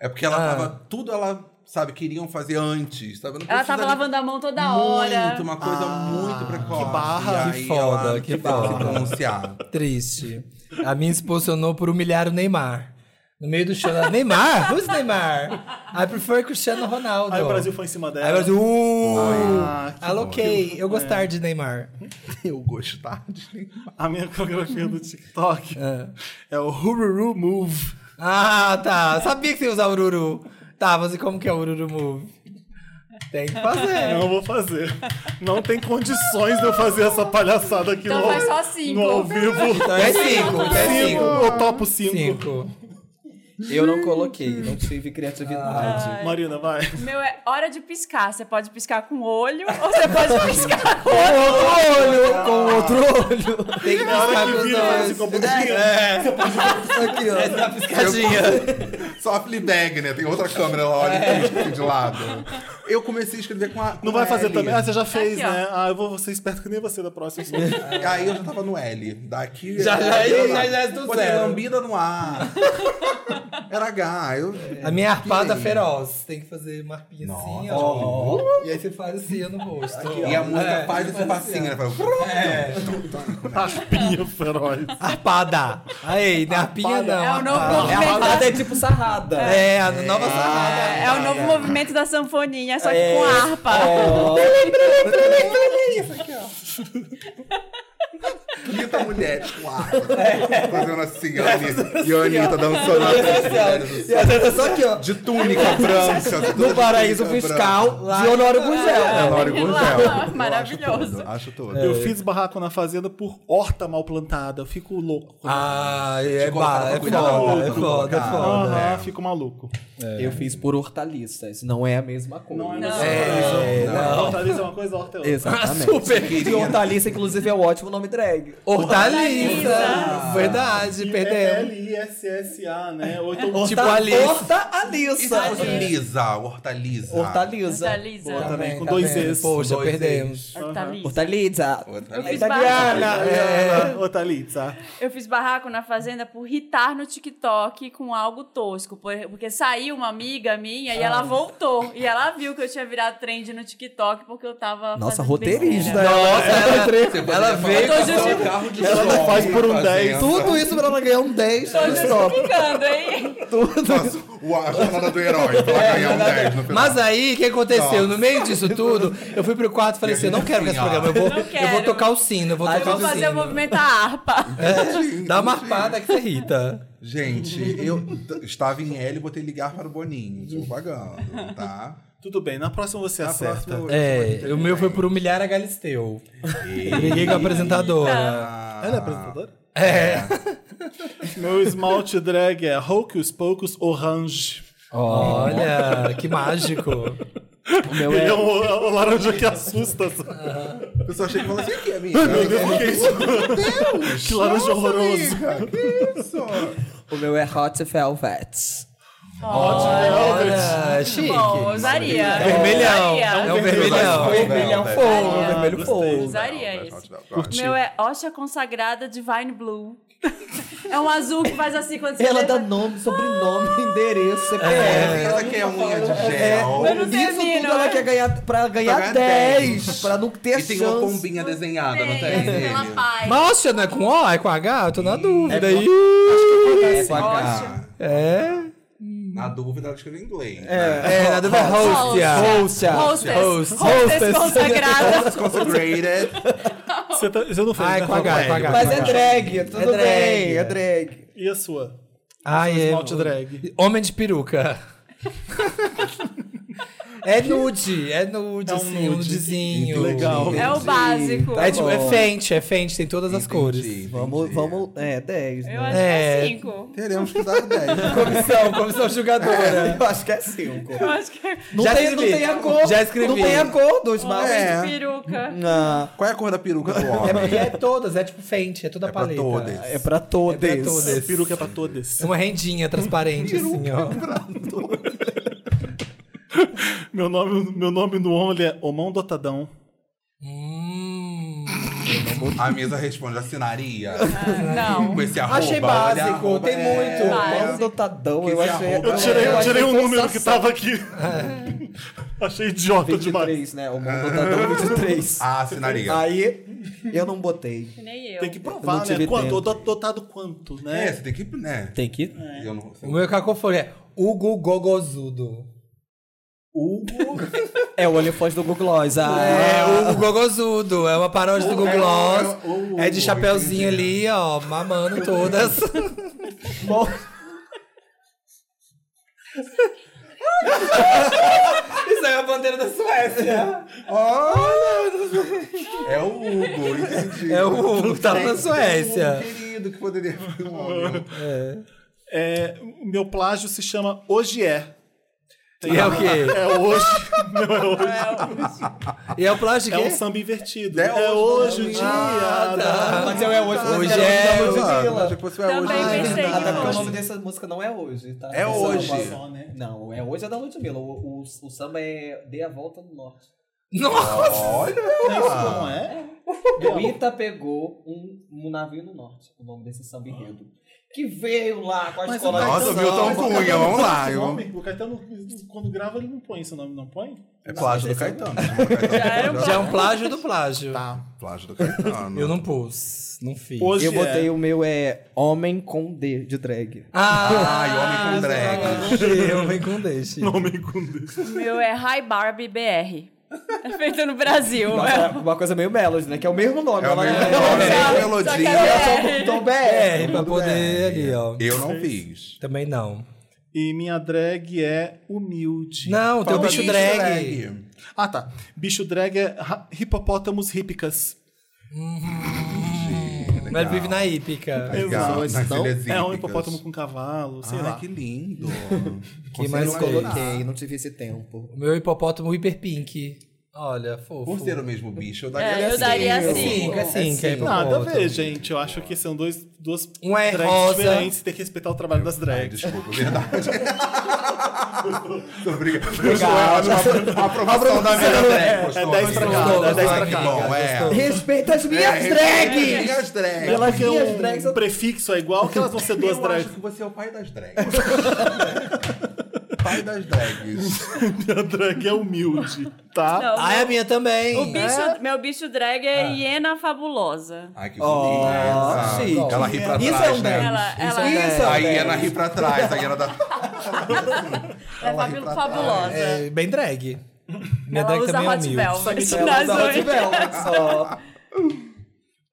E: É porque ela
A: Ah.
E: tava. Tudo ela, sabe, queriam fazer antes. Sabe? Não
B: Ela
E: precisa
B: tava lavando a mão toda hora.
E: Muito, uma coisa muito precoce.
D: Ah, barra.
E: E aí
A: Que foda,
E: ela
A: que
E: teve
A: foda.
E: Se pronunciar.
A: Triste. A minha se posicionou por humilhar o Neymar. No meio do show, ela, Neymar? Who's Neymar? I prefer Cristiano Ronaldo.
D: Aí o Brasil foi em cima dela.
A: Aí o Brasil, uh,
D: Ah, que
A: aloquei. Eu gostar de Neymar.
E: Eu gostar de.
D: A minha coreografia do TikTok
A: Ah.
D: é o Hururu Move.
A: Ah, tá. Sabia que você ia usar Ururu. Tá, mas e como que é o Ururu Move? Tem que
B: É.
A: fazer.
D: Não vou fazer. Não tem condições de eu fazer essa palhaçada aqui
B: Então
D: no,
B: faz só cinco.
D: no ao vivo.
A: Então é cinco, então é
D: Cinco,
A: cinco.
D: eu topo cinco.
A: Cinco.
F: Eu não coloquei, não tive
A: Ah.
F: criatividade.
D: Marina, vai.
B: Meu, é hora de piscar. Você pode piscar com o olho ou você pode piscar com o
A: Com
B: olho.
A: outro olho, com outro olho. Tem que
D: Na É hora
A: piscar
D: que
A: com os
D: vira, ela
A: dois. É,
D: ficou bonitinha.
F: Aqui, ó.
A: Dá uma piscadinha.
E: Só a Fleabag, né? Tem outra câmera lá, olha é. de lado. Eu comecei a escrever com a. com
D: Não
A: É,
D: vai
E: a
D: fazer
E: L.
D: também? Ah, você já fez,
B: Tá Aqui, ó.
D: né? Ah, eu vou ser esperto que nem você da próxima.
E: Aí eu já tava no L. Daqui.
A: Já- já-
E: era
A: já-
E: H.
A: já- já é do
E: Botei
A: zero.
E: lambida no ar. Era H. Eu...
A: A minha arpada
E: Pirei.
A: feroz. Tem que fazer uma arpinha assim,
E: Nossa,
A: ó. E aí você faz assim ó, no rosto.
E: E a música
A: É,
E: faz
A: você
E: esse passinho, né? Faz...
D: Raspinha feroz.
A: Arpada. Aí, não é arpinha não.
B: É o novo
A: arpada.
F: É, a
B: movimento
F: parada
B: da...
F: é tipo sarrada.
A: É, a nova sarrada.
B: É, é o novo movimento da sanfoninha, só que com harpa.
E: Anitta mulher, tipo, ah, fazendo assim, a Anitta. E a tá Anitta dançando um na frente deles, assim.
F: E a gente é só aqui, ó.
E: De túnica branca.
F: No paraíso fiscal de Honório Gurgel.
E: Honório É, Gurgel.
B: Lá,
E: Eu acho
B: maravilhoso.
E: tudo, Acho tudo.
A: É.
D: Eu fiz barraco na fazenda por horta mal plantada. Eu fico louco.
A: Ah, é,
E: colocar
A: ba-
E: pra
A: é
E: cuidar do
A: foda, é
E: outro,
A: foda, é
E: cara.
A: foda.
D: Aham, ah, fico maluco.
F: Eu fiz por hortaliças, não é a mesma coisa. Não é
A: É,
D: Hortaliça é uma coisa, horta é outra.
F: Exatamente.
A: Super.
F: E hortaliça, inclusive, é um ótimo nome drag.
A: Hortaliza.
C: Ah,
B: Hortaliza.
A: Verdade, perdemos.
D: L-I-S-S-A, né? Ou então
A: Tipo Alice.
C: Horta
E: E se
C: Alissa.
E: fosse Lisa, hortaliza.
C: Hortaliza.
D: Boa
B: Hortaliza.
D: também, com
A: tá
D: dois
A: vendo?
D: Zs.
A: Poxa,
E: Dois
A: perdemos.
B: Hortaliza.
C: Hortaliza.
B: Tá, Eu
E: Hortaliza.
B: fiz,
A: Italiana.
B: barraco,
D: É, Otalitza.
B: eu fiz barraco na fazenda por ritar no TikTok com algo tosco. por- Porque saiu uma amiga minha e
C: Ah.
B: ela voltou. E ela viu que eu tinha virado trend no TikTok porque eu tava.
C: Nossa, né?
B: fazendo
C: roteirista.
B: besteira.
E: Você poderia
A: ela
E: falar
A: veio
E: que
B: com-
E: ela é um carro de
D: Ela não
E: som,
D: faz por um
E: fazenda.
D: 10.
C: Tudo isso pra ela ganhar um 10
B: Tô
C: no stop.
B: justificando, hein?
E: Nossa, o- A jornada do herói, pra ela ganhar um 10 no final.
A: Mas aí, o que aconteceu? No meio disso tudo, eu fui pro quarto e falei assim: eu não quero que esse
E: Assim, ó.
A: programa, eu vou,
B: Não
A: eu vou
B: quero.
A: tocar o sino, eu vou
B: Eu
A: tocar
B: vou
A: o
B: fazer o
A: sino.
B: movimento da harpa.
A: É,
E: Gente,
A: Dá uma arpada que você irrita.
E: Gente, eu t- estava em L e botei ligar para o Boninho, divulgando, tá?
D: Tudo bem, na próxima você
E: Na
D: acerta.
E: próxima eu-
A: É, o meu foi por humilhar a Galisteu. Briguei com a apresentadora.
D: Ela é apresentadora?
A: É.
D: É. Meu esmalte drag é Hocus Pocus Orange.
A: Olha, que mágico.
C: O meu
D: Ele é
C: é.
D: o, o laranja que assusta. sabe?
E: A pessoa chega e fala assim, o que, amiga? Meu Deus,
D: que isso? Que laranja horroroso.
E: amiga, que isso?
C: O meu é Hot Velvet.
A: Olha, chique.
B: Bom, eu usaria.
A: Vermelhão. É
B: Usaria.
A: um vermelhão.
E: Vai, vai.
C: Vermelhão
E: Velvet.
C: fogo,
B: Olha,
C: vermelho
D: gostei.
C: fogo.
B: Usaria isso.
E: isso.
B: Meu é Osha Consagrada Divine Blue. é um azul que faz assim quando você.
C: Ela tá dá
B: levanta-
C: nome, sobrenome, endereço, CPF.
E: Ela quer é unha de gel.
B: Eu não
C: Isso
B: termino,
C: tudo ela
B: né?
C: quer ganhar pra ganhar,
E: ganhar
C: 10,
E: 10.
C: pra não ter
E: E
C: chance.
E: tem uma pombinha desenhada, Ah, não tá tem? Ah.
B: Tem, Ela
E: Emílio?
B: faz.
A: Nossa, não é com O? É com H? Eu tô na dúvida aí.
C: É, com H.
E: Ah,
A: É.
E: Na dúvida, ela escreveu em inglês. né?
A: É, na dúvida é Hostia.
C: Hostia.
B: Hostess.
A: Host.
B: Hostess,
A: Hostess.
B: consagrada.
E: Consecrated.
D: Você, tá, você não fez,
A: Ah, é
D: né,
A: com H, é com
D: Rafael?
A: H.
C: Mas é drag, tudo
A: É drag.
C: bem, é drag.
D: E a sua?
A: Ah,
D: Seu
A: é.
D: esmalte drag.
A: Homem de peruca. é nude, é nude,
D: É um
A: assim, um
D: nude.
A: nudezinho.
D: Legal.
B: É o
C: Entendi.
B: básico.
A: É, tipo, é
C: bom.
A: fente, é fente, tem todas as
E: Entendi,
A: cores.
E: entendi.
C: Vamos, vamos, é, 10,
B: Eu
C: né?
B: acho que é
A: É.
B: 5.
E: Teremos que dar 10.
A: Comissão, comissão julgadora.
C: Eu acho que é 5.
B: Eu acho que é
C: Não,
A: Já
C: tem, não
A: escrevi.
C: tem a cor.
A: Já escrevi.
C: Não tem a cor do esmalte.
B: homem
E: É.
B: de peruca.
C: Não,
E: Qual é a cor da peruca do
A: É
E: homem?
A: porque é todas, é tipo fente, é toda a
E: pra
A: paleta.
E: todas.
C: é pra todas.
A: É pra todas.
D: A peruca é pra todas.
A: É uma rendinha transparente,
E: um
A: assim, ó.
D: Meu nome, meu nome no ONLY é Omão Dotadão.
A: Hum.
E: A mesa responde, assinaria?
B: Ah, Não.
E: Com esse arroba.
A: Achei
E: olha,
A: básico,
E: arroba, é.
A: tem muito.
B: Vai.
C: É. Mas dotadão, eu
E: Quiser
C: achei.
E: arroba,
D: Eu tirei, eu
C: achei
D: tirei um número que
C: sensação.
D: tava aqui. Achei idiota demais.
C: 23, né? O mundo dotadão 23.
E: Ah, assinaria.
C: Aí eu não botei.
B: Nem eu.
D: Tem que
C: Eu
D: provar,
C: não
D: né?
C: tive
D: Quanto?
C: tempo.
D: Do- Dotado quanto, né?
E: É, você tem que, né?
C: Tem que.
E: Eu não sei.
A: O meu cacofone é Hugo Gogozudo.
C: É o olifante do Google Gloss. Ah,
A: É, o Hugo Gogozudo. É uma paródia do Google Gloss.
E: é, o- o-
A: É de chapeuzinho ali, ó, mamando todas.
C: bom.
A: Isso aí é a bandeira da Suécia.
E: É o Hugo, entendi.
A: É o Hugo, tava na
E: Um
A: Suécia.
E: querido que poderia ser um homem.
D: É, o meu plágio se chama Hoje É.
A: E é o quê?
D: É hoje. Não é hoje.
A: E é o plástico?
D: É um samba invertido.
E: É
D: É,
E: hoje,
D: hoje o
E: né?
D: dia.
A: Ah, tá.
D: da-
C: Mas eu é hoje. mas
A: Hoje
C: eu
A: é
E: um
A: hoje.
C: não vou dizer lá.
E: Achei que fosse Ah, o é hoje.
B: Também
E: né?
B: pensei que
C: Até porque o
B: fosse.
C: nome dessa música não é hoje, tá?
E: É
C: Essa
E: hoje.
C: uma só, né? Não, é hoje é da Ludmilla. O, o, o samba é Dê a Volta no Norte.
A: Nossa!
D: Isso
E: Olha!
D: não é?
C: Ita pegou um, um navio no norte, o nome desse samba enredo. Que veio lá com a escola de
E: Nossa,
C: samba.
E: Milton Cunha, vamos lá.
D: é Esse
E: Eu...
D: nome, O Caetano, quando grava, ele não põe esse nome, não põe?
E: É plágio do Caetano.
B: Já era um
A: Já é um plágio do plágio. Tá.
E: Plágio do Caetano.
A: Eu não pus, não fiz.
D: Hoje
C: Eu botei
D: é.
C: o meu é Homem com D de drag.
A: Ah,
E: Ai, homem com drag.
A: homem com deixe.
D: Homem com Deus.
B: O meu é Hi Barbie BR. É feito no Brasil.
C: Nossa, uma coisa meio Melody, né? Que é o mesmo nome.
E: É o
C: ela
E: mesmo
C: ela-
E: nome,
C: ela-
E: é a
B: Só que
E: melodinha.
B: é-
C: ela- Tom BR.
A: É, pra poder ali, ó.
E: Eu não fiz.
A: Também não.
D: E minha drag é humilde.
A: Não, tem o
E: Fala
A: bicho
E: bicho
A: drag.
E: drag.
D: Ah, tá. Bicho drag é ra- hipopótamos hípicas.
A: Mas ele vive na hípica.
E: Legal,
D: Exato.
E: nas ilhas
D: É um
E: hípicas.
D: hipopótamo com cavalo, sei
E: Ai,
D: lá.
E: que lindo. é
A: Que mais
E: Consigo
A: coloquei?
E: imaginar.
C: não tive esse tempo.
A: O meu hipopótamo hiperpink. Olha, fofo.
E: Por ser o mesmo bicho, eu
B: É,
E: daria assim.
B: eu daria assim.
A: É
B: Sim.
A: cinco, é cinco. aí pro
D: Nada a
A: outro.
D: ver, gente. Eu acho que são dois, duas
A: Um é
D: drags
A: rosa.
D: diferentes tem que respeitar o trabalho das
E: Ai,
D: drags.
E: desculpa, verdade. Obrigado.
A: Obrigado.
E: Obrigado. A aprovação da minha drag.
D: É 10 pra
A: cada, é 10 pra
E: Que
A: cada.
E: bom, é.
A: Gostou.
F: Respeita as minhas
E: É,
F: drags!
E: As drags.
D: Ela que
F: Minhas
D: um
F: drags eu-
D: prefixo é igual que elas vão ser duas
E: eu
D: drags.
E: acho que você é o pai das drags. pai das drags.
D: Minha drag é humilde, tá?
B: Não,
A: Ah, é a minha também.
B: O bicho, meu bicho drag é hiena fabulosa.
E: Ai, que
C: Oh,
E: bonita. essa.
C: chique.
E: ela ri pra
C: Isso
E: trás,
C: é um
E: né?
B: Ela, ela,
C: Isso, é.
E: A
C: velho.
E: hiena ri pra trás, a hiena da...
B: ela é fabu- fabulosa.
A: É bem drag. Minha
B: ela
A: drag
B: usa
A: também é
B: hot
A: humilde.
B: velvet.
F: Ela
B: nas
F: usa
C: um
E: um
B: noites.
F: hot velvet só.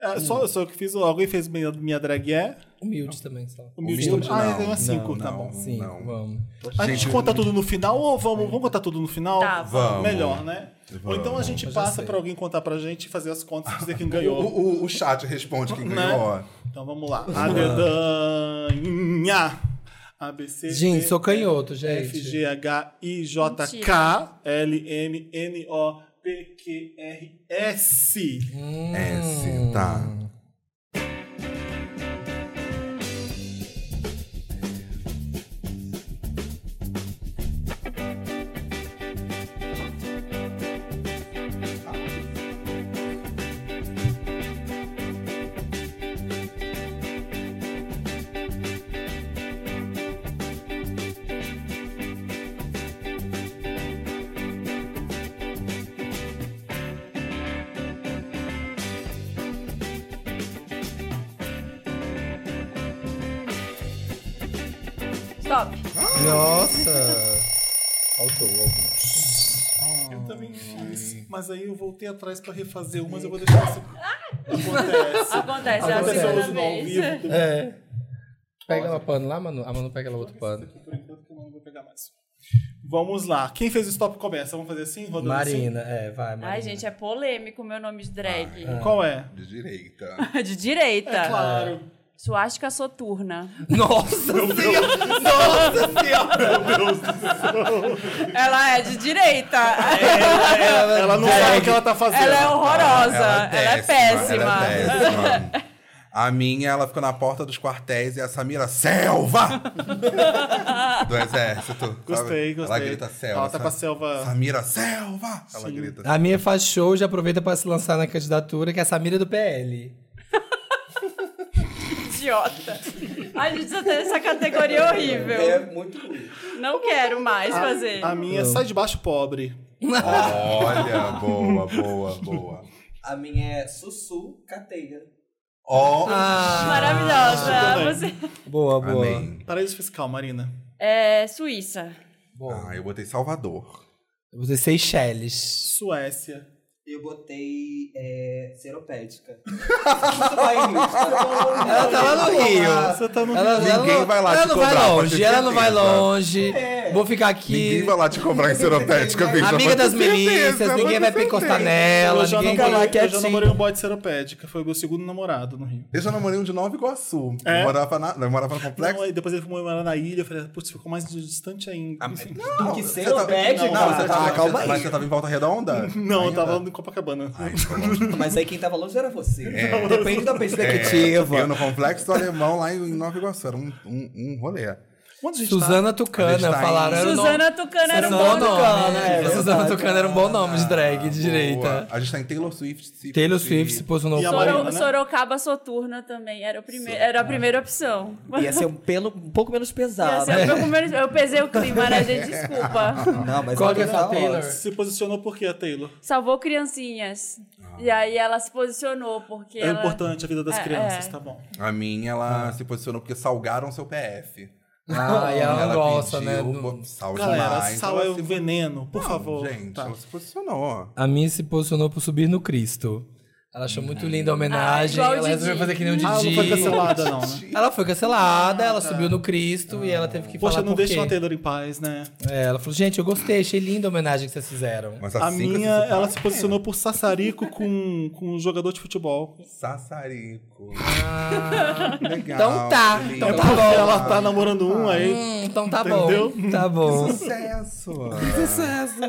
D: É, só, só eu que fiz, alguém fez minha, minha drag é
A: Humilde também, só.
D: humilde.
E: Humilde,
D: ah,
E: não.
D: tem uma cinco,
E: Não,
D: tá
E: não.
D: bom.
A: Sim,
E: Não.
A: vamos.
D: A gente
E: Gente,
D: conta tudo no final ou vamos, vamos contar tudo no final?
B: Tá,
E: vamos.
D: Melhor, né? Ou então a gente
A: Eu já
D: passa
A: sei.
D: pra alguém contar pra gente e fazer as contas e dizer quem
E: O,
D: ganhou.
E: o, o chat responde quem
D: Né?
E: ganhou.
D: Então vamos lá. A dedanha. ABC.
A: Gente, sou canhoto, gente.
D: F, G, H, I, J, K,
B: Mentira.
D: L, M, N, O, P, Q, R, S.
E: É, sim, tá.
B: Stop.
A: Nossa. Faltou alguns.
D: Eu também
A: Hum.
D: fiz, mas aí eu voltei atrás pra refazer umas, eu vou deixar isso. Acontece.
B: Acontece, é a
A: Acontece
B: segunda
D: Aconteceu no ao
B: vez.
D: vivo. do-
A: É. Pega uma pano lá, Manu. A Manu pega lá outro pano.
D: Por enquanto que eu não vou pegar mais. Vamos lá. Quem fez o stop começa? Vamos fazer assim, rodando
A: Marina, é, vai, Marina.
B: Ai, gente, é polêmico o meu nome de drag.
E: Ah,
D: assim? Qual é?
E: De direita.
B: De direita.
A: É
D: Claro.
B: Suástica soturna.
A: Nossa senhora! Nossa senhora!
B: Ela é de direita.
E: É,
D: Ela, ela não sabe o que ela tá fazendo.
B: Ela é horrorosa. Ela
E: Ela
B: é, péssima.
E: Ela é péssima. A minha, ela ficou na porta dos quartéis e a Samira, selva! Do exército. sabe?
D: Gostei, gostei.
E: Ela grita selva.
D: Ela tá pra
E: sabe?
D: selva.
E: Samira, selva! Ela grita. assim.
A: A minha faz show, já aproveita pra se lançar na candidatura, que é a Samira do PL.
B: Idiota. A gente só tem essa categoria horrível.
F: É muito ruim.
B: Não quero mais
A: Ah,
B: fazer.
D: A minha é sai de baixo pobre.
E: Olha, boa, boa, boa.
F: A minha é Sussu Cateia.
E: Ó,
B: Ah,
A: ah,
B: Maravilhosa.
D: também.
B: Você...
A: Boa, boa.
E: amém.
D: Paraíso fiscal, Marina.
B: É Suíça.
E: Ah, eu botei Salvador.
A: Eu Você Seychelles.
D: Suécia.
F: Eu botei é, Seropédica. Isso vai em mim. Ela
A: tá lá no Rio.
D: Você tá no
A: Ela, ela
E: Ninguém
A: não,
E: vai lá
A: ela
E: te
A: não
E: cobrar,
A: vai
E: pode
A: longe,
E: ter
A: ela não vai
E: certeza.
A: longe. Vou ficar
E: Ninguém
A: aqui.
E: vai lá te cobrar em seropédica, bicho.
A: Amiga
E: pode
A: das
E: ter certeza,
A: milícias,
E: pode
A: ninguém
E: ter
A: vai
E: certeza.
A: encostar nela.
D: eu já,
A: ninguém
D: namorei,
A: vai-
D: eu já namorei um boy de seropédica. Foi o meu segundo namorado no Rio.
E: Eu já namorei um de Nova Iguaçu.
D: É?
E: Eu, morava na, eu morava no complexo.
D: Não, aí depois ele foi morar na ilha. Eu falei, putz, ficou mais distante ainda.
E: Ah,
D: Enfim.
E: Não,
F: que ser
E: você tá-
D: é
F: obédica,
E: Não,
F: cara.
E: você
F: Ah,
E: tava,
F: calma
E: você-
F: aí.
E: Mas você tava em volta redonda?
D: Não, eu
E: Ainda?
D: tava no Copacabana.
E: Ai, tá bom.
F: Mas aí quem tava longe era você.
E: É.
F: Depende da perspectiva.
E: É, eu no complexo do alemão lá em Nova Iguaçu. Era um, um, um rolê.
D: Onde a gente
A: Suzana
E: A
A: Tucana,
E: gente tá
A: falaram.
E: em-
A: era o nome-
B: Suzana Tucana era um
A: Suzana
B: bom
A: Tucana,
B: nome.
A: é,
F: verdade.
A: Suzana Tucana era um bom nome de drag, de
E: Boa.
A: direita.
E: A gente tá em Taylor Swift. se-
A: Taylor
E: se-
A: Swift se posicionou
D: E a
A: como-
D: Marina,
B: Soro-
D: né?
B: Sorocaba Soturna também era, o prime... era a primeira opção.
F: Ia ser um, pelo, um pouco menos
B: Ia
F: pesado. Né?
B: ser- eu, primeiro- eu pesei o clima, né, gente? Desculpa.
F: Não, mas
A: Qual que é
F: ela
A: essa
F: tá
A: Taylor?
F: ótima.
D: se posicionou por quê, a Taylor?
B: Salvou criancinhas. E aí ela se posicionou, porque
D: É
B: ela...
D: importante a vida das
B: É,
D: crianças,
B: é.
D: tá bom.
E: A minha, ela se posicionou porque salgaram seu PF.
A: Ah, e ela não gosta, né?
E: pediu,
A: Não-
E: pô, Sal
D: Galera,
E: demais.
D: sal
E: Então,
D: é
E: ela
D: o
E: se-
D: veneno, por
E: Não,
D: favor.
E: Gente,
D: Tá.
E: ela se posicionou.
A: A minha se posicionou por subir no Cristo. Ela achou muito linda a homenagem.
B: Ah, igual o
A: ela resolveu
B: Didi.
A: fazer que nem o Didi.
D: Ah, não foi cancelada, não, né?
A: Ela foi cancelada,
E: Ah.
A: ela subiu no Cristo e ela teve que
D: Poxa,
A: falar
D: não
A: por
D: deixam a
A: quê.
D: Taylor em paz, né?
A: É, ela falou, gente, eu gostei, achei linda a homenagem que vocês fizeram.
E: Mas
D: A
E: assim que
D: minha,
A: é
E: você
D: ela
E: fala,
D: se posicionou por sassarico com, com um jogador de futebol.
E: é, Sassarico.
A: Ah,
E: Legal.
A: Então tá,
E: que
A: então
D: É
E: lindo.
A: tá
D: porque
A: bom.
D: ela tá namorando um aí.
A: hum, então tá bom.
D: Entendeu?
A: Tá bom.
E: Sucesso.
A: Sucesso.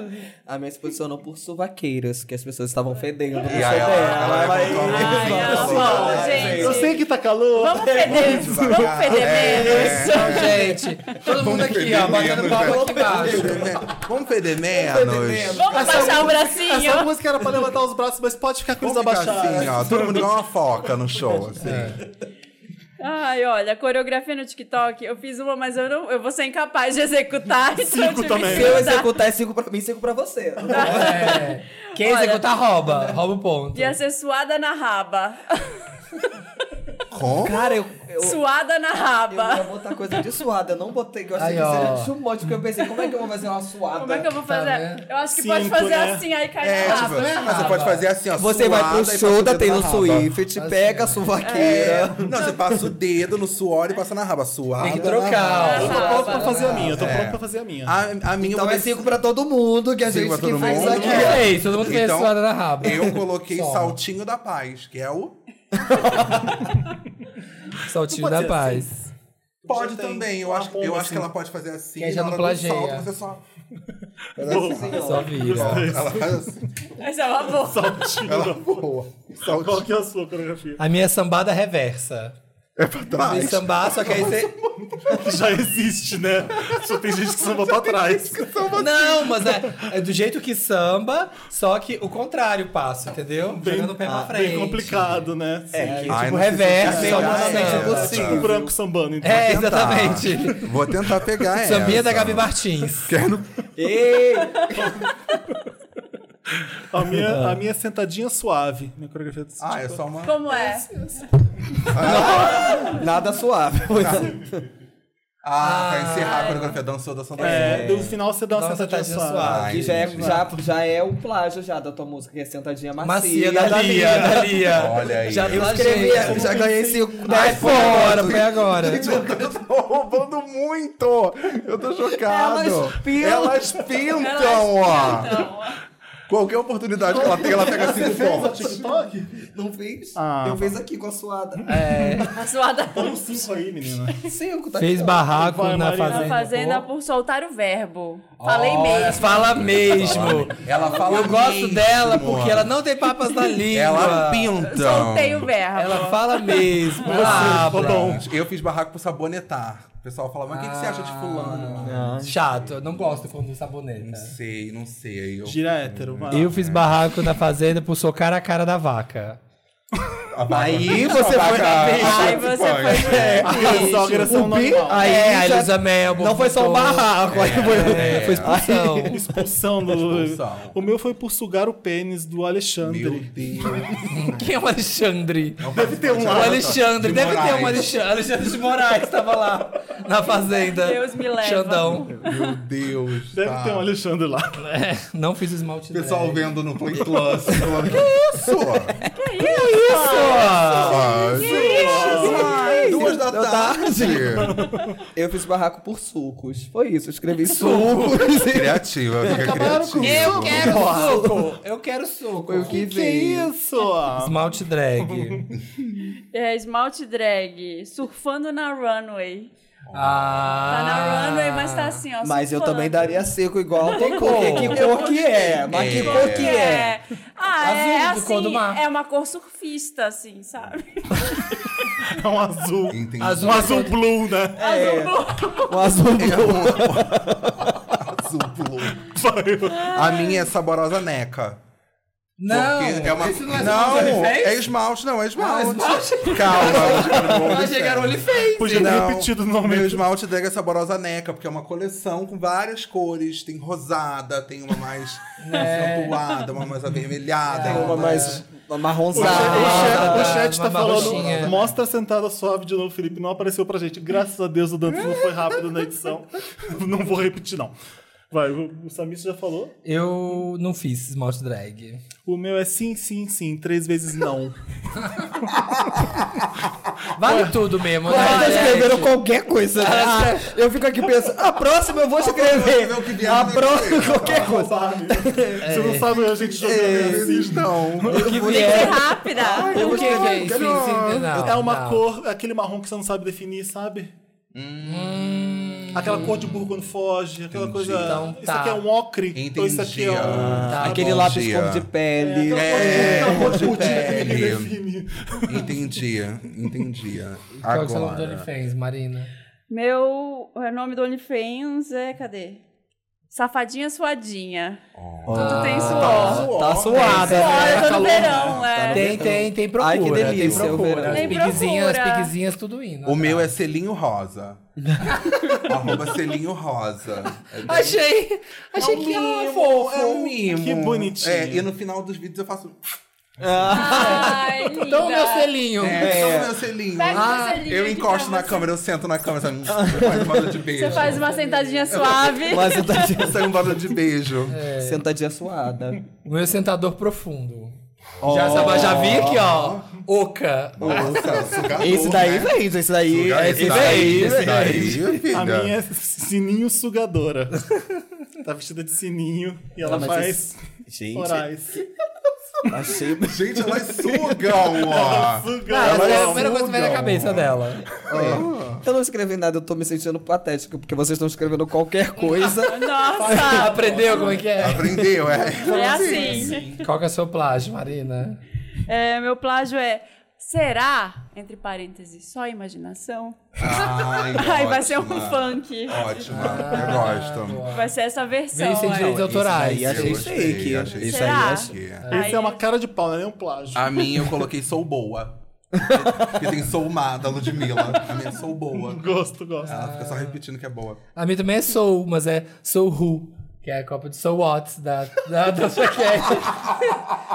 F: A minha se posicionou por suvaqueiras, que as pessoas estavam fedendo. no
E: E aí ela, ela,
F: vai-
E: levantou a mão
B: Ai,
E: e
B: ela
E: falou,
B: falou,
E: "Olha,
B: gente,
E: gente,
D: Eu sei que tá calor.
B: Vamos perder,
E: devagar.
B: vamos perder
E: É,
B: menos.
A: Então, gente, todo mundo aqui, ó, batendo palma aqui embaixo.
E: Vamos perder menos.
B: Vamos baixar o bracinho.
D: Essa música era pra levantar os braços, mas pode ficar com eles
E: Vamos ficar
D: abaixados.
E: assim, ó. Todo mundo igual uma foca no show, assim.
B: Ai, olha, coreografia no TikTok, eu fiz uma, mas eu não, eu vou ser incapaz de executar. Então eu tive
D: também.
C: né?
B: que
F: Se eu
B: estudar.
F: executar, é cinco pra mim, cinco pra você.
A: É. Quem
B: Olha. assim
A: executar rouba, rouba o ponto.
B: Ia ser suada na raba.
E: Como?
F: Cara, eu, eu,
B: Suada na
F: eu
B: raba.
F: ia botar coisa de suada. Eu não botei, eu achei
A: Aí, ó.
F: que seria chumote, porque eu pensei, como é que eu vou fazer uma suada?
B: Como é que eu vou
A: Tá,
B: fazer?
A: né?
B: Eu acho que
D: Cinco,
B: pode fazer
D: né?
B: assim, aí cai
E: É,
B: na
E: tipo,
B: raba.
E: mas você pode fazer assim, ó.
F: Você vai pro
E: suada e
F: show
E: passa o
F: da
E: dedo
F: Taylor
E: na raba.
F: Swift,
A: Assim.
F: pega a suvaqueira. Então,
E: É. Não, você passa o dedo no suor e passa na raba. Suada.
A: Tem que
E: na raba.
A: trocar,
D: Eu
A: ó.
D: tô
B: Ah,
D: pronto
B: vai,
D: pra fazer a minha, eu tô
E: É.
D: pronto pra fazer a minha.
E: A, a minha
F: Então
E: uma
F: é
E: das-
F: cinco pra todo mundo, que a
E: Cinco
F: gente
E: pra
F: que
E: todo
F: fez
E: mundo.
F: aqui.
E: É.
A: É isso, todo mundo fez
E: Então,
A: suada na raba.
E: Eu coloquei
A: Só.
E: saltinho da paz, que é o.
A: Saltinho
D: Não
A: da
D: pode ser
A: paz.
E: Pode
D: Já tem
E: também. Eu
D: uma
E: acho, eu
D: pomba,
E: acho que
D: assim.
E: ela pode fazer assim.
A: Que aí já
E: na
A: não
E: hora do
A: plageia.
E: salto, você só.
D: Boa.
A: Só vira.
E: Ela faz assim.
B: Essa é uma boa.
D: Saltinho.
E: Ela voa.
D: um Qual
E: Saltinho
D: que é a sua coreografia?
A: A minha é sambada reversa.
E: é pra
A: Tem
E: trás.
A: sambar, só que aí você.
D: É Já existe, né? Só tem gente que samba pra trás.
A: Não, mas é, é do jeito que samba, só que o contrário o passo, entendeu? Jogando o pé pra frente.
D: Bem complicado, né? É,
A: Tipo,
E: Ai, não sei se
A: reversa,
E: eu
A: samba
E: sei.
A: na
E: Ah, é,
A: samba.
E: tá.
D: tipo um branco sambando, então.
A: É,
E: Vou tentar.
A: exatamente.
E: Vou tentar pegar essa.
A: Sambinha da Gabi Martins.
F: É, Ei,
D: A minha, a minha é sentadinha suave. Minha coreografia do
E: Ah, é só uma.
B: Como é?
F: nada suave. é.
E: Ah, pra encerrar a coreografia dançou da Santa
D: É, no final você dá uma
A: Dá uma
D: sentadinha
A: sentadinha
D: suave.
A: suave.
E: Ai,
F: Que já é,
E: gente.
F: já, já é o plágio já da tua música, que é sentadinha
A: Macia
F: macia.
A: da Lia, da Lia.
E: Olha aí.
A: Já
F: Eu
A: tá,
F: escrevi,
A: gente.
F: já ganhei cinco.
A: Vai fora, foi agora.
E: Eu tô roubando muito! Eu tô chocado!
F: Elas pintam.
E: Elas pintam, ó!
B: Então,
E: Qualquer oportunidade que ela tem, ela pega cinco pontos.
D: TikTok?
F: Não fiz?
D: Ah,
F: eu fiz aqui com a suada.
A: É,
B: a suada
D: Põe um cinco aí, menina.
F: Cinco, tá
A: Fez
F: aqui, ó.
A: barraco
D: Vai,
A: na
D: Marina.
B: na
A: fazenda.
B: fazenda por soltar o verbo. Falei
A: Olha,
B: mesmo.
A: Fala mesmo.
E: Ela fala
A: tipo, Eu gosto
E: mesmo.
A: dela porque ela não tem papas na língua.
E: Ela é pinta.
B: Soltei o verbo.
A: Ela fala mesmo. Ela
D: Você,
A: habla.
D: Fobão.
E: Eu fiz barraco pro sabonetar. O pessoal falava, mas o que, que você acha de fulano?
A: Ah. Chato, eu não gosto quando saboneta.
E: Não sei, não sei. Eu...
D: Gira hétero, vai.
A: Eu fiz barraco na fazenda por socar a cara da vaca.
E: A barra-
A: Aí você
E: a tipo,
A: foi
E: barra-
A: na bicha.
B: Ai, você foi.
C: É
D: A
F: tipo,
D: sogra são um animal.
A: Aí
F: É,
A: a
F: já-
A: Elisa Melbourne
F: Não foi só um
A: botou-
F: barraco. aí foi-
A: É, foi expulsão.
D: Expulsão do.
E: Expulsão.
D: O meu foi por sugar o pênis do
E: Meu
D: Alexandre.
E: Deus.
A: Quem é o Alexandre?
C: É
E: Deve ter
A: O Alexandre, deve ter um Alexandre. Alexandre de Moraes tava lá na fazenda.
B: Deus me leva.
A: Xandão.
E: Meu Deus.
D: Deve
E: tá.
D: ter um Alexandre lá.
A: É, não fiz esmalte
E: O pessoal
A: drag.
E: vendo no Play Plus falando, que isso?
A: Isso!
E: Ah, isso? Duas da tarde.
F: Eu fiz barraco por sucos. Foi isso, eu escrevi sucos.
E: Criativa, fica criativa.
A: Eu quero suco! Eu quero suco!
F: Foi o que,
D: Que
F: veio.
D: isso?
A: Esmalte drag.
B: É, esmalte drag, surfando na runway.
A: Ah,
B: Tá na runway, mas tá assim, ó.
F: Mas eu
B: surfando.
F: também daria seco igual. Tem
A: cor.
F: cor. Que cor que é? Mas que cor que é?
B: É. Ah, é
A: Azul, do cor
B: assim,
A: do mar.
B: é uma cor surfista, assim, sabe?
D: É um azul.
E: Entendi.
A: Azul.
D: Um azul blue, né?
F: É. O azul blue.
E: Azul blue.
D: um
E: A minha é saborosa neca.
A: Não!
E: Porque é uma...
A: Esse não é
E: não,
A: esmalte Oliveira?
E: é esmalte, não, é esmalte.
A: Não, é
E: Calma.
A: Vai chegar o OnlyFans.
D: Podia ter
E: Não.
D: repetido no
E: Meu
D: momento.
E: esmalte drag é saborosa neca, porque é uma coleção com várias cores. Tem rosada, tem uma mais
A: É.
E: acentuada, uma mais avermelhada.
F: Tem uma mais
D: O chat-
F: amarronzada.
A: Ah,
D: o chat, o chat
A: uma
D: tá falando.
A: barrochinha.
D: Mostra a sentada suave de novo, Felipe. Não apareceu pra gente. Graças a Deus o Dantas não foi rápido na edição. Não vou repetir, não. Vai, o, o Samir já falou.
A: Eu não fiz esmalte drag.
D: O meu é sim, sim, sim. Três vezes não.
A: Vale tudo mesmo, né?
C: Elas
A: gente?
C: escreveram tá qualquer coisa. né? Ah, eu fico aqui pensando, a próxima eu vou escrever.
E: próxima eu que vier,
C: A
E: eu
C: próxima,
E: escrevo.
C: qualquer coisa.
A: É.
D: Você não sabe a gente jogando assim.
E: Eles não.
A: O que
B: Tem que ser
A: vier.
B: rápida.
A: O que vem? Sim, sim,
E: quero-
A: sim, não,
D: é uma
A: não.
D: cor, aquele marrom que você não sabe definir, sabe? Aquela cor de burro quando foge, aquela
E: Entendi.
D: coisa.
A: Hum. Então
D: Isso
A: tá.
D: aqui é um ocre, ou isso aqui é um.
E: Entendi, ah,
A: tá
C: Aquele
E: bom,
C: lápis
E: tia.
C: cor de pele.
E: É,
D: aquela cor
E: cor de
D: pudim que ninguém
E: pele.
D: define.
E: Entendi, entendi.
A: Qual que é o nome do
E: Agora.
A: OnlyFans, Marina?
B: Meu o nome do OnlyFans é. Cadê? Safadinha suadinha. Tudo tem suor.
C: Tá
D: Ah,
C: suada,
B: Olha,
A: Tá
B: eu
D: tá
C: né?
B: tô no verão, é.
A: Tem, tem, tem procura.
C: Ai, que delícia,
A: tem
C: eu
A: procura.
C: verão.
A: As
B: Tem
A: piguezinhas, as
B: procura.
A: piguezinhas, tudo indo.
E: O meu é selinho rosa. Arroba selinho rosa.
A: Tá.
E: É bem-
A: Achei! Achei que era fofo.
E: É um mimo.
D: Que bonitinho.
E: É, e no final dos vídeos eu faço.
B: Ai, linda.
A: Então, meu selinho.
E: É, toma meu selinho.
B: Pega meu selinho
E: eu
B: aqui
E: encosto
B: pra
E: na
B: você.
E: câmera, eu sento na câmera, sabe? Faz uma bola de beijo.
B: Você faz uma sentadinha suave.
C: Uma sentadinha,
E: Sai um bola de beijo.
C: sentadinha suada.
A: O meu é sentador profundo. Já, sabe, já vi aqui, ó. Oca.
E: Nossa, sugador,
C: Esse daí
E: né? tá.
C: vende, esse daí. é
E: Sugar
C: esse
E: esse daí,
C: daí.
E: esse
C: vende.
E: daí, filha.
D: A minha é sininho sugadora. tá vestida de sininho e ela
C: Não, mas
D: faz
C: Gente,
D: orais.
C: achei.
E: Gente, elas sugam, ó.
A: Ah, essa
D: Sugando. um
A: é a
E: Elas
A: primeira coisa que vem na
E: sugam.
A: cabeça dela.
C: Eu não escrevi nada, eu tô me sentindo patético, porque vocês estão escrevendo qualquer coisa.
A: Ah,
B: Nossa.
A: Aprendeu como é que é?
E: Aprendeu, é.
B: É assim.
A: Qual que é o seu plágio, Marina?
B: É, meu plágio é. Será? Entre parênteses, só imaginação.
E: Ai,
B: Ai, vai
E: ótima.
B: ser um funk.
E: Ótima, eu gosto.
B: Vai ser essa
A: Vem
B: versão. é.
A: sem
B: aí.
A: direitos autorais.
C: daí
E: Eu
C: achei
E: gostei,
C: chique.
E: achei
C: Isso
B: Será?
C: aí achei.
E: chique.
D: Esse é uma cara de pau, não é nem um plágio.
A: Ah.
E: A minha eu coloquei sou boa. Porque tem sou má da Ludmilla. A minha é sou boa.
D: Gosto, gosto.
E: Ela fica só repetindo que é boa.
A: A minha também é Soul, mas é Soul Who, que é a Copa de Soul What da, da, da sua cat.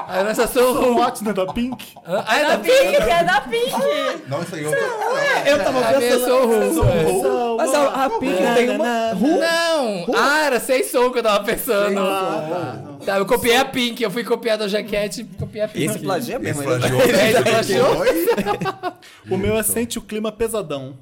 A: A nossa Soul
D: O
A: Who.
D: Watson é da Pink?
A: Ah, é da Pink?
B: Pink, é da Pink.
E: Não, isso aí eu tô...
C: Eu tava
A: A minha é
C: pensando.
A: Soul Who. é.
D: Ou-
C: Mas a, a Pink tem uma. Ru?
A: Não! Ah, era sem Soul que eu tava pensando.
D: Ah,
A: Tá, eu copiei a Pink, eu fui copiar da jaquete e copiei a Pink.
C: Esse plagia
E: Esse
C: mesmo. né?
E: plagiou.
A: Esse plagiou?
E: Oi?
D: o meu é Sente o Clima Pesadão.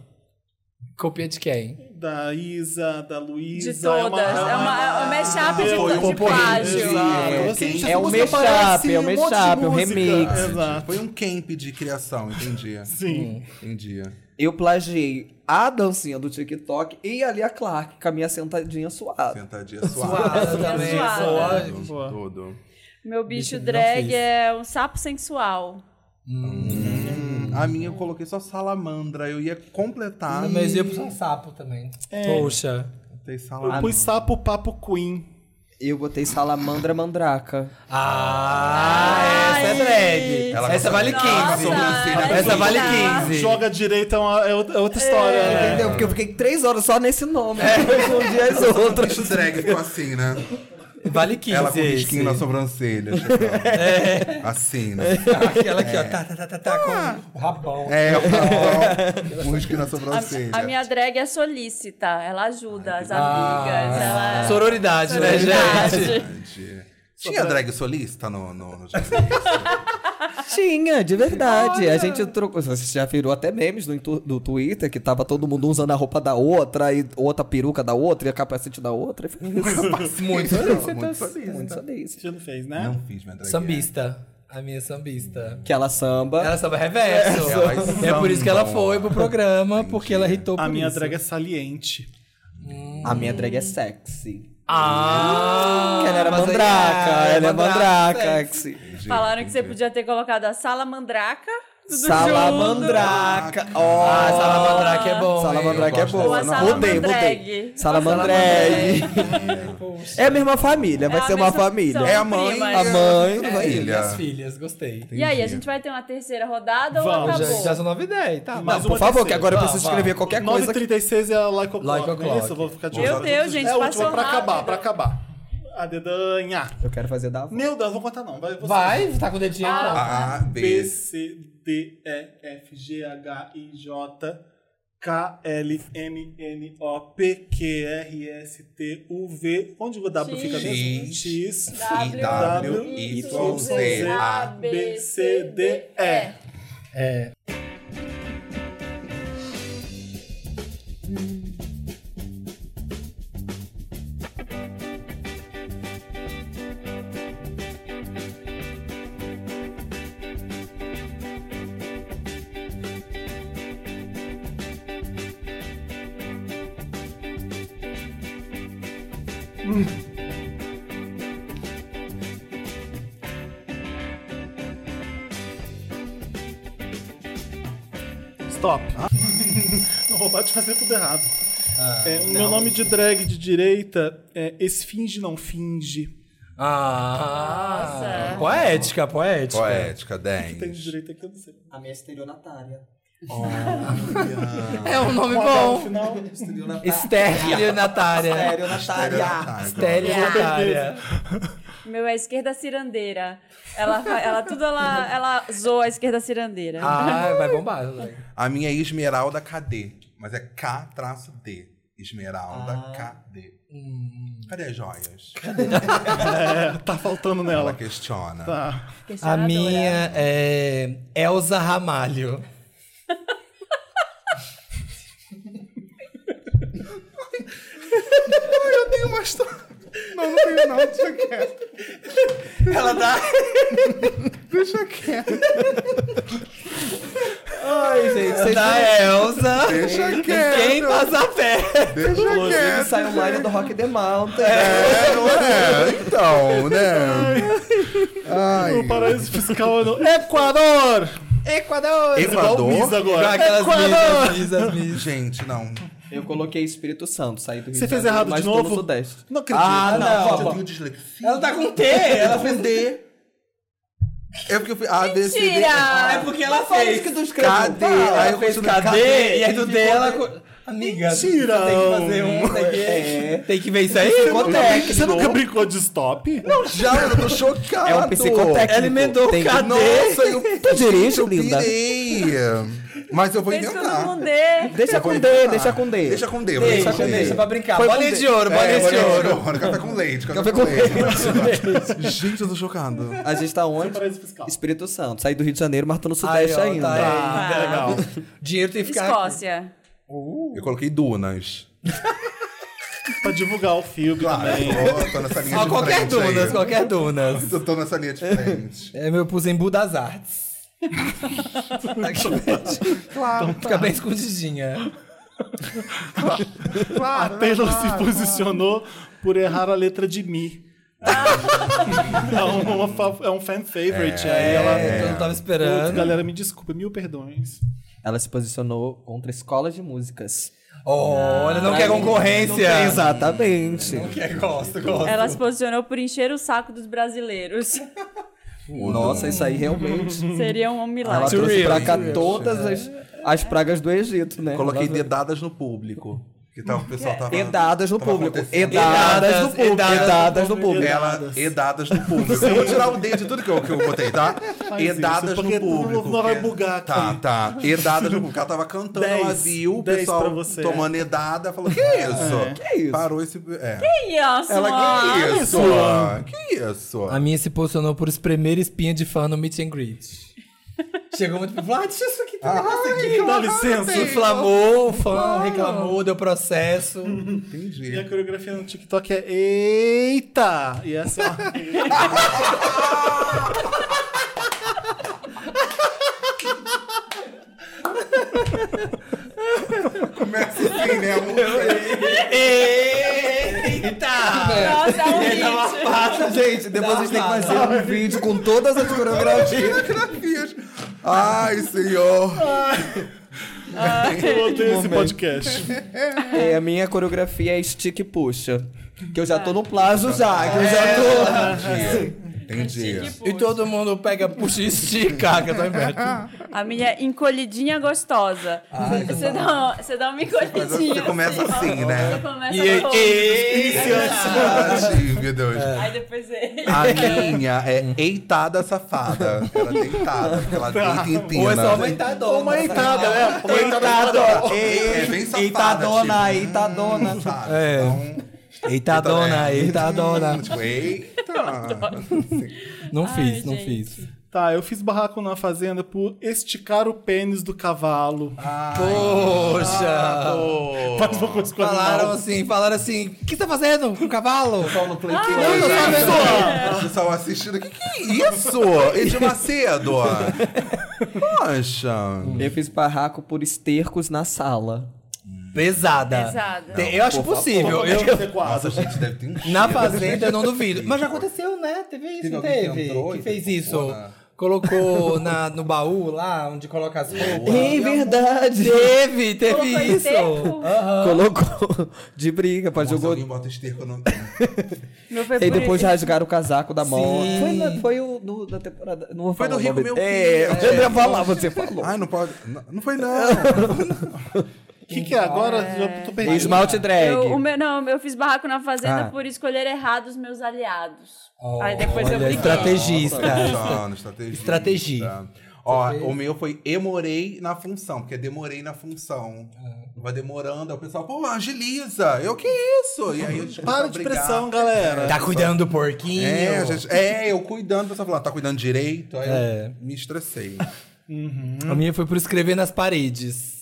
A: Copiei de quem?
D: Da Isa, da Luísa.
B: De todas. É uma, é uma mashup de,
E: Foi um
B: de
E: pouquinho
B: plágio.
E: É,
D: Você
E: quem-
D: acha
C: é
D: que
C: um
D: você
C: mashup,
D: parece
C: é um
D: monte de
C: mashup, é um
D: música.
C: remix.
D: Exato.
E: Foi um camp de criação, entendi.
D: Sim.
E: Entendi.
C: Eu plagiei a dancinha do TikTok e ali a Clark com a minha sentadinha suada.
E: Sentadinha
A: é
E: suada.
B: também,
A: Suada.
E: Tudo,
D: Boa.
E: Tudo.
B: Meu bicho
A: Bicho, não
B: drag
A: fiz.
B: é um sapo sensual.
E: Hum, a minha eu coloquei só salamandra. Eu ia completar.
A: Ah, mas eu pus um sapo também. Poxa.
E: Tem
D: Eu
E: salamandra.
D: pus Sapo Papo Queen.
C: Eu botei salamandra mandraca.
A: Ah, essa é drag.
E: Ela
A: essa vale 15.
E: consegue-
B: Nossa,
E: sobrancelha
A: essa
E: bonita.
A: vale
B: linda.
A: 15.
D: Joga direito é, uma- é outra é outra história. né?
C: Entendeu? Porque eu fiquei três horas só nesse nome. Um dia as outras.
E: Bicho drag ficou assim, né?
A: Vale 15.
E: Ela com um
A: é esse. É.
E: risquinho na sobrancelha. chegando. Assim, né?
A: Aquela aqui, ó. Tá, tá, tá, tá, tá.
D: Ah!
A: Com o rabão.
E: É, o um risquinho na sobrancelha.
B: É. A, a minha drag é solícita. Ela ajuda as amigas. Ela...
A: Sororidade, né,
B: Sororidade.
A: gente?
E: Gente. Tinha drag solista no... no, no...
C: Tinha, de verdade. A gente trocou. Você já virou até memes no, tu- do Twitter que tava todo mundo usando a roupa da outra, e outra peruca da outra, e a capacete da outra.
E: Muito
D: tá
E: solista. Muito solista.
C: Muito feliz.
D: Você não fez, né?
E: Não fiz minha drag. é.
A: Sambista. A minha é sambista.
C: Que ela samba.
A: Ela samba reverso.
E: Elas
A: É por isso que ela
E: sambam.
A: foi pro programa, porque ela irritou por
D: A minha
A: isso.
D: drag é saliente.
C: A minha drag é sexy.
A: Ah!
C: Porque ela era
A: mas aí-
C: mandraca,
A: ah,
C: ela é mandraca.
A: sexy.
C: sexy.
E: Entendi,
B: Falaram que você
E: entendi.
B: podia ter colocado a sala mandraca. Tudo
C: Salamandraca. Ó,
A: Ah, salamandraca é bom.
C: Salamandraca é
E: eu gosto
C: boa.
E: dessa.
C: não,
E: Ou a
C: Mudei, mudei.
B: salamandregue.
C: Salamandreg. É a mesma família, vai
B: É a
C: ser uma
B: mesma
C: família.
E: É
B: opção.
E: a mãe.
B: Prima,
E: e
B: é.
C: A mãe,
A: hein?
C: vai.
A: É,
E: Filha.
A: minhas filhas, gostei.
B: E aí, a gente vai ter uma terceira rodada ou
D: Vamos,
A: Já,
B: acabou?
A: já são 9 e 10, tá?
D: Mas
C: Não,
A: bom.
D: uma
C: por favor,
D: terceira.
C: que agora eu
A: Vá,
C: preciso
A: vá.
C: escrever qualquer coisa. que-
D: 9h36 é a Like O'Clock.
A: Like O'Clock.
D: É isso, eu vou ficar de
B: Meu
D: olho.
B: Deus, gente,
D: É a última
B: passou
D: pra
B: rápido.
D: acabar, pra acabar. A dedanha.
C: Eu quero fazer da avó.
D: Meu Deus, não vou contar não. Vai, você.
A: Vai, tá com o dedinho aí,
E: Ah.
A: ó.
E: A, B,
D: B, C, D, E, F, G, H, I, J, K-L-M-N-O-P-Q-R-S-T-U-V. Onde o W fica mesmo? X.
E: W, W, Y, Z, A,
D: B, C, D, E. Stop. Não vou te fazer tudo errado. É, o meu nome de drag de direita é Esfinge Não Finge.
A: Ah!
B: Nossa.
A: Poética, poética.
E: Poética,
D: Que tem de
E: 10.
D: direita aqui, eu não sei.
F: A minha estelionatária.
A: É um nome
D: Qual é o
A: bom.
D: final?
F: Estelionatária.
A: Estelionatária.
E: Tá,
F: Estelionatária.
A: Estelionatária.
E: então.
B: Meu é a esquerda cirandeira. Ela, fa- ela tudo ela, ela zoa a esquerda cirandeira.
A: Ah, vai bombar. Zé.
E: A minha é Esmeralda KD, mas é K-D.
B: Ah.
E: Esmeralda KD.
B: Hum.
E: Cadê as joias?
D: É, tá faltando
E: Ela
D: nela.
E: questiona.
D: Tá.
A: A
B: Questionadora.
A: minha é Elza Ramalho.
E: Eu tenho uma história. Não, não tenho não, deixa quieto.
C: Ela dá.
E: Deixa quieto.
A: Ai, gente, vocês da Elza.
E: Deixa quieto.
A: Quem passa pé?
E: Deixa
F: Inclusive
E: quieto.
F: saiu online do Rock the Mountain.
E: É, não é? Então, né?
D: O paraíso fiscal é no Equador!
B: um
A: Equador.
D: Igual o Miss
E: Equador.
A: Com
D: agora.
A: aquelas
D: Equador!
A: misas, misas, misas.
E: Gente, não.
F: Eu coloquei Espírito Santo, saí do Rio
D: Você
F: de
D: fez
F: Janeiro,
D: errado
F: mas
D: de
F: tô no
D: novo?
F: Sudeste.
D: Não acredito.
F: Ah, não.
E: Gente, eu tenho dislexia.
F: Ela tá com T, ela fez
C: um
F: D.
E: É porque eu fui A, B, C, D.
B: Mentira!
F: É porque ela fez. que tu escreveu.
E: Cadê?
F: Ela
E: Aí eu
F: fez
E: continuo,
F: cadê? E aí do
A: Ficou-
F: D ela... co- Amiga, tem que
D: Mentira!
F: fazer um. tem que- É.
A: Tem que ver isso aí?
F: Ficou técnico.
D: Você nunca brincou de stop? Não,
E: Já, eu tô chocado.
C: É um psicotécnico.
A: Ela emendou o
C: Tem que-
A: cadê?
E: Nossa, eu,
C: Tu dirige,
E: eu
C: linda?
E: pirei. Mas eu vou
A: então
B: Fez todo
A: tá.
E: inventar.
B: mundo D.
C: Deixa
E: Eu vou
C: com D,
E: inventar.
C: deixa com D.
E: Deixa com D. eu vou
A: Deixa,
E: deixar com D.
A: deixa pra brincar.
C: Foi
A: Bolinha
C: com-
A: um de ouro, bolinha
E: É,
A: de
E: bolinha de
A: ouro.
E: ouro, Café com leite. Café,
C: com
E: com leite. Gente, eu tô chocado.
F: A gente tá onde?
D: paraíso fiscal.
F: Espírito Santo. Saí do Rio de Janeiro, mas tô no
A: Aí,
F: Sudeste
A: ó,
F: ainda.
A: tá aí.
D: Ah, legal.
A: Dinheiro tem que ficar.
B: Escócia.
E: Eu coloquei Dunas.
D: Pra divulgar o filme
E: Claro,
D: também.
E: Ah, eu tô, tô nessa linha
A: Ó,
E: de
A: Ah, qualquer
E: frente aí.
A: Dunas, qualquer Dunas.
E: Eu tô nessa linha de frente.
A: É meu pus em Bu das Artes. claro. Fica bem escondidinha.
D: a Taylor se posicionou por errar a letra de Mi. é, uma fa- é um fan favorite. aí ela.
A: É, eu não tava
D: Putz,
A: esperando.
D: galera, me desculpa, mil perdões.
F: Ela se posicionou contra escolas de músicas.
A: Olha, não quer concorrência.
F: Exatamente.
A: Quer gosto, gosto.
B: Ela se posicionou por encher o saco dos brasileiros.
F: Nossa, isso aí realmente.
B: Seria um
F: Ela
B: milagre.
A: To
F: trouxe
A: real,
F: pra cá
A: to real,
F: todas as, as pragas do Egito,
D: É,
F: né?
E: Coloquei
F: Ela-
E: dedadas no público. Que tá, o pessoal tava...
F: Edadas no
E: tava
F: público.
E: acontecendo.
F: Edadas no público. Edadas no
A: Edadas-
F: público.
E: Ela, edadas no público. Eu vou tirar o dedo de tudo que eu, que eu botei, tá?
D: isso,
E: edadas
D: porque
E: no público.
D: não- não vai
E: porque-
D: bugar aqui.
E: Tá, tá. Edadas no público. Ela tava cantando, ela
D: Dez.
E: viu o
D: Dez
E: pessoal
D: pra você. É.
E: tomando edada. Falou, que isso?
F: Que isso?
E: Parou esse... É.
B: Que isso,
E: Ela,
B: mano?
E: que isso?
D: Suan.
E: Que isso?
A: A minha se posicionou por espremer espinha de fã no meet and greet. Chegou muito pro ah, deixa isso aqui tá errado aqui.
D: Dá licença.
A: Inflamou, o fã reclamou, deu processo.
D: E
E: Entendi.
D: a coreografia no TikTok é Eita! E essa é uma...
E: Começa assim, né? A música
A: Eita!
B: Nossa, é um hit.
F: Ah, gente, depois a gente tem que fazer um vídeo com todas as coreografias.
E: coreografias. Ai, senhor.
D: Eu odeio esse podcast.
F: E a minha é coreografia é stick puxa. Que eu já tô no plágio já, que eu já tô.
E: Entendi.
B: Tipo,
A: E todo mundo pega, puxa e estica. Que eu tô invertido.
B: A minha encolhidinha gostosa. você, dá, você dá uma encolhidinha.
E: Você começa assim, né?
B: Você começa
A: E,
B: com-
A: e,
E: é Ah, meu Deus.
F: É.
B: Aí depois ele.
E: A minha é eitada safada. Ela é deitada, porque ela
F: Tá.
E: deita em
A: ou é
E: pina.
A: só uma entadona.
D: Uma entrada, né? Uma
A: Eitadona.
E: É bem safada,
A: Eitadona,
E: tipo,
F: tá
A: eitadona.
E: hum, sabe?
A: É.
E: Então,
A: Eitadona,
E: é,
A: eitadona.
E: hum, Tipo, eita.
B: tá
A: Não
B: Ai,
A: fiz, não
B: gente.
A: fiz.
D: Tá, eu fiz barraco na fazenda por esticar o pênis do cavalo.
A: Poxa!
D: Faz uma coisa com o
A: Falaram
D: animal.
A: assim, falaram assim, o que você tá fazendo com o cavalo?
F: Só no play
A: Não, eu tô sabendo.
E: O pessoal assistindo, o que, que é isso? Edir Macedo. Poxa.
F: Eu fiz barraco por estercos na sala.
A: Pesada.
B: Pesada.
A: Tem- Eu acho
D: assim,
A: possível. Eu,
D: é
E: Nossa, gente, deve ter um cheiro.
A: na fazenda eu não duvido. Mas já aconteceu, né? Teve isso, não
E: alguém que
A: teve?
E: entrou
A: Que
E: e
A: fez
E: colocou
A: isso?
E: na-
A: Colocou na, no baú lá, onde coloca as roupas.
F: Em verdade!
A: Teve, teve
B: Colocou em
A: isso.
B: seco.
F: Colocou de briga, pô,
E: Nossa,
F: jogou.
E: alguém bota esterco no...
B: Meu foi
F: E
B: por
F: depois
B: isso.
F: rasgaram o casaco
E: Tá
F: da mão.
A: Sim.
F: Foi, na, foi o, no, na temporada. Não vou
E: Foi
F: falar
E: no
F: o
E: Rio,
F: nome.
E: meu
F: É,
E: filho,
F: eu ia falar, você falou.
E: Ai, não pode... Não, não foi, não.
D: O que, que é agora? Já tô perdido.
F: Esmalte drag.
B: Eu, o meu, não, eu fiz barraco na fazenda
F: Ah.
B: por escolher errado os meus aliados.
F: É.
B: Aí depois eu
A: Olha,
B: briguei.
A: estrategista.
E: Joana, estrategista.
A: Estratégia.
E: Ó, o meu foi emorei na função, porque é demorei na função. Vai demorando, aí o pessoal, pô, agiliza. Eu, que isso? E aí eu
D: Para de pressão, galera.
A: Tá cuidando do porquinho.
E: É, a gente- é, eu cuidando, o pessoal falou, tá cuidando direito? Aí
A: É.
E: eu me estressei.
A: A minha foi por escrever nas paredes.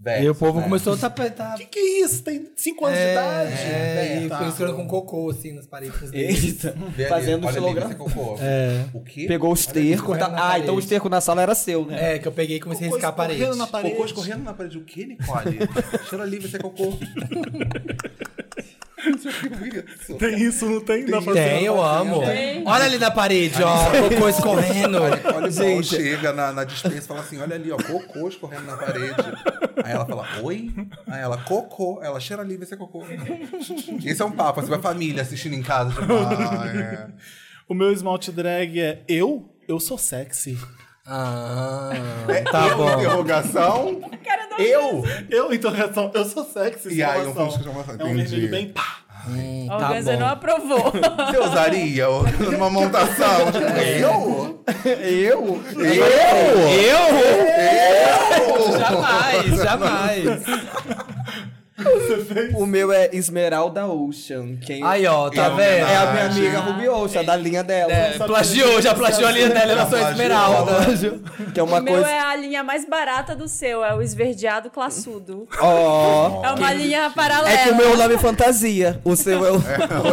E: Velho,
A: e o povo
E: né?
A: começou a tapetar.
D: O que, que é isso? Tem 5 anos de idade.
A: É, e
D: Tá.
A: foi escrevendo com cocô, assim, nas paredes.
F: Eita.
E: Vê ali,
F: Fazendo
E: olha ali,
F: estilografia.
E: você colocou.
A: É.
E: O quê?
F: Pegou o esterco.
A: correndo
F: Tá...
A: na
F: Ah, então o
A: parede.
F: esterco na sala era seu, né?
A: É, que eu peguei e comecei a
D: Cocô
A: riscar a parede.
D: escorrendo na parede.
E: Cocô escorrendo na parede. O quê, Nicole? Cheira ali, você é cocô. isso.
D: Tem isso, Tá não tem? Dá pra
A: Tem,
D: ser-
A: eu amo.
B: Tem.
A: Olha ali na parede, ó. Cocô escorrendo.
E: Olha só, chega na, na dispensa e fala assim: olha ali, ó, cocô escorrendo na parede. Aí ela fala, oi? Aí ela, cocô. Ela cheira ali, vê se é cocô. Esse é um papo, assim, pra família assistindo em casa. Tipo, ah, é.
D: O meu esmalte drag é eu? Eu sou sexy.
A: Ah,
E: É
A: tá
E: eu,
A: bom.
E: Interrogação. Eu?
D: Eu, interrogação, eu sou sexy.
E: E aí, um
D: exclamação.
E: ponto de exclamação,
D: É um
E: entendi.
D: vermelho bem pá.
A: Hum,
B: A
A: tá
B: Organza não
A: bom.
B: aprovou.
E: Você usaria numa montação? Tipo,
A: É.
E: eu?
F: Eu?
A: Eu? Jamais, jamais.
F: O meu é Esmeralda Ocean. Quem...
A: Aí, ó, tá
E: É
A: vendo?
F: É a minha
E: Ah,
F: amiga Ruby Ocean, da linha dela.
A: É, plagiou, já plagiou a linha dela, ela só é
E: Plagiou.
A: esmeralda.
F: Que é uma
B: o meu
F: coisa.
B: é a linha mais barata do seu, é o esverdeado classudo.
F: Ó.
B: É uma linha paralela.
F: É que o meu nome é fantasia. O seu é o.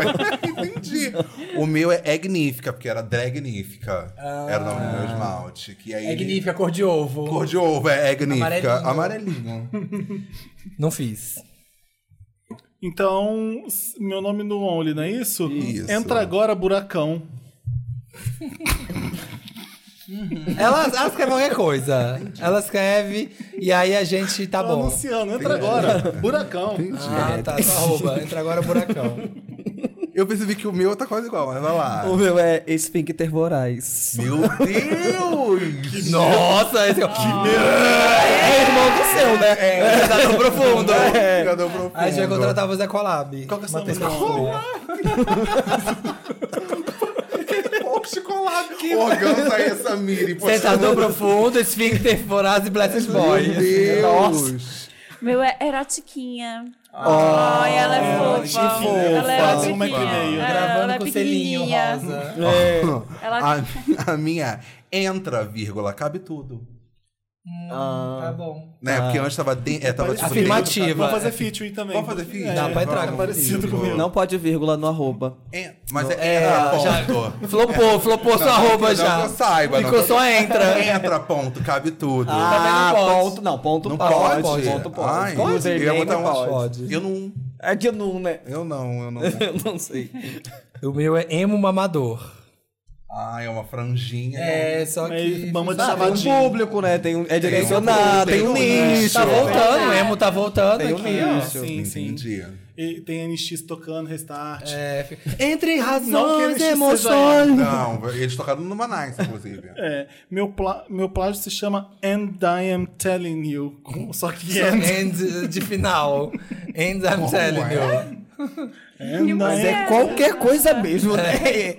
E: Entendi. O meu é egnífica, porque era dragnífica. Era o nome do
A: Ah.
E: meu esmalte. Que aí
A: É Ignífica, cor de ovo.
E: Cor de ovo, é egnífica.
A: Amarelinho.
E: Amarelinho.
A: Não fiz.
D: Então, s- meu nome no Only, não é isso?
E: Isso.
D: Entra agora, buracão.
A: Ela, ela escreve qualquer coisa. Ela escreve e aí a gente tá
D: Tô
A: bom.
D: anunciando, entra agora. Buracão.
A: Ah, tá, só arroba. Entra agora o buracão.
E: Eu percebi que o meu tá quase igual, mas vai lá.
F: O meu é Esfíncter Voraz.
E: Meu Deus!
A: Nossa, esse é o.
F: É irmão do seu, né?
A: Você tá tão profundo.
E: É.
A: né?
E: Já deu profundo.
A: Aí a gente vai contratar você Collab.
D: Qual que é o seu
A: Matheus
D: nome?
A: Collab.
E: Oxicolab. Organza e tá essa Miri. pô.
A: Tentador Tá profundo, esfíncter voraz e blessed boy.
E: Meu Deus!
B: Meu é erotiquinha. Ai, ela é fofa.
A: Ah, fofa.
B: Ela é
D: Faz um
B: erotiquinha.
D: Mac-Meio.
B: É, ela
A: Gravando
B: é
A: com selinho
B: pequenininha.
A: rosa.
B: Ela...
E: A, a minha entra, vírgula, cabe tudo.
A: Tá bom.
E: Né? Porque antes tava, de, é, tava tipo
A: Afirmativo. Ativa.
D: Vamos fazer featuring também.
E: Vamos fazer featuring?
A: Dá pra entrar
D: tá
A: com
D: parecido
E: featuring.
D: comigo.
F: Não pode vírgula no arroba.
E: dentro- en- mas é,
A: É,
E: entra,
A: já-
E: ponto.
A: Flopou, flopou sua
E: Não,
A: arroba
E: não
A: já.
E: que eu saiba, não
A: Ficou
E: que eu-
A: só entra.
E: Entra, ponto, cabe tudo.
C: Ah, tá
E: Ah,
A: Também não pode.
F: Ah, ponto não, ponto
E: não
F: pode.
E: pode.
F: Ponto pode.
E: Ai,
F: Pode,
E: eu ia botar uma-
F: pode.
A: Pode.
E: Eu não.
F: É que não, né?
E: Eu não, eu não.
F: Eu não sei.
A: O meu é emo mamador.
E: Ah, é uma franjinha.
A: É, só
D: Mas
A: que.
D: mama de
F: Ah, tem um
D: chavadinho.
F: público, né? Tem um, é direcionado, tem,
E: Tem um
F: um
C: né?
E: público,
F: nicho.
A: Tá voltando, o É emo tá voltando
F: Tem um
A: aqui,
F: nicho.
A: ó.
D: Ah, Sim, sim.
E: Entendi.
D: E tem NX tocando, restart.
A: É, fica- Entre
D: Não que ele
A: razões e
D: seja
A: emoções.
E: Não, eles tocaram no Manais, inclusive.
D: É, meu, plá- meu plágio se chama And I Am Telling You. com- Só que
A: And,
D: And,
A: uh, de final. And I'm telling
E: é?
A: you.
D: and
B: Mas
G: Mas
D: I am-
G: é qualquer coisa mesmo, né?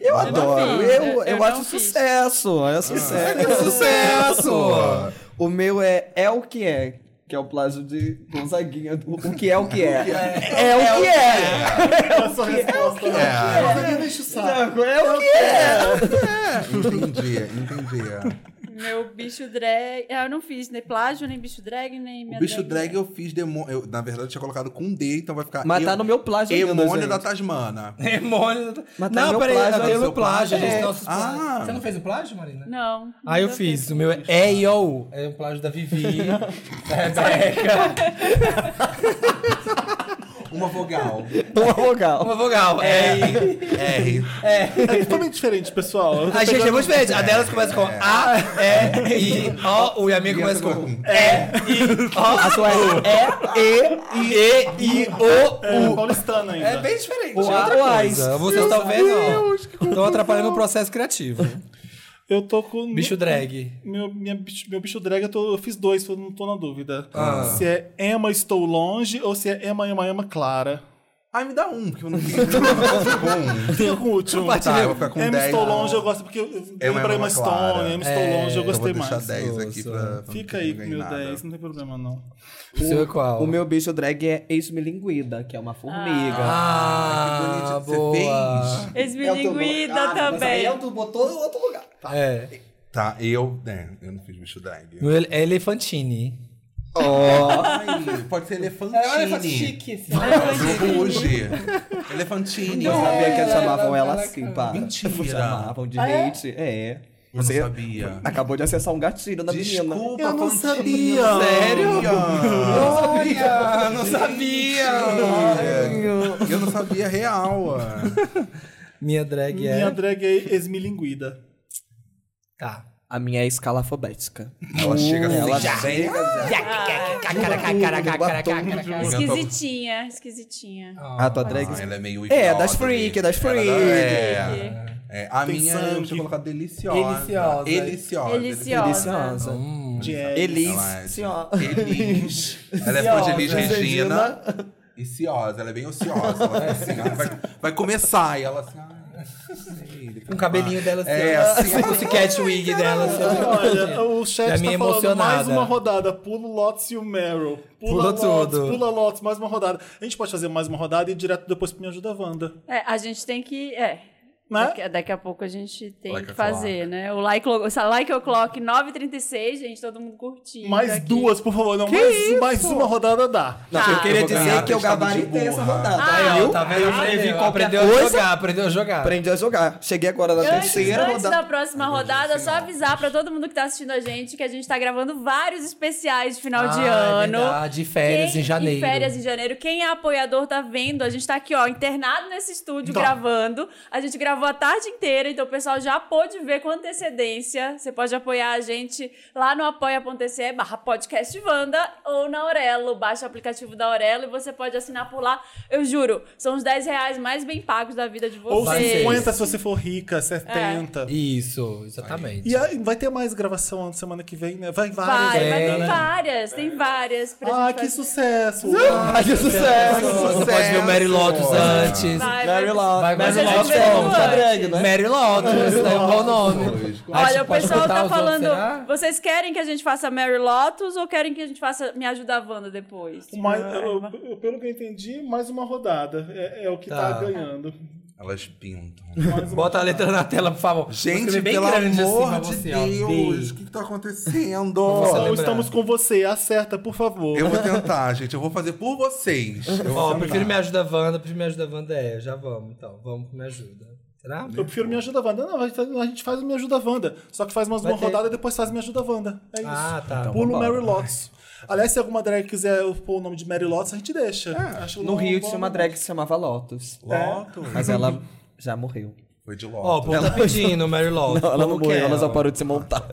C: Eu adoro.
B: não fiz,
C: Eu,
B: eu-
C: eu,
B: eu
C: acho
B: não fiz.
C: sucesso.
F: Ah.
C: É sucesso.
A: Sucesso!
F: O meu é É o que é, que é o plágio de Gonzaguinha. do O que é o que é.
G: É o que é.
D: a sua resposta.
E: É,
F: Sabe? É o que é.
E: entendi, entendi.
B: Meu bicho drag. Ah, Eu não fiz nem plágio, nem bicho drag, nem minha
E: O bicho drag eu fiz demônio. eu, na verdade, eu tinha colocado com D, então vai ficar.
F: Mas tá
E: eu-
F: no meu plágio ainda,
E: Demônio da
F: gente.
E: Tasmana.
A: Demônio.
F: Mas tá
A: não,
F: meu
A: peraí,
F: plágio,
A: eu tenho
E: seu
A: meu plágio.
E: plágio.
A: gente,
E: É.
A: nossos plágios.
E: Ah.
A: Você não fez o plágio, Marina?
B: Não.
A: Ah, eu
B: nunca
A: fiz. O meu é E.O. É um plágio da Vivi, da Rebeca.
E: Uma vogal.
G: Uma vogal.
A: Uma vogal. É.
E: R.
D: É totalmente diferente, pessoal. Eu tô
A: A gente é
D: pegando-
A: muito diferente. A delas começa com
E: É.
A: A, E, I, O. O e a minha começa com
E: um. É
A: E, I, O. A sua é E, I, E, I,
D: é,
A: O, U.
D: paulistano ainda.
A: É bem diferente.
G: O A,
A: outra
G: o A.
A: coisa. Vocês talvez não. Estão atrapalhando o processo criativo.
D: Eu tô com.
A: Bicho drag.
D: Meu, minha bicho- meu bicho drag, eu, tô- eu fiz dois, eu não tô na dúvida.
A: Ah.
D: Se é Emma Estou Longe ou se é Emma, Emma, Emma Clara.
E: Ai, me dá um, porque eu não fiz. Eu fico com um.
D: Tem algum último?
E: Tá, eu vou ficar com
D: Emma
E: 10.
D: Estou Longe eu gosto, porque eu
E: Emma,
D: lembro a
E: Emma
D: Emma
E: Clara.
D: Stone, Emma Estou
A: É,
D: Longe, eu
E: Eu vou
D: gostei
E: deixar
D: mais.
E: 10 aqui
A: Nossa.
E: pra. pra não
D: Fica
E: ter
D: aí com
E: ninguém
D: meu
E: nada.
D: 10, não tem problema não.
A: O seu é qual?
F: O meu bicho drag é ex-milinguida, que é uma formiga.
A: Ah,
E: que bonito, você
A: boa.
B: Esmilinguida também.
F: tu botou em outro lugar.
A: É.
E: Tá, eu. né, eu não fiz bicho drag.
A: No ele- é Elefantine.
E: Ai, pode ser elefantine.
F: assim.
E: Não, do Ruge. Elefantine.
F: Eu sabia que eles chamavam ela assim, para.
E: Mentira.
F: Chamavam de hate. É.
E: Eu não
F: Você
E: sabia.
F: Acabou de acessar um gatilho na menina.
E: Desculpa,
D: Eu não
E: Fantine.
D: sabia.
E: Sério? Eu não sabia. Não
F: Ai,
C: É,
E: sabia.
F: eu-
E: Eu não sabia real. ó.
A: Minha drag é.
D: Minha drag é esmilinguida.
A: Tá.
F: A minha é escalafobética.
E: Ela chega
F: Ela
E: assim. já.
B: Esquisitinha, esquisitinha.
F: A tua drag.
E: Ah, ela é meio
F: É, das
E: idiota,
F: freak,
E: né?
F: das
E: Ela-
F: freak.
E: É. é. A
D: Tem
E: minha eu
D: sangue.
E: tinha colocado deliciosa. Hum.
A: Deliciosa.
E: Deliciosa.
B: Deliciosa.
F: Deliciosa.
D: De
F: Elis.
E: Ela é-
F: Senhora.
E: Elis. Ela é fã de Elis Regina. E ciosa. Ela é bem ociosa. Ela fica assim, ela vai, vai começar. E ela assim. ai, não sei,
A: Com o cabelinho dela assim.
E: É,
A: ó.
E: assim,
A: Se fosse cat wig dela assim.
D: Olha, o chat
A: Já
D: tá
A: me
D: falando
A: emocionada.
D: mais uma rodada. Pula o Lotus e o Meryl.
A: Pula
D: Pula, Lotus,
A: tudo.
D: pula Lotus, mais uma rodada. A gente pode fazer mais uma rodada e ir direto depois pro Me Ajuda Wanda.
B: É, a gente tem que. É.
D: Né?
B: Daqui, daqui a pouco a gente tem
E: Like
B: que
E: o'clock.
B: fazer, né? O like, o- essa like o'clock 9h36, gente, todo mundo curtindo.
D: Mais
B: aqui.
D: duas, por favor. Não, mais, mais uma rodada dá.
F: Não,
B: Tá.
F: eu queria
E: Eu vou ganhar
F: é dizer que eu
E: atestado de
F: gabaritei essa
E: burra.
F: rodada.
A: Aí, ó,
F: eu
A: tá vendo? Aprendeu, aprendeu a jogar, aprendeu Ah. a jogar.
F: aprendi a jogar. Cheguei agora na
B: Antes,
F: terceira
B: antes
F: rodada.
B: da próxima rodada, é só avisar pra todo mundo que tá assistindo a gente que a gente tá gravando vários especiais de final de
A: Ah, é
B: ano.
A: verdade, férias
B: Quem-
A: em janeiro.
B: férias em janeiro. Quem é apoiador tá vendo. A gente tá aqui, ó, internado nesse estúdio, gravando. A gente gravou a tarde inteira, então o pessoal já pôde ver com antecedência. Você pode apoiar a gente lá no apoia.se barra podcast Wanda ou na Aurelo. Baixa o aplicativo da Aurelo e você pode assinar por lá. Eu juro, são os 10 reais mais bem pagos da vida de
D: Ou
A: Vai ser. É.
B: vocês.
D: 50 se você for rica, 70.
A: Isso, exatamente.
D: E aí, vai ter mais gravação semana que vem, né? Vai várias.
B: Vai, vai,
A: É.
B: tem várias, tem várias pra
D: Ah,
B: gente
D: que
B: fazer.
D: sucesso!
A: Ai, que sucesso! Você pode ver o Mary Lotus antes.
B: Vai, vai.
F: Mary Law.
A: Vai,
F: Mary
A: vai,
F: Law
A: vai,
F: é
A: vai,
F: muita
A: vai.
F: drag, né?
A: Mary Lotus, é um bom nome. Acho
B: Olha,
A: que
B: o
A: pode
B: pessoal
A: botar
B: tá
A: os outros,
B: falando,
A: será?
B: vocês querem que a gente faça Mary Lotus ou querem que a gente faça Me Ajuda a Wanda depois?
D: Mais, eu- eu- pelo que eu entendi, mais uma rodada. É, é o que tá,
A: Tá.
D: ganhando.
E: Elas pintam.
A: Bota a letra na tela, por favor. Vou
E: Gente,
A: escrever bem
E: pelo
A: grande
E: amor
A: assim, pra
E: de
A: você, ó.
E: Deus, o que, que tá acontecendo?
A: Nossa,
D: Então,
A: lembrar.
D: estamos com você, acerta, por favor.
E: Eu vou tentar, gente. Eu vou fazer por vocês. Eu vou
A: Ó,
E: tentar.
A: prefiro me ajuda Wanda, prefiro me ajuda Wanda é, já vamos então, vamos pro me ajuda. Será?
D: Eu prefiro Me Ajuda Wanda. Não, a gente- tá, a gente faz o Me Ajuda Wanda. Só que faz mais
A: Vai
D: uma
A: ter.
D: rodada e depois faz Me Ajuda Wanda. É isso.
A: Ah, tá. Então,
D: Pulo
F: vambora.
D: Mary Lotus. Aliás, se alguma drag quiser pôr o nome de Mary Lotus, a gente deixa. Acho
F: No
D: uma
F: Rio
D: boa
F: tinha uma
D: maneira.
F: drag que se chamava Lotus.
E: Lotus.
F: Mas ela já morreu.
E: Foi de
A: Ó, o
E: Lotus.
A: povo tá pedindo, Mary Lotus.
F: Ela não
A: Como que
F: morreu,
A: é?
F: ela só parou de se montar.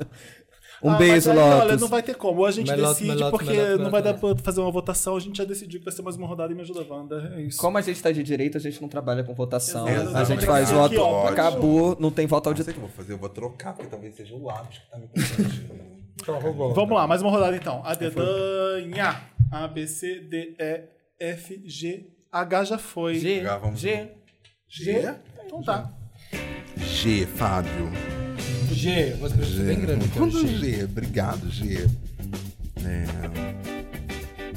C: Um
D: Ah,
C: beijo,
D: mas aí, Olha,
C: Lotus.
D: não vai ter como. A gente
A: Meloto,
D: decide,
A: meloto,
D: porque
A: meloto,
D: não vai dar
A: meloto,
D: pra fazer uma votação. A gente já decidiu que vai ser mais uma rodada e me ajuda, Wanda. É isso.
C: Como a gente tá de direito, a gente não trabalha com votação.
E: Exato.
C: A gente faz
E: Aqui,
C: voto.
E: ó,
C: Acabou, não tem voto
E: Não sei o
C: auditório.
E: que eu vou fazer, eu vou trocar, porque talvez seja o lápis que tá me protegendo.
D: Vamos lá, mais uma rodada então. A dedanha. A, B, C, D, E, F, G, H já foi.
E: G, G, G,
D: Então tá.
E: G, Fábio.
A: G, vou escrever
E: G.
A: bem grande. um aqui, ó.
E: Quando G, obrigado, G. É,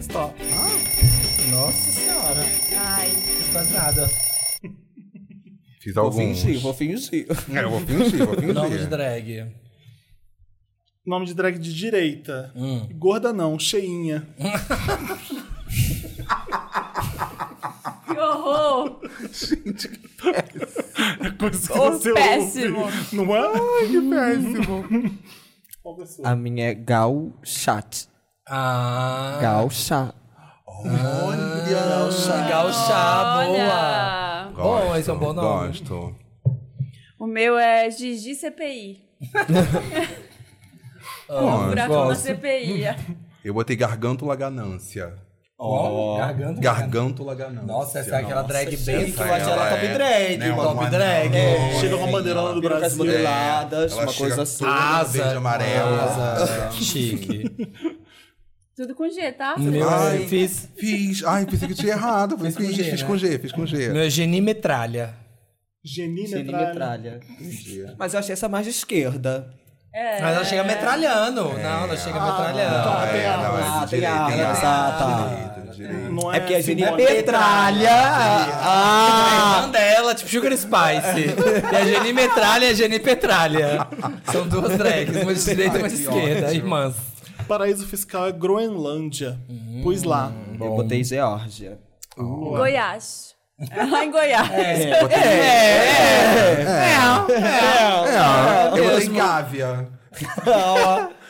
D: Stop.
A: Nossa senhora, não
B: Ai,
A: fiz quase nada.
E: fiz
C: Vou
E: alguns.
C: fingir, vou fingir.
E: É, eu vou fingir, vou fingir.
A: Nome de drag.
D: Nome de drag de direita. Gorda não, cheinha.
B: que horror!
D: É Coisa que
B: Ô,
D: ouve.
B: péssimo.
D: Não é? Ai, que péssimo. Qual que é a sua?
C: A minha é Gal Chat.
A: Ah.
C: Gal Chat.
E: Olha!
A: Gauchá, Ah, boa.
B: Olha!
A: Bom, esse é um bom nome.
E: Gosto.
B: O meu é Gigi CPI.
A: Ah.
E: Bom,
B: Furacão da
A: gosto.
B: CPI.
E: eu botei Gargântula Ganância.
A: Ó, garganta.
E: Gargântula Ganância.
A: Nossa, essa é aquela
E: Nossa,
A: drag bem que eu
E: essa
A: achei ela
E: ela
A: top
E: é,
A: drag.
E: né, uma-
A: top
E: uma-
A: drag.
E: É,
D: Chega com a bandeira lá do Brasil.
E: É,
C: Ladas,
E: ela
C: uma
E: chega
C: coisa
A: é
C: assim.
E: toda Ah, Verde, amarela.
A: Asa. Chique.
B: Tudo com G, tá?
A: Meu,
E: Ai.
A: eu fiz.
E: Fiz. Ai, pensei que tinha errado. Falei,
A: Fez com
E: fiz,
A: G,
E: fiz
A: né?
E: com G, fiz com G.
A: Meu é Geni Metralha.
D: Geni
C: Sem nem
D: Metralha.
C: metralha.
E: Entendi.
C: Mas eu achei essa mais de esquerda.
A: Mas ela chega metralhando. Não, ela chega metralhando.
E: Ah, é, não, é de direita,
C: Ah, tem armas,
E: tem armas,
A: tá.
C: ah,
E: direita, direita.
D: Não
C: É porque a Geni é
D: simbólico.
C: metralha.
A: A
C: Ah!
A: irmã dela, tipo Sugar Spice. e a Geni Metralha e a Geni Petralha. São duas drags, uma de direita e uma de esquerda. Irmãs.
D: Paraíso fiscal é Groenlândia. Pus lá.
C: Eu botei Geórgia.
B: Goiás. É lá em Goiás.
A: É,
E: É, eu botei Gávea.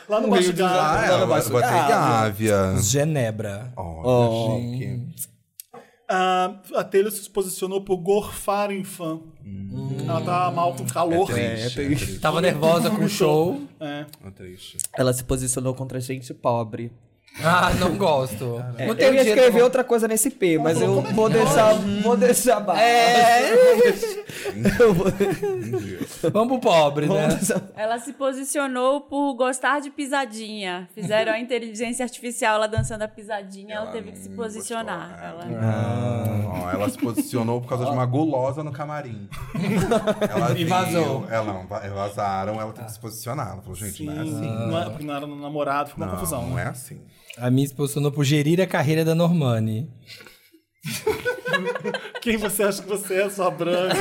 D: Lá no Baixo Gávea.
E: Ah, é, eu botei Gávea.
A: Genebra.
E: Olha, chique.
D: Ah, a Taylor se posicionou por gorfar em fã. Ela tá mal com calor.
E: É triste,
A: Tava nervosa com o show.
D: É.
E: é triste.
C: Ela se posicionou contra gente pobre.
A: Ah, não gosto.
C: É,
A: não
C: eu ia
A: dinheiro
C: escrever
A: pra-
C: outra coisa nesse P, mas eu vou deixar, vou deixar baixo. Eu vou-
E: Entendi.
A: Vamos pro pobre, né?
B: Ela se posicionou por gostar de pisadinha. Fizeram a inteligência artificial, ela dançando a pisadinha, ela,
E: Ela
B: teve que se
D: hum,
E: não
B: posicionar.
D: né?
A: É.
E: gostou,
B: Ela-
A: Ah.
E: Ó, ela se posicionou por causa de uma gulosa no camarim. Ela
A: E vazou.
E: viu, Ela não, va- vazaram, ela teve que se posicionar. Ela falou, gente,
D: Sim,
E: não é assim.
D: não é porque não era no namorado, ficou uma
E: Não,
D: confusão.
E: não
D: né?
E: é assim.
A: A minha se posicionou por gerir a carreira da Normani.
D: Quem você acha que você é, sua branca?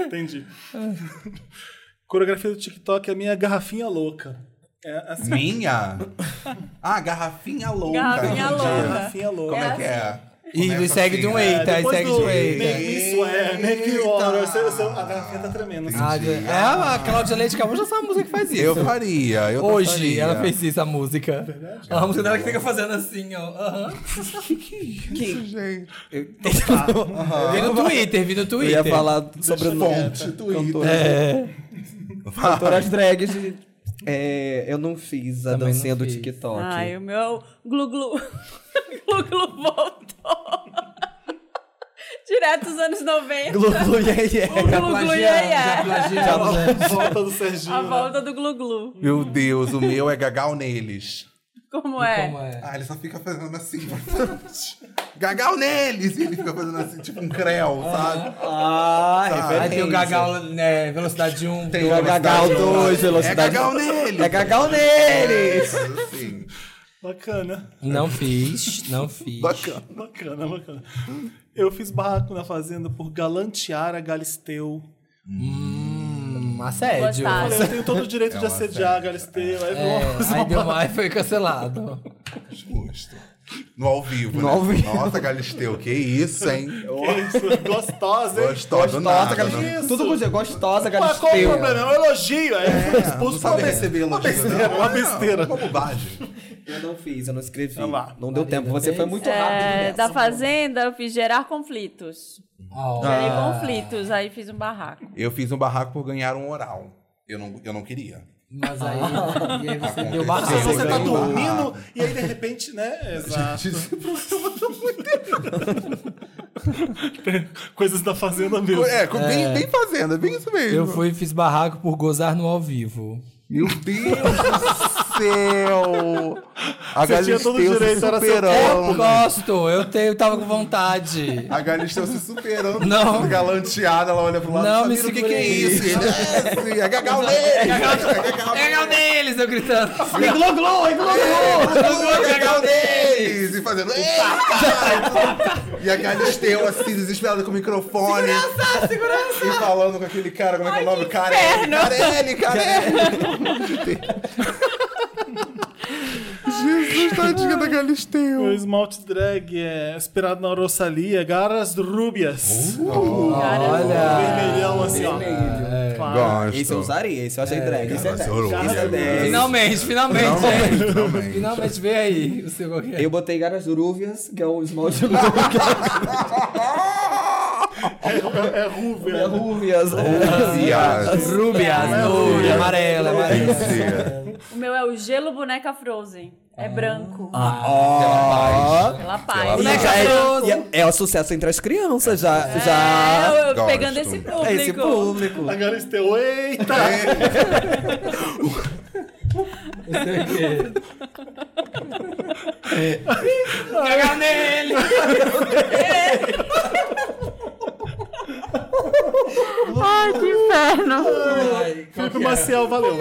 D: Entendi. Coreografia do TikTok é a minha garrafinha louca. É assim.
E: Minha? Ah, garrafinha louca.
B: Garrafinha
E: entendi.
B: louca.
D: Garrafinha louca. É,
E: Como é que é?
A: assim. E
E: Começa
A: segue de um
E: né?
A: eita, aí
D: Depois
A: segue
D: do
A: de um eita.
D: Make me swear, make me water. eu sei- eu sei- A garrafinha tá tremendo. assim.
A: Ah, é, a Cláudia Leite acabou de lançar uma música que faz isso.
E: Eu faria, eu
A: Hoje
E: faria.
A: ela fez isso, a música. A música dela que fica fazendo assim, ó. Aham.
E: é isso, gente.
A: Vi no Twitter, vi no
C: Eu
A: Twitter.
C: ia falar sobre o nome.
E: Fonte, Twitter.
C: Cantora-
E: Vai.
C: Cantoras drags. de- É, eu não fiz a
A: Também não
C: dancinha do
A: fiz.
C: TikTok.
B: Ai, o meu glu-glu. glu-glu voltou. Direto dos anos 90.
C: Glu, glu, yeah,
B: O
C: yeah.
B: glu-glu
A: Já né?
B: yeah, yeah.
A: plagiando, já plagiando.
D: Volta do Serginho.
B: A
D: né?
B: volta do glu-glu.
E: Meu Deus, o meu é gagal neles.
B: Como é?
A: Como é?
E: Ah, ele só fica fazendo assim. pra frente. Gagal neles! E ele fica fazendo assim, tipo um creu, sabe?
C: Ah,
E: Sabe?
A: Aí tem o Gagal, né? Velocidade 1,
E: Tem
A: dois.
E: o
C: Gagal 2,
E: É
C: velocidade.
E: gagal neles!
C: né? É gagal neles!
E: Assim,
D: Bacana,
A: Não fiz, não fiz.
E: bacana.
D: bacana, bacana. Eu fiz barraco na fazenda por Galantiara Galisteu.
A: Hum, assédio.
B: Gostaram.
D: Olha, eu tenho todo o direito
E: É
D: de
E: uma
D: assediar a Galisteu. Aí,
A: É,
D: nossa,
A: aí deu mais e foi cancelado.
E: Justo. No ao vivo,
H: No
E: né?
H: ao vivo.
E: Nossa, Galisteu, que isso, hein?
D: Que isso, gostosa, hein?
E: Gostosa do nada. né?
D: Isso.
H: Todo mundo dizia gostosa,
D: Mas qual o
H: galisteu.
C: né?
D: problema? É um elogio. É, foi
E: É, não
D: expulso
E: sabe
D: por uma
E: receber elogio,
D: besteira,
E: não.
D: uma
E: É,
D: besteira.
E: Uma bobagem.
C: Eu não fiz, eu não escrevi.
D: Vamos lá.
C: Não deu tempo, você foi muito rápido. né?
B: É,
C: nessa.
B: da Fazenda, eu fiz gerar conflitos.
A: Ah.
E: Ah,
B: Gerei conflitos, aí fiz um barraco.
E: Eu fiz um barraco por ganhar um oral. Eu não, eu não queria.
A: Mas aí, e aí você deu
D: Ah,
E: Sim,
A: barraco.
D: você tá
E: ganhou.
D: dormindo e aí de repente, né? Exato. Coisas da fazenda mesmo.
E: É, bem, bem fazenda, bem isso mesmo.
A: Eu fui e fiz barraco por gozar no ao vivo.
E: Meu Deus do céu! A
D: Você tinha
E: Galisteu
D: todo o
E: se
D: direito, era seu
A: Eu
E: superando.
A: gosto, eu, tenho, eu tava com vontade.
E: A Galisteu se superando.
A: Não.
E: sendo Galanteada, ela olha pro lado.
A: Não, me
E: "Samira, o que, que é
A: segurei.
E: isso? E ele, é, sim, é gagal dele! É gagal dele!
A: Legal deles, eu gritando.
E: É gagal É. deles! E fazendo... "Eita, caralho!" E a Galisteu, assim, desesperada com o microfone. Segurança, segurança! E falando com aquele cara, como é que é o nome? Carelli! Carelli, Carelli! Jesus, tadinha da Galisteu!
D: O esmalte drag é inspirado na Rosalia, Garas Rubias.
E: Uh,
B: Ah,
D: Vermelhão assim, ó. Claro.
E: Gosto.
C: Esse eu usaria, esse eu achei drag. Esse é drag.
A: Finalmente, finalmente, gente.
E: Finalmente.
A: Finalmente, vem aí o seu qualquer.
C: Eu botei Garas Rúvias, que é o esmalte
D: É Rubia.
C: é Rúvias. É,
E: Vias.
A: Rubia, azul,
E: Rubia.
A: amarela,
C: né?
A: amarela.
B: O meu é o gelo boneca Frozen. É branco. Pela paz.
C: Né,
A: Boneca Frozen.
C: É, é o sucesso entre as crianças, já. já...
B: É, eu- eu
E: Gosto.
B: pegando esse público.
C: É esse público.
D: A Galisteu, eita!
E: Tá.
A: Cagar nele.
B: Ai, que inferno.
D: Felipe Maciel, valeu.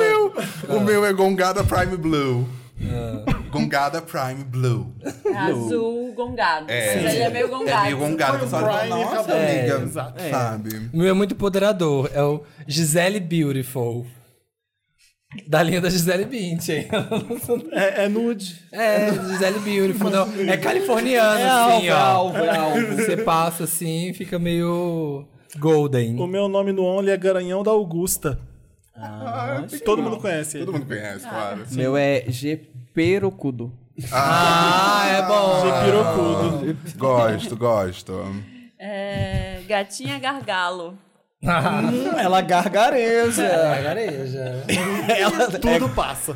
E: é? O meu é Gongada Prime Blue.
D: É.
E: Gongada Prime Blue.
B: Azul gongado. Mas ele é meio gongado.
E: É meio gongada. Você olha e fala,
D: Prime,
E: nossa,
D: acabou."
E: amiga.
D: Exato.
E: Sabe?
A: O meu é muito empoderador. É o Gisele Beautiful. Da linha da Gisele Bündchen.
D: É, é nude.
A: É, Gisele Beautiful. Não, é californiano, assim, ó. Você passa assim, fica meio golden.
D: O meu nome no Only é Garanhão da Augusta. Todo mundo conhece. ele.
E: Ah, Todo mundo conhece, claro.
C: Meu é Geperocudo.
A: Ah, é bom.
D: Pirocudo.
E: Gosto, gosto.
B: É, gatinha gargalo.
C: Ela É, gargareja.
A: Gareja. é
D: Tudo passa.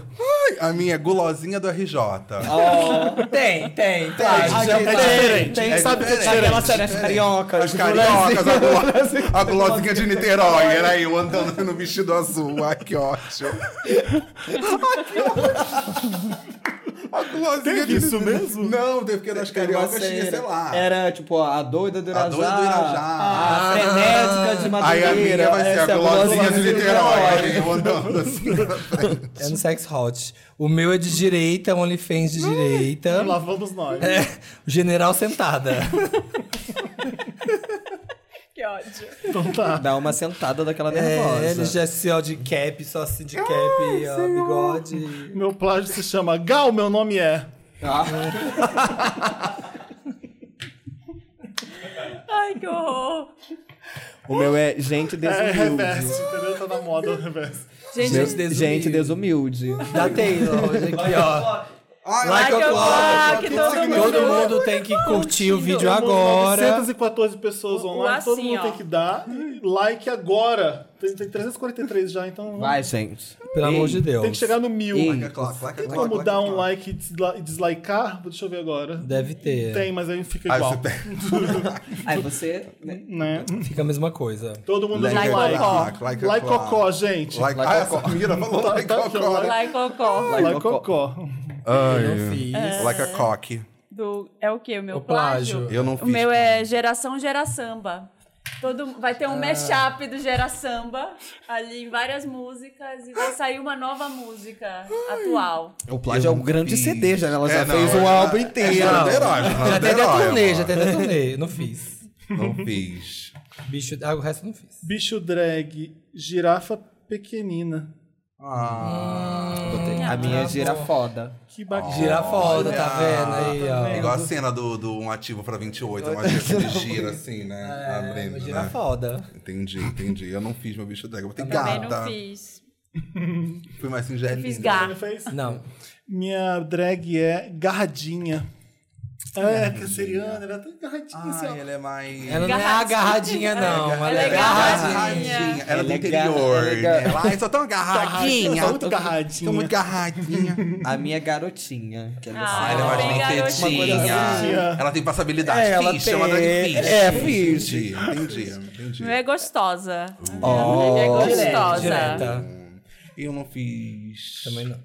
E: Ai, A minha é gulosinha do RJ.
D: Ah,
A: Tem, tem, claro. já
D: É
A: tá.
D: diferente.
E: É
D: sabe que é
E: diferente.
D: diferente.
C: As cariocas.
E: As cariocas, a, gulo... a gulosinha de Niterói. Era eu andando no vestido azul. Ai, que ótimo. Ai, que ótimo. A gulosinha de
D: isso
E: Niterói.
D: mesmo?
E: Não, teve que ir nas cariocas, tinha, sei
D: É,
E: lá.
C: Era tipo a doida do Irajá.
E: A doida do Irajá.
C: A frenética de
E: Aí
C: Madureira.
E: a minha vai ser
C: essa é
E: a gulosinha de
C: gulosinha
E: Niterói. Eu andando assim. na frente.
A: É no sex hot. O meu é de direita, OnlyFans de direita.
D: Lá vamos nós.
A: É, o general sentada.
B: Que ódio.
D: Então tá.
C: Dá uma sentada daquela nervosa.
A: É, ele já se ó de cap, só assim de cap, ó, bigode.
D: Meu plágio se chama Gal, meu nome é.
B: Ai, que horror.
C: O meu é gente
D: É
C: desumilde.
D: reverso, entendeu? Tá na moda o reverso.
B: Gente,
A: Meu-
C: Gente, gente desumilde.
A: Da Taylor, hoje aqui, ó.
E: Ai,
A: Like
B: Like
A: o
B: o'clock,
A: clock.
B: todo mundo.
A: Todo mundo tem que curtir o vídeo agora.
D: 914 pessoas
B: O- o
D: online, todo
B: assim,
D: mundo
B: ó.
D: tem que dar like agora. Tem, tem 343 já, então
C: Vai, gente.
A: Pelo amor de Deus.
D: tem que chegar no mil.
C: Ei.
D: Tem como dar um like e desla- e deslicar? Deixa eu ver agora.
A: Deve ter.
D: Tem, mas aí fica
E: Aí
D: igual.
E: você pega.
C: Aí você. né?
D: Né?
A: Fica a mesma coisa.
D: Todo mundo
E: Like
D: dá like.
E: cocó. Like
D: Like
E: cocó.
D: cocó, gente.
E: Like, ah, essa mira falou like
D: tá, tá,
E: cocó. né?
B: Like cocó.
D: Like cocó.
E: Ai,
D: É.
A: Fiz.
E: like a cock.
B: Do, é o que? O meu
A: O plágio.
B: plágio?
E: Eu não fiz.
B: O meu é geração gera samba. Todo, vai ter um mashup do Gera Samba ali em várias músicas e vai sair uma nova música atual.
C: O plágio é um grande
E: fiz.
C: CD, já. né? Ela já
E: É, não,
C: fez um
E: é-
C: álbum
E: É
C: inteiro.
E: história do herói, história
A: Já
E: do
A: até da
E: herói,
A: turnê,
E: amor.
A: já até da turnê. Não fiz.
E: Não fiz.
A: Bicho, ah, o resto eu não fiz.
D: Bicho drag, girafa pequenina.
E: Ah,
C: Botei. a minha
I: tá
C: gira
I: bom.
C: foda.
D: Que bacana.
I: Gira foda, tá
E: olha.
I: vendo aí, ó.
E: É igual a cena do, do um ativo pra 28, é uma gira que ele gira assim, né?
I: É,
E: Abrindo,
I: uma gira
E: né?
I: foda.
E: Entendi, entendi. Eu não fiz meu bicho drag, eu botei
B: Também
E: gata.
B: não fiz.
E: Fui mais singelinho.
B: Fiz gato.
D: Fez?
I: Não.
D: Minha drag é garradinha. É, canceriana, ela é tão garradinha. assim, ó.
E: Ai, ela é mais...
I: Ela não é agarradinha, não. Ela, é
B: Ela é
I: agarradinha.
E: agarradinha. Ela é do
C: Ela é
E: interior.
C: garra-
E: né? Ela, Ai, sou tão agarradinha.
D: Sou muito garradinha.
E: Sou muito garradinha.
C: A minha garotinha. Que é
B: Ah,
E: Ai, ela é mais
B: bem
E: bem
B: garotinha.
E: feitinha. Ela tem passabilidade.
A: É, ela
E: fiz,
A: tem-
E: chama drag fish.
A: é, fish.
E: Entendi, entendi, entendi.
B: Não é gostosa. Não é
D: Tá
B: gostosa.
I: Direta.
E: Eu não fiz...
I: Também não.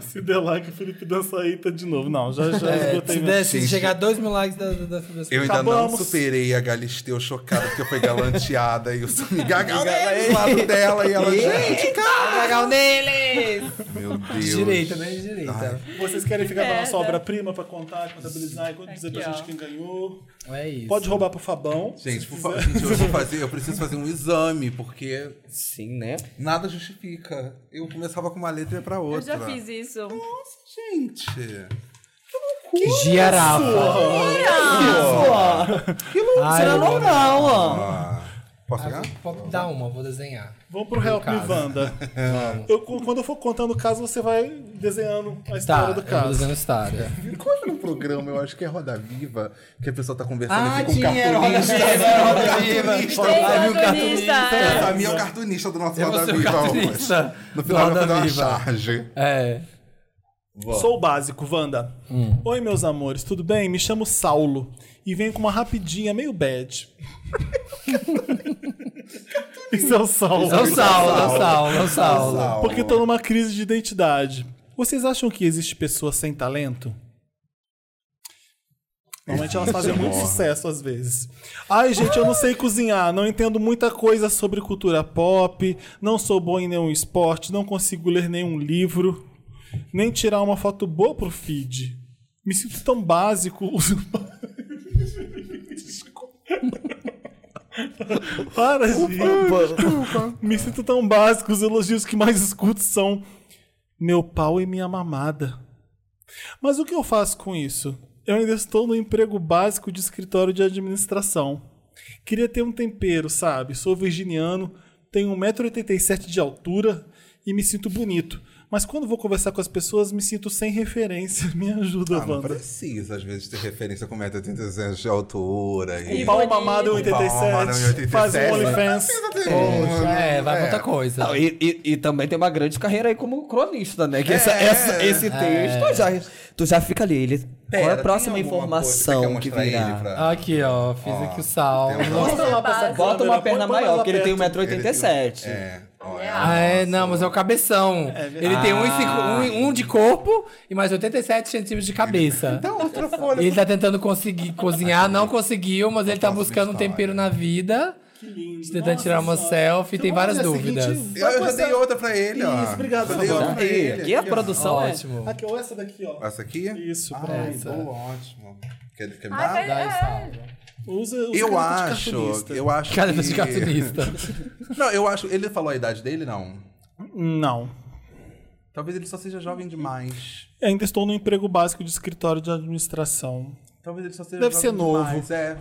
D: Se der like, o Felipe dança aí, tá de novo. Não, já, já
I: É,
D: esgotei
I: se,
D: meu-
I: der, se chegar a 2 mil likes da, da, da, das
E: Eu ainda não
D: Acabamos.
E: superei a Galisteu chocada porque eu fui galanteada e o Sami gagal do lado dela e ela. Gente,
I: Legal neles!
E: meu Deus.
I: Direita, né? Direita.
D: Vocês querem ficar com a nossa
B: Merda.
D: obra-prima pra contar, contabilizar e dizer pra
B: É, tá. Aqui, ó.
D: gente quem ganhou?
I: É isso.
D: Pode roubar pro Fabão.
E: Gente, por favor, gente, eu vou fazer, eu preciso fazer um exame, porque
C: Sim, né?
E: nada justifica. Eu começava com uma letra e ia pra
B: Eu
E: outra.
B: já fiz isso.
E: Nossa, gente.
I: Girarafa.
G: Será normal, ó.
E: Posso pegar?
I: Vou dar uma, vou desenhar.
D: Vamos pro Help Me
I: caso.
D: Wanda. Eu, cu- quando eu for contando o caso, você vai desenhando a história
I: Tá,
D: do
I: eu vou
D: caso.
I: desenhar história.
E: Qual era o programa? Eu acho que é Roda Viva, que a pessoa tá conversando
C: Ah,
E: aqui com o
C: tinha, era Roda
E: cartunista.
C: Viva,
E: Era o cartunista.
B: Tem
E: Ai, meu
B: protagonista.
E: O Sami é o cartunista do nosso
I: Eu
E: Roda
I: vou ser o
E: Viva.
I: cartunista
E: hoje. No
I: do
E: final, eu vou
I: Roda
E: dar uma
I: Viva.
E: charge.
I: É.
D: Sou o básico, Wanda. Oi, meus amores, tudo bem? Me chamo Saulo e venho com uma rapidinha meio bad. Isso é o Saulo.
I: Não sal, não sal, não sal.
E: Saulo.
D: Porque tô numa crise de identidade. Vocês acham que existe pessoa sem talento? Normalmente elas fazem muito sucesso às vezes. Ai, gente, eu não sei cozinhar, não entendo muita coisa sobre cultura pop, não sou bom em nenhum esporte, não consigo ler nenhum livro, nem tirar uma foto boa pro feed. Me sinto tão básico. Para, gente. Me sinto tão básico, os elogios que mais escuto são meu pau e minha mamada. Mas o que eu faço com isso? Eu ainda estou no emprego básico de escritório de administração. Queria ter um tempero, sabe? Sou virginiano, tenho 1,87m de altura e me sinto bonito. Mas quando vou conversar com as pessoas, me sinto sem referência. Me ajuda,
E: Ah, não
D: Wanda.
E: precisa, às vezes, ter referência com 1,86m de altura. E...
B: E
D: Pau
B: bonito.
D: mamada
E: Pau mamada
D: 1,87m. Faz um
E: 1,87.
D: OnlyFans.
E: Tá
I: Poxa, é, vai pra outra coisa.
C: Não, e, e- e também tem uma grande carreira aí como cronista, né? Que essa- essa- esse texto já, tu já fica ali. Ele, qual é a próxima informação que virá?
E: Ah,
I: Aqui, ó, fiz aqui o sal.
E: tem um uma-
C: Bota uma,
B: Básico.
C: bota uma perna
D: Põe mais
C: maior, porque ele tem
D: aberto.
C: 1,87m.
E: É, ó, é.
I: Ah, é, não, mas é o cabeção. ele tem um, e cinco- um, um de corpo e mais 87 centímetros de cabeça.
E: Dá Então, outra folha.
I: Ele tá tentando conseguir cozinhar, não conseguiu, mas ele tá
E: faço
I: buscando um
E: história.
I: tempero na vida.
D: Que lindo.
A: tá
I: Tentando tirar uma
D: Nossa
I: selfie, tem
D: Então,
I: várias
D: olha,
I: dúvidas.
D: seguinte,
E: Eu, eu já
D: Vai
E: dei
D: passar-
E: outra pra ele, ó.
D: Isso, obrigado,
E: Já dei outra pra
C: Aí,
E: ele. um
C: aqui a
E: ó.
C: produção é.
I: Ótimo.
D: Aqui, ou essa daqui, ó.
E: Essa aqui?
D: Isso,
E: Ah,
D: pronto.
E: boa, ótimo. Quer, quer me
B: Ai,
E: dar?
B: vai-
I: Dá
B: é.
I: salve.
D: Usa, usa
E: Eu
D: caneta de
E: acho,
D: cartunista.
E: eu acho
I: Cara
E: que...
I: de cartunista.
E: Não, eu acho... Ele falou a idade dele, não.
D: Não.
E: Talvez ele só seja jovem demais.
D: Eu ainda estou no emprego básico de escritório de administração.
E: Talvez ele só seja
D: Deve
E: jovem
D: ser novo.
E: demais, é.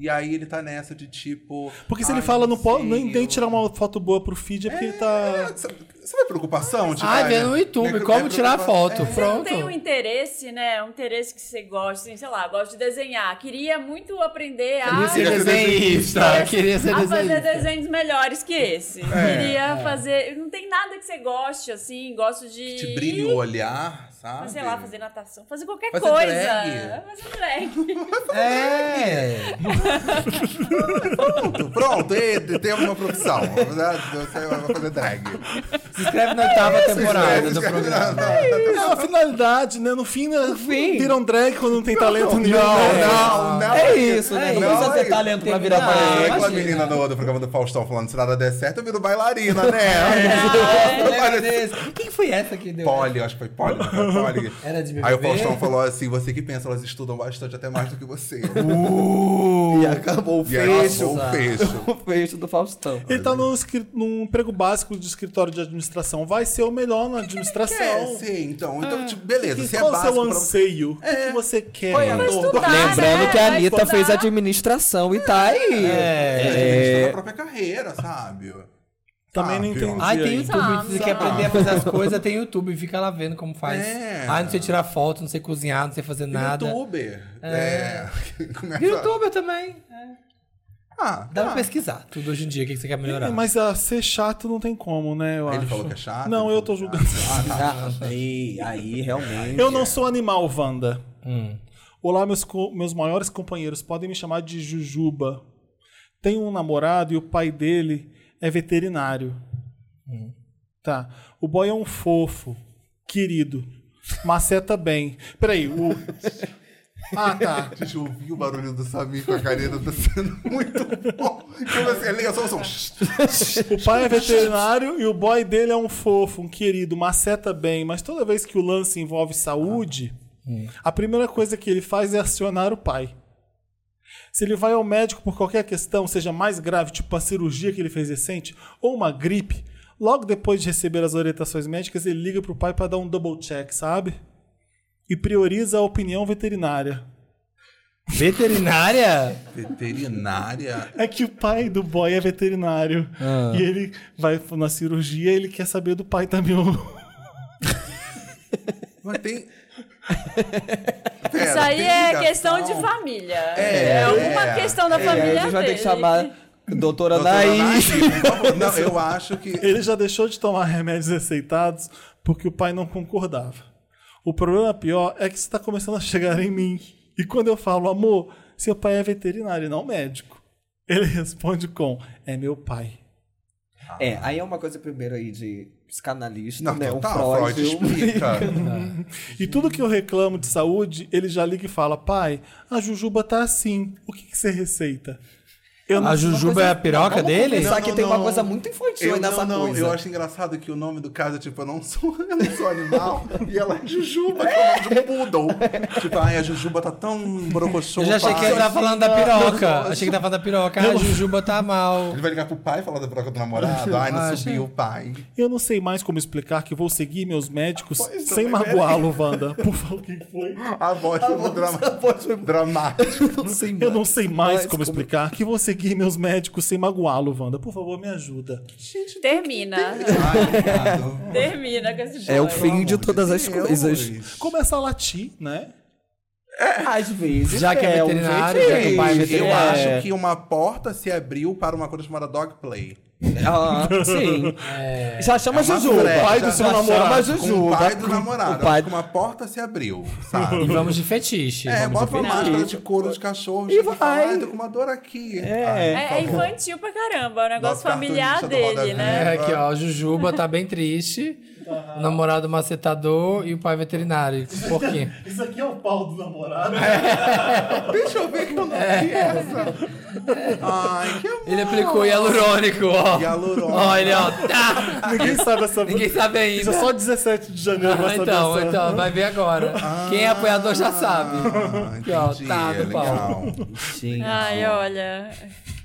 E: E aí ele tá nessa de tipo...
D: Porque se
E: ai,
D: ele fala, não é pode
E: sei,
D: nem, nem
E: eu-
D: tirar uma foto boa pro feed, é porque ele tá.
E: Sabe sabe a preocupação? Tipo,
I: Ai,
E: ai,
I: vê
E: né?
I: no
E: Minha
I: YouTube,
E: cru-
I: como
E: minha
I: tirar
E: preocupa-
I: foto.
B: Você não
I: Pronto.
B: tem um interesse, né? Um interesse que você gosta, assim, sei lá, gosto de desenhar. Queria muito aprender a,
I: Queria ser
E: ser
I: desenhista. Queria ser
B: a fazer
I: desenhista.
B: desenhos melhores que esse.
I: É,
B: Queria fazer. Não tem nada que você goste, assim, gosto de.
E: É. Te brilha o olhar, sabe?
B: Sei lá, fazer natação, fazer qualquer
E: Fazer
B: coisa.
E: drag.
B: Fazer drag.
I: É.
E: Pronto, pronto. E, tem uma profissão. Você vai fazer drag.
I: Se inscreve na oitava temporada do
E: Escreve-
I: programa.
D: É uma finalidade, né? No fim, né? viram drag quando não tem talento nenhum. né?
E: Não, não, não.
C: É isso, né? Não
E: Não,
C: precisa
E: é
C: ter
E: isso.
C: talento pra virar
E: Ah, é
C: parede.
E: aquela menina do, do programa do Faustão falando se nada der certo, eu
B: É,
E: viro bailarina, né?
I: Quem foi essa que deu?
E: Polly, acho que foi Polly. né? Olha.
A: Era de me
E: Aí o
A: ver?
E: Faustão falou assim: você que pensa, elas estudam bastante, até mais do que você.
J: E acabou o
E: e aí
J: fecho.
E: passou o fecho.
C: O fecho do Faustão.
D: Ele tá num, escri- num emprego básico de escritório de administração. Vai ser o melhor na
E: É,
D: administração.
E: sim, então. Então, tipo, beleza,
D: Ah. E
E: se é
D: qual o
E: básico
D: seu
E: pra você.
D: anseio? O que você quer?
B: Vai estudar,
K: Lembrando
B: né?
K: que a
B: Vai
K: Anitta
B: estudar.
K: fez administração e tá aí. É.
E: É, a gente tá na própria carreira, sabe?
D: Também não
E: Ah,
D: entendi.
E: pior.
A: Ai, tem
D: ainda.
B: Sabe,
A: YouTube. Se você quer
B: sabe.
A: aprender a fazer as coisas, tem YouTube. Fica lá vendo como faz.
E: É.
A: Ai, não sei tirar foto, não sei cozinhar, não sei fazer nada.
E: Youtuber. É. Começa...
A: Youtuber também.
E: Ah,
A: Dá pra
E: tá.
A: pesquisar tudo hoje em dia, o que que você quer melhorar.
D: Mas a ser chato não tem como, né? Eu
E: Ele
D: acho.
E: falou que é Ah, tá. chato.
D: Não, eu tô julgando.
J: Aí, aí, realmente.
D: Eu não sou animal, Wanda. Olá, meus, co- meus maiores companheiros. Podem me chamar de Jujuba. Tenho um namorado e o pai dele é veterinário. Tá. O boy é um fofo, querido. Maceta bem. Peraí, o. Ah, tá.
E: A gente ouviu o barulho do Samir com a careta, tá sendo muito bom. Como assim, a ligação são.
D: O pai é veterinário e o boy dele é um fofo, um querido, maceta bem, mas toda vez que o lance envolve saúde, a primeira coisa que ele faz é acionar o pai. Se ele vai ao médico por qualquer questão, seja mais grave, tipo a cirurgia que ele fez recente, ou uma gripe, logo depois de receber as orientações médicas, ele liga pro pai para dar um double check, sabe? E prioriza a opinião veterinária.
A: Veterinária?
E: Veterinária.
D: É que o pai do boy é veterinário. E ele vai na cirurgia e ele quer saber do pai também. o-
E: Mas tem.
B: Isso aí é questão de família. É, alguma
E: é.
B: questão da
C: É,
B: família
C: a gente vai ter
B: dele.
C: que chamar a doutora
E: Daí.
C: Anaís.
E: Não, eu acho que.
D: Ele já deixou de tomar remédios receitados porque o pai não concordava. O problema pior é que isso está começando a chegar em mim. E quando eu falo, amor, seu pai é veterinário, e não médico. Ele responde com, é meu pai.
C: É, aí é uma coisa primeiro aí de psicanalista,
E: Ah, Não,
C: né?
E: total,
C: um Freud.
E: Freud
C: um-
E: explica.
D: E tudo que eu reclamo de saúde, ele já liga e fala, pai, a Jujuba tá assim, o que, que você receita? Eu
A: A Jujuba é a piroca dele?
C: Só
E: Não,
C: que
E: não,
C: tem uma
E: não.
C: coisa muito infantil
E: Eu
C: aí nessa
E: não, não,
C: coisa.
E: eu acho engraçado que o nome do caso é tipo, eu não sou, eu não sou animal, e ela é Jujuba, que é o nome de um poodle. Tipo, ai, a Jujuba tá tão brocochô.
A: Eu já achei que ele tava falando da piroca. Achei que tava falando da piroca. Ah, a Jujuba tá mal.
E: Ele vai ligar pro pai e falar da broca do namorado, ai, não
A: Ah,
E: subiu o pai.
D: Eu não sei mais como explicar que vou seguir meus médicos sem magoá-lo, Wanda. Por favor, o que foi?
E: A voz do drama... dramático.
D: Eu não sei mais como explicar que vou seguir meus médicos sem magoá-lo, Wanda. Por favor, me ajuda.
B: Termina. Termina com esse
K: É o
B: boy.
K: fim de todas as
E: Deus.
K: coisas.
D: Começa a latir, é né?
C: Às vezes.
A: Já que é
C: um
A: veterinário,
C: jeitinho.
A: já que o pai é
E: Eu
A: veterinário.
E: acho que uma porta se abriu para uma coisa chamada dog play. É
C: Ah, sim.
A: É.
C: Já chama
E: uma
C: Jujuba.
E: brecha.
C: pai do seu
E: Já
C: namorado.
E: chama
C: Jujuba.
E: Com o pai do
C: Com-
E: namorado.
C: o pai-
E: Acho que uma porta se abriu, sabe?
A: E vamos de fetiche.
E: É,
A: vamos de
E: bota uma
A: fetiche.
E: máscara de couro de cachorro.
C: E
E: chega E fala,
C: vai.
E: ai, tô com uma dor aqui.
C: É.
E: Ai, por
B: É, é
E: favor.
B: infantil pra caramba, é um negócio
E: Nosso
B: familiar
E: cartunista do Roda
B: dele,
E: Viva.
B: né?
A: É, aqui, ó. A Jujuba tá bem triste. O namorado macetador e o pai veterinário. um Porquinho.
D: Isso aqui é o pau do namorado.
E: Deixa eu ver que eu não vi essa. É. Ai, que amor.
A: Ele aplicou hialurônico, ó.
E: Hialurônico.
A: Ó, ele, ó. Tá.
D: Ninguém sabe essa
A: Ninguém sabe
D: Isso
A: ainda.
D: é só 17 de janeiro vai saber
A: então,
D: essa.
A: então, vai ver agora. Quem é apoiador já sabe.
E: Ah,
A: Aqui, ó,
E: entendi.
A: tá, do
E: legal.
B: Ai, olha.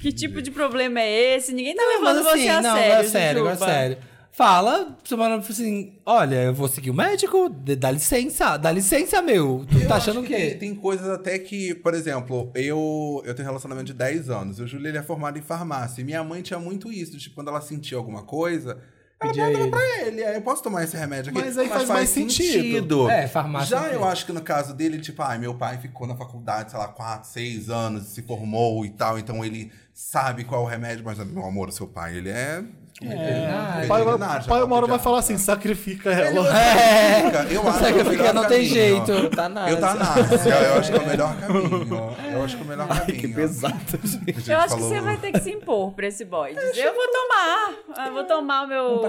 B: Que tipo de problema é esse? Ninguém tá
A: Não,
B: levando
A: mas assim,
B: você a
A: não,
B: sério.
A: agora é sério, agora é
B: Jujuba.
A: sério. Fala, semana assim, olha, eu vou seguir o médico, d- dá licença, dá licença, meu. Tu tá achando o
E: Porque
A: quê?
E: tem coisas até que, por exemplo, eu, eu tenho um relacionamento de 10 anos. E o Júlio ele é formado em farmácia. E minha mãe tinha muito isso. Tipo, quando ela sentia alguma coisa, ela
A: Pedia
E: perguntava
A: ele.
E: pra ele. "Ah, Eu posso tomar esse remédio aqui?
D: Mas aí faz mais sentido.
A: É, farmácia
E: Já
A: tem.
E: eu acho que no caso dele, tipo, ai, meu pai ficou na faculdade, sei lá, 4, 6 anos, se formou e tal. Então ele sabe qual é o remédio. Mas, meu amor, o seu pai, ele é...
D: O
E: veterinário,
D: pai, vai- pai
E: já
D: uma hora vai
E: pediatra.
D: falar assim, sacrifica ela.
A: É,
E: Eu acho que é o
A: sacrifica,
E: melhor
A: não tem
E: caminho, ó.
A: jeito.
C: Tá na
E: Eu tá
C: área.
E: na Ásia, eu acho que é o melhor caminho. Eu Eu acho que o melhor caminho.
L: Que pesado, gente.
B: Eu acho que você vai ter que se impor pra esse boy. Dizer, eu vou tomar. ah, Vou tomar o meu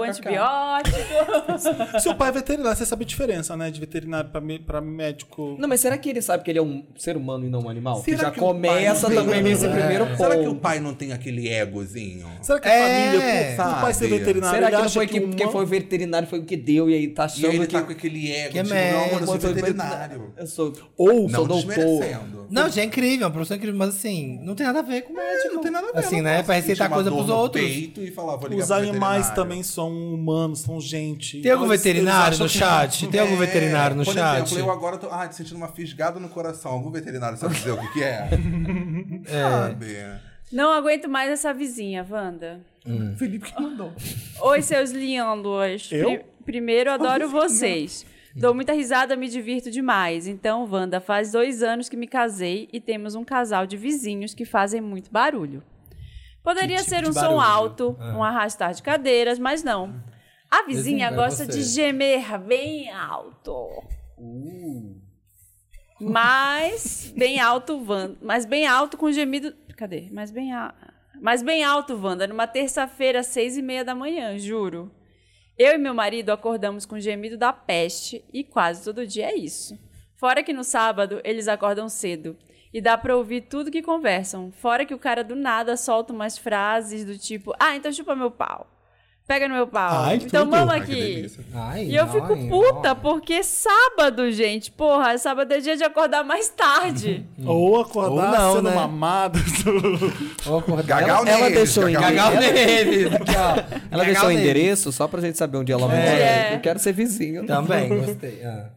B: antibiótico.
D: Seu pai é veterinário, você sabe a diferença, né? De veterinário pra, mé- pra médico.
C: Não, mas será que ele sabe que ele é um ser humano e não um animal? Que
E: Será
C: já
E: que o pai
C: começa
E: não tem-
C: também nesse primeiro ponto.
E: Será que o pai não tem aquele egozinho?
D: Será que a família, por o pai ser
E: sabe.
D: veterinário, ele
C: Será que não
D: acha
C: foi que,
D: o
C: quem
D: humano-
C: foi veterinário foi o que deu e aí tá
E: E
C: achando
E: aí ele
C: que...
E: tá com aquele ego,
A: que
E: tipo,
A: é
E: não, mano, eu sou
C: merda.
E: veterinário.
C: Eu sou...
D: Ou
E: Não
C: sou doutor.
E: desmerecendo.
A: Não, já é incrível, é uma profissão incrível, mas assim, não tem nada a ver com médico.
E: É, não tem nada a ver.
A: Assim,
E: eu não
A: né?
E: posso
A: Pra receitar
E: sentir uma
A: coisa
E: dor
A: pros
E: no
A: outros.
E: peito e falar, vou ligar
D: Os
E: pro
D: animais
E: veterinário.
D: também são humanos, são gente.
A: Tem algum
D: Eles- eles
A: veterinário
D: acham
A: no
D: que-
A: chat? Tem algum
E: É,
A: veterinário no
E: por
A: chat?
E: exemplo, eu agora tô ah, tô sentindo uma fisgada no coração. Algum veterinário sabe dizer o que, que é? Sabe?
B: Não aguento mais essa vizinha, Wanda.
A: Hum.
B: Felipe que mandou. Oi, seus lindos.
D: Eu?
B: primeiro, adoro vocês. Dou muita risada, me divirto demais. Então, Wanda, faz dois anos que me casei e temos um casal de vizinhos que fazem muito barulho. Poderia
A: Que tipo
B: ser
A: de
B: um som
A: barulho? Ah.
B: alto, um arrastar de cadeiras, mas não. A vizinha
A: Desenho, vai
B: gosta
A: você.
B: de gemer bem alto. Mas bem alto, Wanda. Mas bem alto com gemido. Cadê? Mas bem alto. Mas bem alto, Wanda, numa terça-feira, seis e meia da manhã, juro. Eu e meu marido acordamos com gemido da peste e quase todo dia é isso. Fora que no sábado eles acordam cedo e dá pra ouvir tudo que conversam. Fora que o cara do nada solta umas frases do tipo: Ah, então chupa meu pau. Pega no meu pau.
A: Ai,
B: então
A: tudo.
B: mama
E: Ai, que
B: aqui.
E: delícia.
A: Ai,
B: E eu
A: ai,
B: fico
A: ai.
B: puta, porque é sábado, gente, porra, sábado é dia de acordar mais tarde.
D: Ou acordar
A: Ou não,
D: sendo
A: né?
D: mamado.
L: Vou acordar.
E: Gagal
L: Ela, ela
E: neles,
L: deixou o
E: Gagal
L: endereço.
A: Cagar nele.
L: Ela
A: Gagal
L: deixou o
A: neles.
L: endereço só pra gente saber onde ela mora.
B: É.
L: Eu quero ser vizinho.
A: Também, gostei. Ah.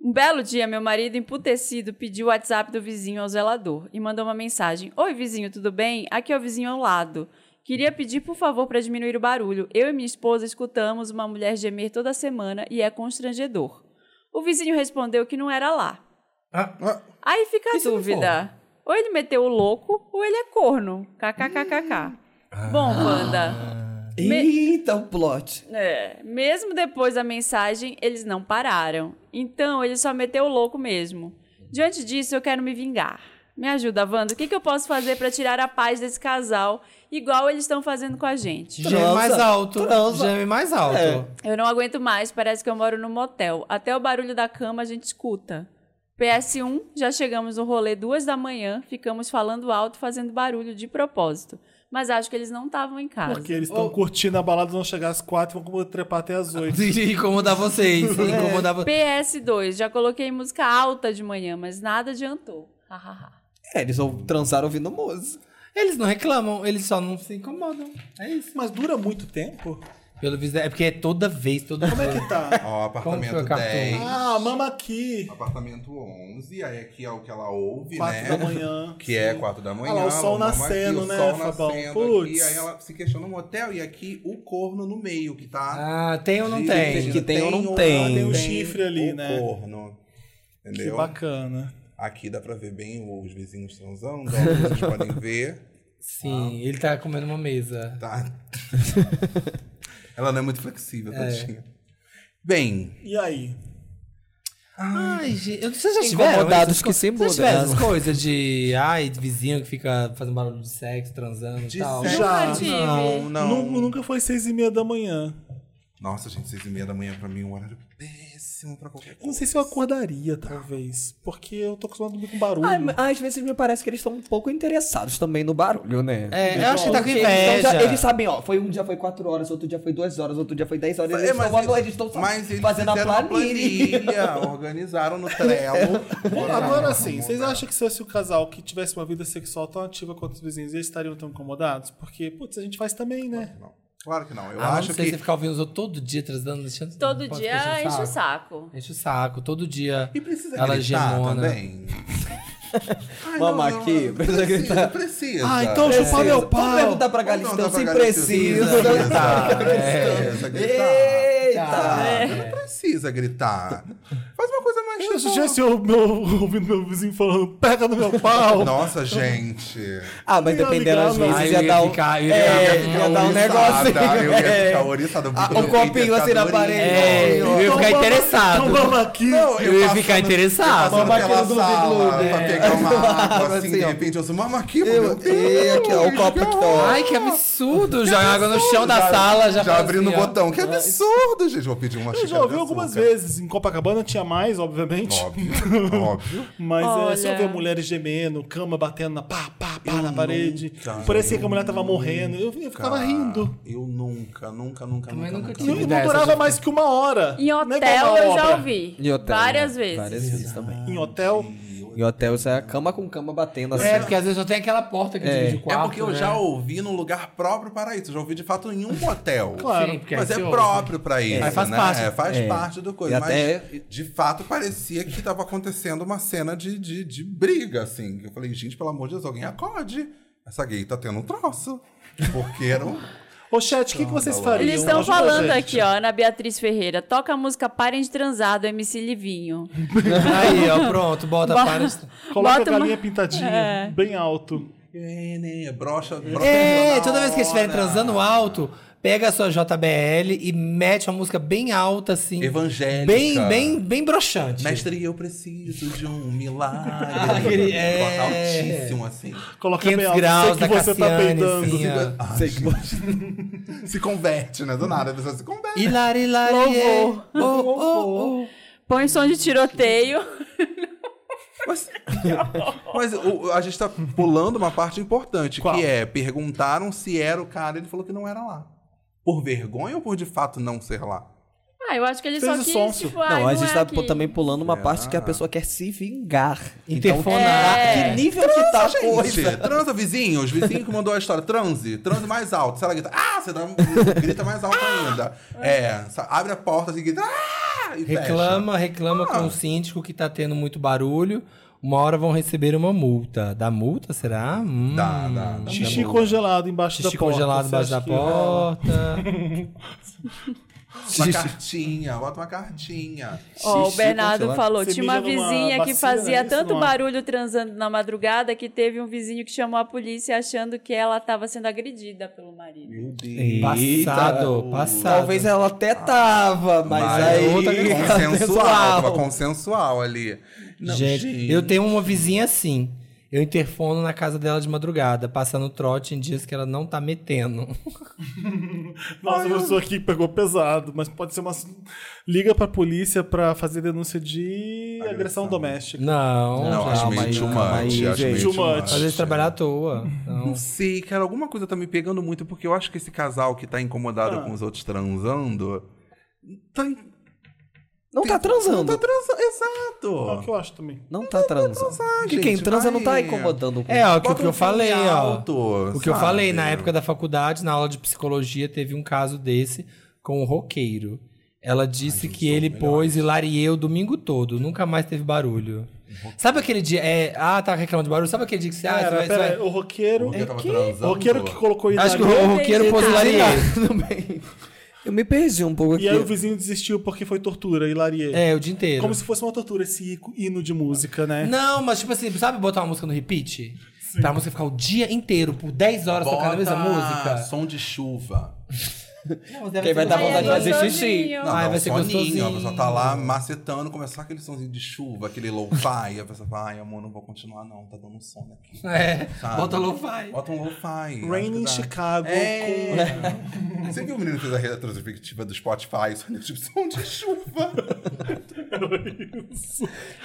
B: Um belo dia, meu marido, emputecido, pediu o WhatsApp do vizinho ao zelador e mandou uma mensagem: Oi, vizinho, tudo bem? Aqui é o vizinho ao lado. Queria pedir, por favor, para diminuir o barulho. Eu e minha esposa escutamos uma mulher gemer toda semana e é constrangedor. O vizinho respondeu que não era lá. Aí fica a
L: E se não
B: dúvida. Ou ele meteu o louco ou ele é corno. KKKKK. Bom, Wanda. me-
L: Eita, tá o plot.
B: é, mesmo depois da mensagem, eles não pararam. Então, ele só meteu o louco mesmo. Diante disso, eu quero me vingar. Me ajuda, Wanda. O que, que eu posso fazer pra tirar a paz desse casal, igual eles estão fazendo com a gente?
A: Geme mais alto. Geme mais alto.
B: Eu não aguento mais, parece que eu moro num motel. Até o barulho da cama a gente escuta. PS1, já chegamos no rolê duas da manhã, ficamos falando alto, fazendo barulho de propósito. Mas acho que eles não estavam em casa.
D: Porque eles estão curtindo a balada, vão chegar às quatro e vão trepar até às oito.
A: Incomodar vocês. Incomodar vocês.
B: PS2, já coloquei música alta de manhã, mas nada adiantou. Hahaha.
L: É, eles vão transar ouvindo música.
A: Eles não reclamam, eles só não se incomodam. É isso.
D: Mas dura muito tempo.
A: Pelo visto, é porque é toda vez, toda
D: Como é que tá?
E: Ó, apartamento
A: Como que foi o
E: 10.
D: ah, mama aqui.
E: Apartamento 11, aí aqui é o que ela ouve,
D: Quatro
E: né?
D: da manhã.
E: Que é 4 da manhã.
D: Ah lá, o sol
E: ela mama
D: nascendo,
E: aqui,
D: né,
E: O sol
D: Fabão?
E: nascendo
D: Putz.
E: aqui, aí ela se questiona no motel e aqui o corno no meio, que tá...
A: Ah, tem ou não
E: Sim,
A: tem?
L: que tem ou não
E: o-
L: tem.
E: ah,
D: Tem o chifre ali,
E: o
D: né?
E: corno.
D: Que
E: Entendeu?
D: bacana.
E: Aqui dá pra ver bem os vizinhos transando, ó, vocês podem ver.
A: Sim, ele tá comendo uma mesa.
E: Tá. Ela não é muito flexível, tadinha. Bem,
D: E aí?
A: Ai, gente. eu- Vocês já
L: Incomodados
A: essas
L: que se
A: co- Vocês
L: mudam,
A: tiveram
L: né?
A: essas coisas de. Ai, de vizinho que fica fazendo barulho de sexo, transando e
E: de
A: tal.
E: sexo,
D: Já.
B: Nunca tive.
E: não, não.
D: Nunca, nunca foi seis e meia da manhã.
E: Nossa, gente, seis e meia da manhã pra mim é um horário péssimo pra qualquer
D: Eu Não
E: coisa.
D: sei se eu acordaria, talvez. Porque eu tô acostumado a dormir com barulho.
L: Ai, mas- às vezes me parece que eles estão um pouco interessados também no barulho, né?
A: É, eu acho que tá com
C: Porque eles,
A: inveja.
C: tão- eles sabem, ó, foi um dia foi 4 horas, outro dia foi 2 horas, outro dia foi 10 horas. eles estão eles estão só
E: É, mas eles
C: fazendo a
E: fizeram uma
C: planilha.
E: planilha, organizaram no Trello.
D: Bom, Agora sim, vocês acham que se fosse o casal que tivesse uma vida sexual tão ativa quanto os vizinhos, eles estariam tão incomodados? Porque, putz, a gente faz também, né?
E: Não, claro que não. Eu
A: Ah,
E: acho
A: não sei
E: que.
A: se ficar ouvindo os outros todo dia transando, deixando.
B: Todo
A: pode ficar
B: dia enche o saco.
A: Enche o saco, todo dia.
E: E precisa
A: Ela
E: gritar
A: gemona.
E: também. Ai,
L: Mama aqui,
E: não
L: precisa gritar.
E: Precisa.
D: Ah, então chupar meu
L: Vamos
D: pau!
L: perguntar pra
E: Vamos
L: Galistão
E: dar
L: se
E: pra
L: precisa.
E: Galistão.
L: Eita!
C: É.
E: né? Precisa gritar. Não precisa gritar. Faz uma coisa mais
D: Eu tivesse o meu- ouvindo meu vizinho falando, pega no meu pau.
E: Nossa, gente.
C: Ah, mas
D: Não,
C: dependendo às
D: ligava.
C: vezes
A: Aí
C: ia
A: eu ia
C: dar um...
A: ficar- eu ia
C: é,
E: Eu ia
C: ia
E: ficar
C: dar um
E: ouriçada,
C: negócio.
E: Eu ia ficar oriçada.
C: Ah, um copinho assim na parede.
A: É, eu
E: um
A: ia ficar
D: Então
A: interessado.
D: vamos aqui.
E: Não,
A: Eu ia ficar interessado.
E: Passando
M: Mamaquinha
E: pela
M: do
E: sala
M: Gloob Gloob,
E: pra
M: é.
E: pegar uma água, assim,
C: Assim,
E: de
C: ó.
E: repente eu sou mama aqui,
C: Eu, e aqui, ó, o copo que tá... ó. tá
A: Ai, que absurdo! Jogar água no chão da sala, já assim,
E: Já
A: fazia.
E: abri no
C: assim,
E: botão. Que absurdo, gente. Vou pedir uma
D: Eu
E: xícara
D: já ouvi
E: de
D: algumas
E: açúcar.
D: vezes. Em Copacabana tinha mais, obviamente.
E: Óbvio, óbvio.
D: Mas é, se eu
B: Olha.
D: ver mulheres gemendo, cama batendo na pá, pá, pá na
E: Eu
D: parede.
E: nunca,
D: Parecia que a mulher tava morrendo. Eu, eu ficava rindo.
E: Eu nunca, nunca, nunca,
A: Também
E: nunca,
A: nunca
D: E eu
A: tive.
D: não
A: dessas,
D: durava
A: gente.
D: mais que uma hora.
B: Em
D: Não é igual
B: hotel
D: uma
B: eu já
D: obra.
B: ouvi.
C: Em hotel,
B: várias
C: né?
B: vezes.
C: Várias vezes também.
D: Em hotel.
C: Em hotel, você é cama com cama batendo assim.
A: É, porque às vezes só tem aquela porta que divide o
E: É
A: quarto.
E: porque eu
A: né?
E: já ouvi num lugar próprio para isso. Eu já ouvi de fato em um hotel.
D: Claro.
A: Sim, porque aí
E: Mas é
A: você ouve.
E: próprio pra isso,
A: Mas faz
E: né?
A: parte.
E: É, faz
C: É.
E: parte do coisa.
C: E
E: Mas,
C: até-
E: de fato, parecia que tava acontecendo uma cena de, de, de briga, assim. Eu falei, gente, pelo amor de Deus, alguém acorde. Essa gay tá tendo um troço. Porque era um...
D: Ô, chat, o que, que vocês
A: é.
D: fariam?
B: Eles estão
D: Ajuda a
B: falando
D: gente.
B: aqui, ó, na Beatriz Ferreira. Toca a música Parem de Transar, do MC Livinho.
A: Aí, ó, pronto, bota a para.
D: Coloca
B: Bota
D: a
B: uma- É.
D: galinha pintadinha, bem alto.
E: É, né? Brocha, brocha
A: É,
E: na
A: toda vez que eles estiverem
E: hora.
A: transando alto, pega a sua JBL e mete uma música bem alta, assim.
E: Evangélica.
A: Bem, bem, bem broxante.
E: Mestre, eu preciso de um milagre.
C: aquele-
E: Bota altíssimo, assim.
D: Coloca
A: 500
D: bem alto.
A: graus
D: sei que
A: da
D: você tá
A: Cassiane,
D: peidando.
A: assim, ó.
E: Ah, gente. se converte, né? Do nada, a pessoa se converte.
A: Hilari, hilari,
B: Louvor.
A: é. Oh, oh, oh.
B: Põe um som de tiroteio.
E: Mas, mas o- a gente tá pulando uma parte importante,
D: Qual?
E: que é, perguntaram se era o cara, ele falou que não era lá. Por vergonha ou por de fato não ser lá?
B: Ah, eu acho que ele
D: Fez
B: só
D: o
B: quis,
D: sonso.
B: tipo, ai,
C: Não, a
B: não
C: gente
B: é
C: tá
B: aqui.
C: também pulando uma parte que a pessoa quer se vingar. Então,
A: Interfonar. Ah,
B: É.
C: que nível que tá a
E: Gente,
C: coisa?
E: transa vizinhos, vizinho que mandou a história, transe, transe mais alto. Se ela grita, ah, você dá, um- grita mais alto ainda. É, sa- abre a porta assim, grita, ah, e fecha.
A: Reclama, reclama com o síndico que tá tendo muito barulho. Uma hora vão receber uma multa. Da multa, será? Hum.
E: Dá, dá, dá.
D: Xixi congelado embaixo
A: Tá Xixi
D: da porta.
A: congelado
D: você
A: embaixo da
D: acha que- é?
A: porta.
E: Uma cartinha, bota uma cartinha.
B: Ó, o
C: Xixi
B: Bernardo
C: congelado.
B: falou,
D: Você
B: tinha uma
D: mija numa
B: vizinha que
D: bacia,
B: fazia
D: é isso,
B: tanto
D: numa-
B: barulho transando na madrugada que teve um vizinho que chamou a polícia achando que ela estava sendo agredida pelo marido.
E: Meu Deus.
A: Passado, passado.
C: Talvez ela até tava, mas,
E: Mas
C: aí...
E: outra é
C: Sensual.
E: consensual, tava consensual ali. Não,
A: gente, eu tenho uma vizinha assim. Eu interfono na casa dela de madrugada, passando trote em dias que ela não tá metendo.
D: Nossa, eu sou aqui que pegou pesado, mas pode ser uma. Liga pra polícia pra fazer denúncia de agressão, doméstica.
A: Não,
E: Não, acho
A: calma
E: meio
A: aí,
E: too
A: calma aí.
E: much. Acho meio
D: Too
E: too
D: much.
E: much.
A: Às vezes trabalhar à toa. então. Não.
E: Não sei, cara, alguma coisa tá me pegando muito, porque eu acho que esse casal que tá incomodado
D: Ah.
E: com os outros transando. Tá, in-
C: Não tá
E: não tá
C: transando.
E: transando.
D: É o que
E: Exato.
D: eu acho também.
C: Não tá transando. Porque
E: gente,
C: quem transa
E: vai.
C: não tá incomodando.
A: É, ó, que
E: Bota
A: o que eu
E: um fone
A: falei, ó.
E: alto,
A: O que eu
E: sabe?
A: falei, na época da faculdade, na aula de psicologia, teve um caso desse com um roqueiro. Ela disse que ele pôs hilariei o domingo todo, nunca mais teve barulho.
E: Um
A: Sabe aquele dia. é, ah, tá reclamando de barulho? Sabe aquele dia que você. Ah, você
D: Cara,
A: vai, você
D: pera,
A: vai-
D: o roqueiro.
A: é
E: O que eu tava
D: O
E: transando.
D: roqueiro que colocou ele
A: Acho que o roqueiro pôs hilariei.
E: Tá,
C: Eu me perdi um pouco aqui.
D: E aí o vizinho desistiu porque foi tortura, hilarie.
A: É, o dia inteiro.
D: Como se fosse uma tortura esse hino de música, né?
A: Não, mas tipo assim, sabe botar uma música no repeat? Pra música ficar o dia inteiro, por 10 horas tocando a mesma
E: Bota
A: música.
E: Som de chuva.
C: Quem vai dar
B: Ai, é
D: tá
C: vontade de fazer xixi?
B: gostosinho.
E: Não,
A: Ai,
E: não,
A: Ah, vai ser
E: soninho,
A: gostosinho.
E: a pessoa tá lá macetando, começar aquele somzinho de chuva, aquele low-fi, a pessoa fala, ai amor, não vou continuar não, tá dando sono aqui.
A: É,
E: Sabe?
A: bota lo-fi.
E: Bota um lo-fi.
D: Rain in
E: acho que dá.
D: Chicago.
E: É. Você viu o menino que fez a retrospectiva do Spotify? Só deu tipo som de chuva.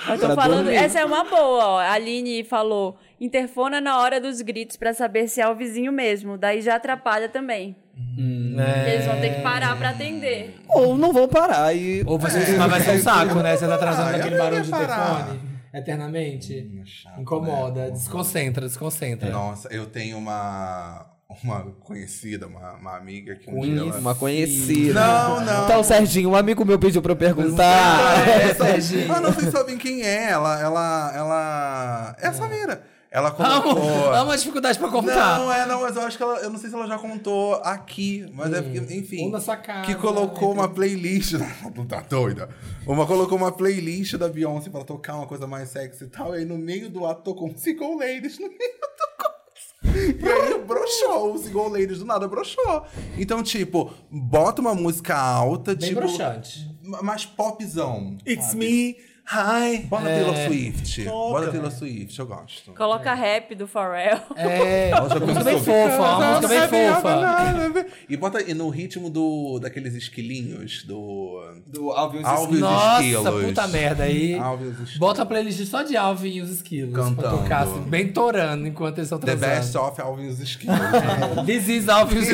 B: Eu tô falando, essa é uma boa, ó. A Aline falou, interfona na hora dos gritos pra saber se é o vizinho mesmo. Daí já atrapalha também.
E: Hum,
B: Porque Eles vão ter que parar pra atender.
C: Ou não vão parar. E...
A: Ou vai ser, mas vai ser um saco, né? Você tá atrasando
E: Ah, eu
A: aquele
E: não
A: barulho
E: ia
A: de
E: parar. Hum, é
A: telefone eternamente.
E: chato,
A: Incomoda,
E: né? É.
A: desconcentra, desconcentra.
E: Nossa, eu tenho uma, uma conhecida, uma, uma amiga que um dia ela...
C: Uma conhecida.
E: Não, não.
C: Então, Serginho, um amigo meu pediu pra eu
A: Ah,
C: perguntar.
E: Ah, não, vocês sabem quem é. Ela, ela, ela... É a Samira. Ela colocou.
A: Amo, amo a dificuldade pra contar.
E: Não, é, não, mas eu acho que ela. Eu não sei se ela já contou aqui, mas é porque, enfim.
A: Hum, Ou na sua casa,
E: que colocou
A: né?
E: uma playlist. Não tá doida. Uma colocou uma playlist da Beyoncé pra tocar uma coisa mais sexy e tal. E aí no meio do ato tocou um Single Ladies no meio e aí broxou, os Single Ladies do nada broxou. Então, tipo, bota uma música alta,
A: Bem
E: tipo.
A: broxante.
E: ma- Mais popzão.
D: It's me, hi.
E: Bota Taylor
A: É.
E: Swift.
D: Toca,
E: Bota Taylor Swift, eu gosto.
B: Coloca rap do Pharrell.
A: É.
E: Nossa,
A: Uma música bem
E: começou.
A: fofa, uma música é bem
E: é
A: fofa.
E: né? E bota e no ritmo do daqueles esquilinhos do
N: Do Alvin
E: Alvin e os
A: Nossa,
E: esquilos.
A: puta merda aí.
E: Alvin e os esquilos.
A: Bota a playlist só de Alvin e os esquilos. Pra
E: Cantando.
A: tocar, assim, bem torando enquanto eles estão
E: The
A: transando.
E: Best of Alvin e os esquilos.
A: This is Alvin e os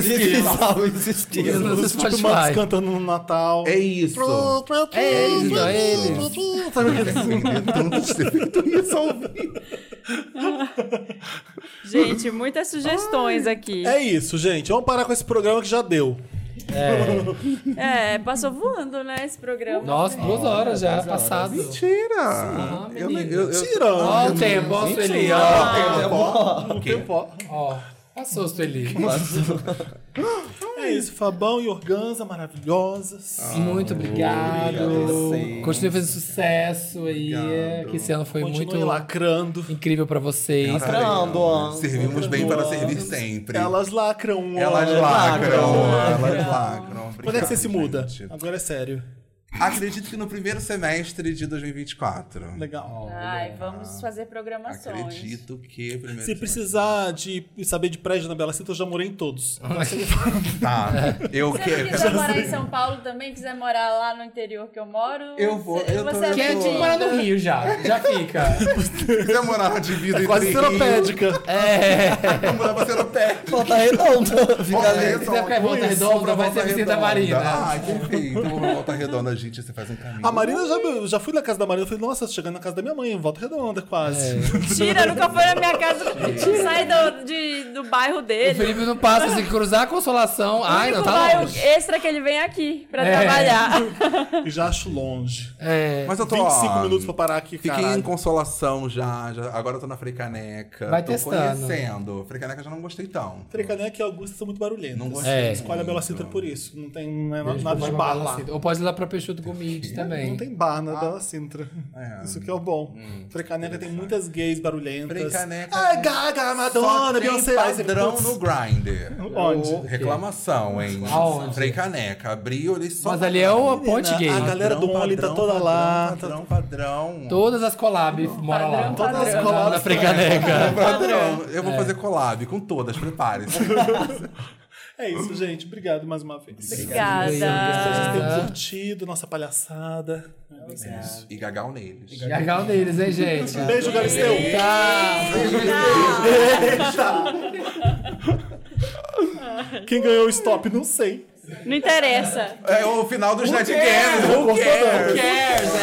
A: esquilos. Isso no
D: Os
A: Spotify.
D: Chipmunks cantando no Natal.
E: É isso.
A: É eles, ó, eles.
D: É,
E: Tanto ter feito isso ao vivo.
B: Gente, muitas sugestões aqui.
D: É isso, gente. Vamos parar com esse programa que já deu.
B: É, passou voando, né, esse programa.
A: Nossa, duas horas já, passado.
E: Mentira! Eu não- eu- Ah, eu-
D: Tira. né?
A: Ó o tempo, ó o Sueli, ó.
E: Ah, o quê?
A: Ó, Passou, Sueli.
D: É isso, Fabão e Organza maravilhosas.
A: Muito obrigado. Continue fazendo sucesso aí.
E: Obrigado.
A: Que esse ano foi
D: Continue
A: muito
D: lacrando.
A: incrível pra vocês.
N: Lacrando.
E: Servimos bem para servir sempre.
D: Elas lacram.
E: Elas
D: ó.
E: lacram, elas lacram.
D: Quando é que você se muda?
E: Obrigado, gente.
D: Agora é sério.
E: Acredito que no primeiro semestre de 2024.
D: Legal.
B: Ai, vamos fazer programações.
E: Acredito que primeiro
D: Se
E: semestre.
D: precisar de saber de prédio na Bela Cinta, eu já morei em todos.
E: Tá. Eu
B: Se você
E: quero.
B: quiser morar em São Paulo também, quiser morar lá no interior que eu moro,
E: Eu vou,
B: você-
E: eu tô-
B: você é
E: Que é
A: Quer
B: bem-vindo.
A: te morar no Rio já. Já fica.
E: Se quiser morar na divisa entre
D: Quase
E: Rio,
D: seropédica.
A: É.
E: Não morava seropédica.
C: Volta redonda. Fica
E: Volta
C: ali.
E: Redonda.
A: quiser ficar em Volta Redonda, vai ser
E: Volta
A: visita à Marina.
D: Ah,
E: Ai, perfeito.
D: então
E: Eu vou pra Volta Redonda, gente. Você faz um caminho.
D: A Marina, já, eu já fui na casa da Marina. Eu falei, nossa, chegando na casa da minha mãe, em volta redonda quase.
B: Mentira, nunca foi na minha casa. Sai do, de- do bairro
A: O
B: dele.
A: Felipe não passa, se cruzar a consolação. Ai,
B: o
A: não
B: único
A: tá
B: bairro
A: longe.
B: extra que ele vem aqui pra
A: É.
B: trabalhar.
D: E já acho longe.
A: É.
E: Mas eu Então, tô.
D: 25
E: ó,
D: minutos pra parar aqui,
E: Fiquei
D: caralho.
E: em consolação já, já. Agora eu tô na Freicaneca.
A: Vai
E: tô
A: testando.
E: conhecendo. Freicaneca já não gostei tão.
D: Frecaneca e é Augusta são muito barulhentas.
E: Não gostei.
A: É.
D: Escolhe a Bela Cinta por isso. Não tem não é
A: Ou pode
D: nada de
A: pra
D: bar
A: Bela
D: lá.
A: Cintra. Ou pode ir lá pra Peixoto Gomes também.
D: Não tem bar na Bela Sintra.
E: ah, É.
D: Isso que é o bom. Frecaneca tem muitas gays barulhentas.
E: Frecaneca.
D: Ah, Gaga, Madonna, Beyoncé. aí você-
E: padrão
D: putz,
E: no Grindr.
D: Onde?
E: Reclamação, hein?
A: Aonde?
E: Freicaneca. Abriu, eles só.
A: Mas ali é o ponte
D: Menina,
A: gay.
D: a galera do Only tá toda lá.
E: Padrão, padrão.
A: Todas as collab moram lá.
B: Padrão, Todas as padrão.
A: Na Frecaneca.
E: Padrão. Eu
A: É.
E: vou fazer collab com todas, prepare-se.
D: É isso, gente. Obrigado mais uma vez. Espero que
B: Obrigada.
D: vocês tenham curtido nossa palhaçada.
E: É, e gagal neles.
A: Legal deles, hein, gente?
D: Beijo, Galisteu. Quem ganhou o stop? Não sei.
B: Não interessa.
E: É o final dos Net Games. Who cares?
A: Cares, é.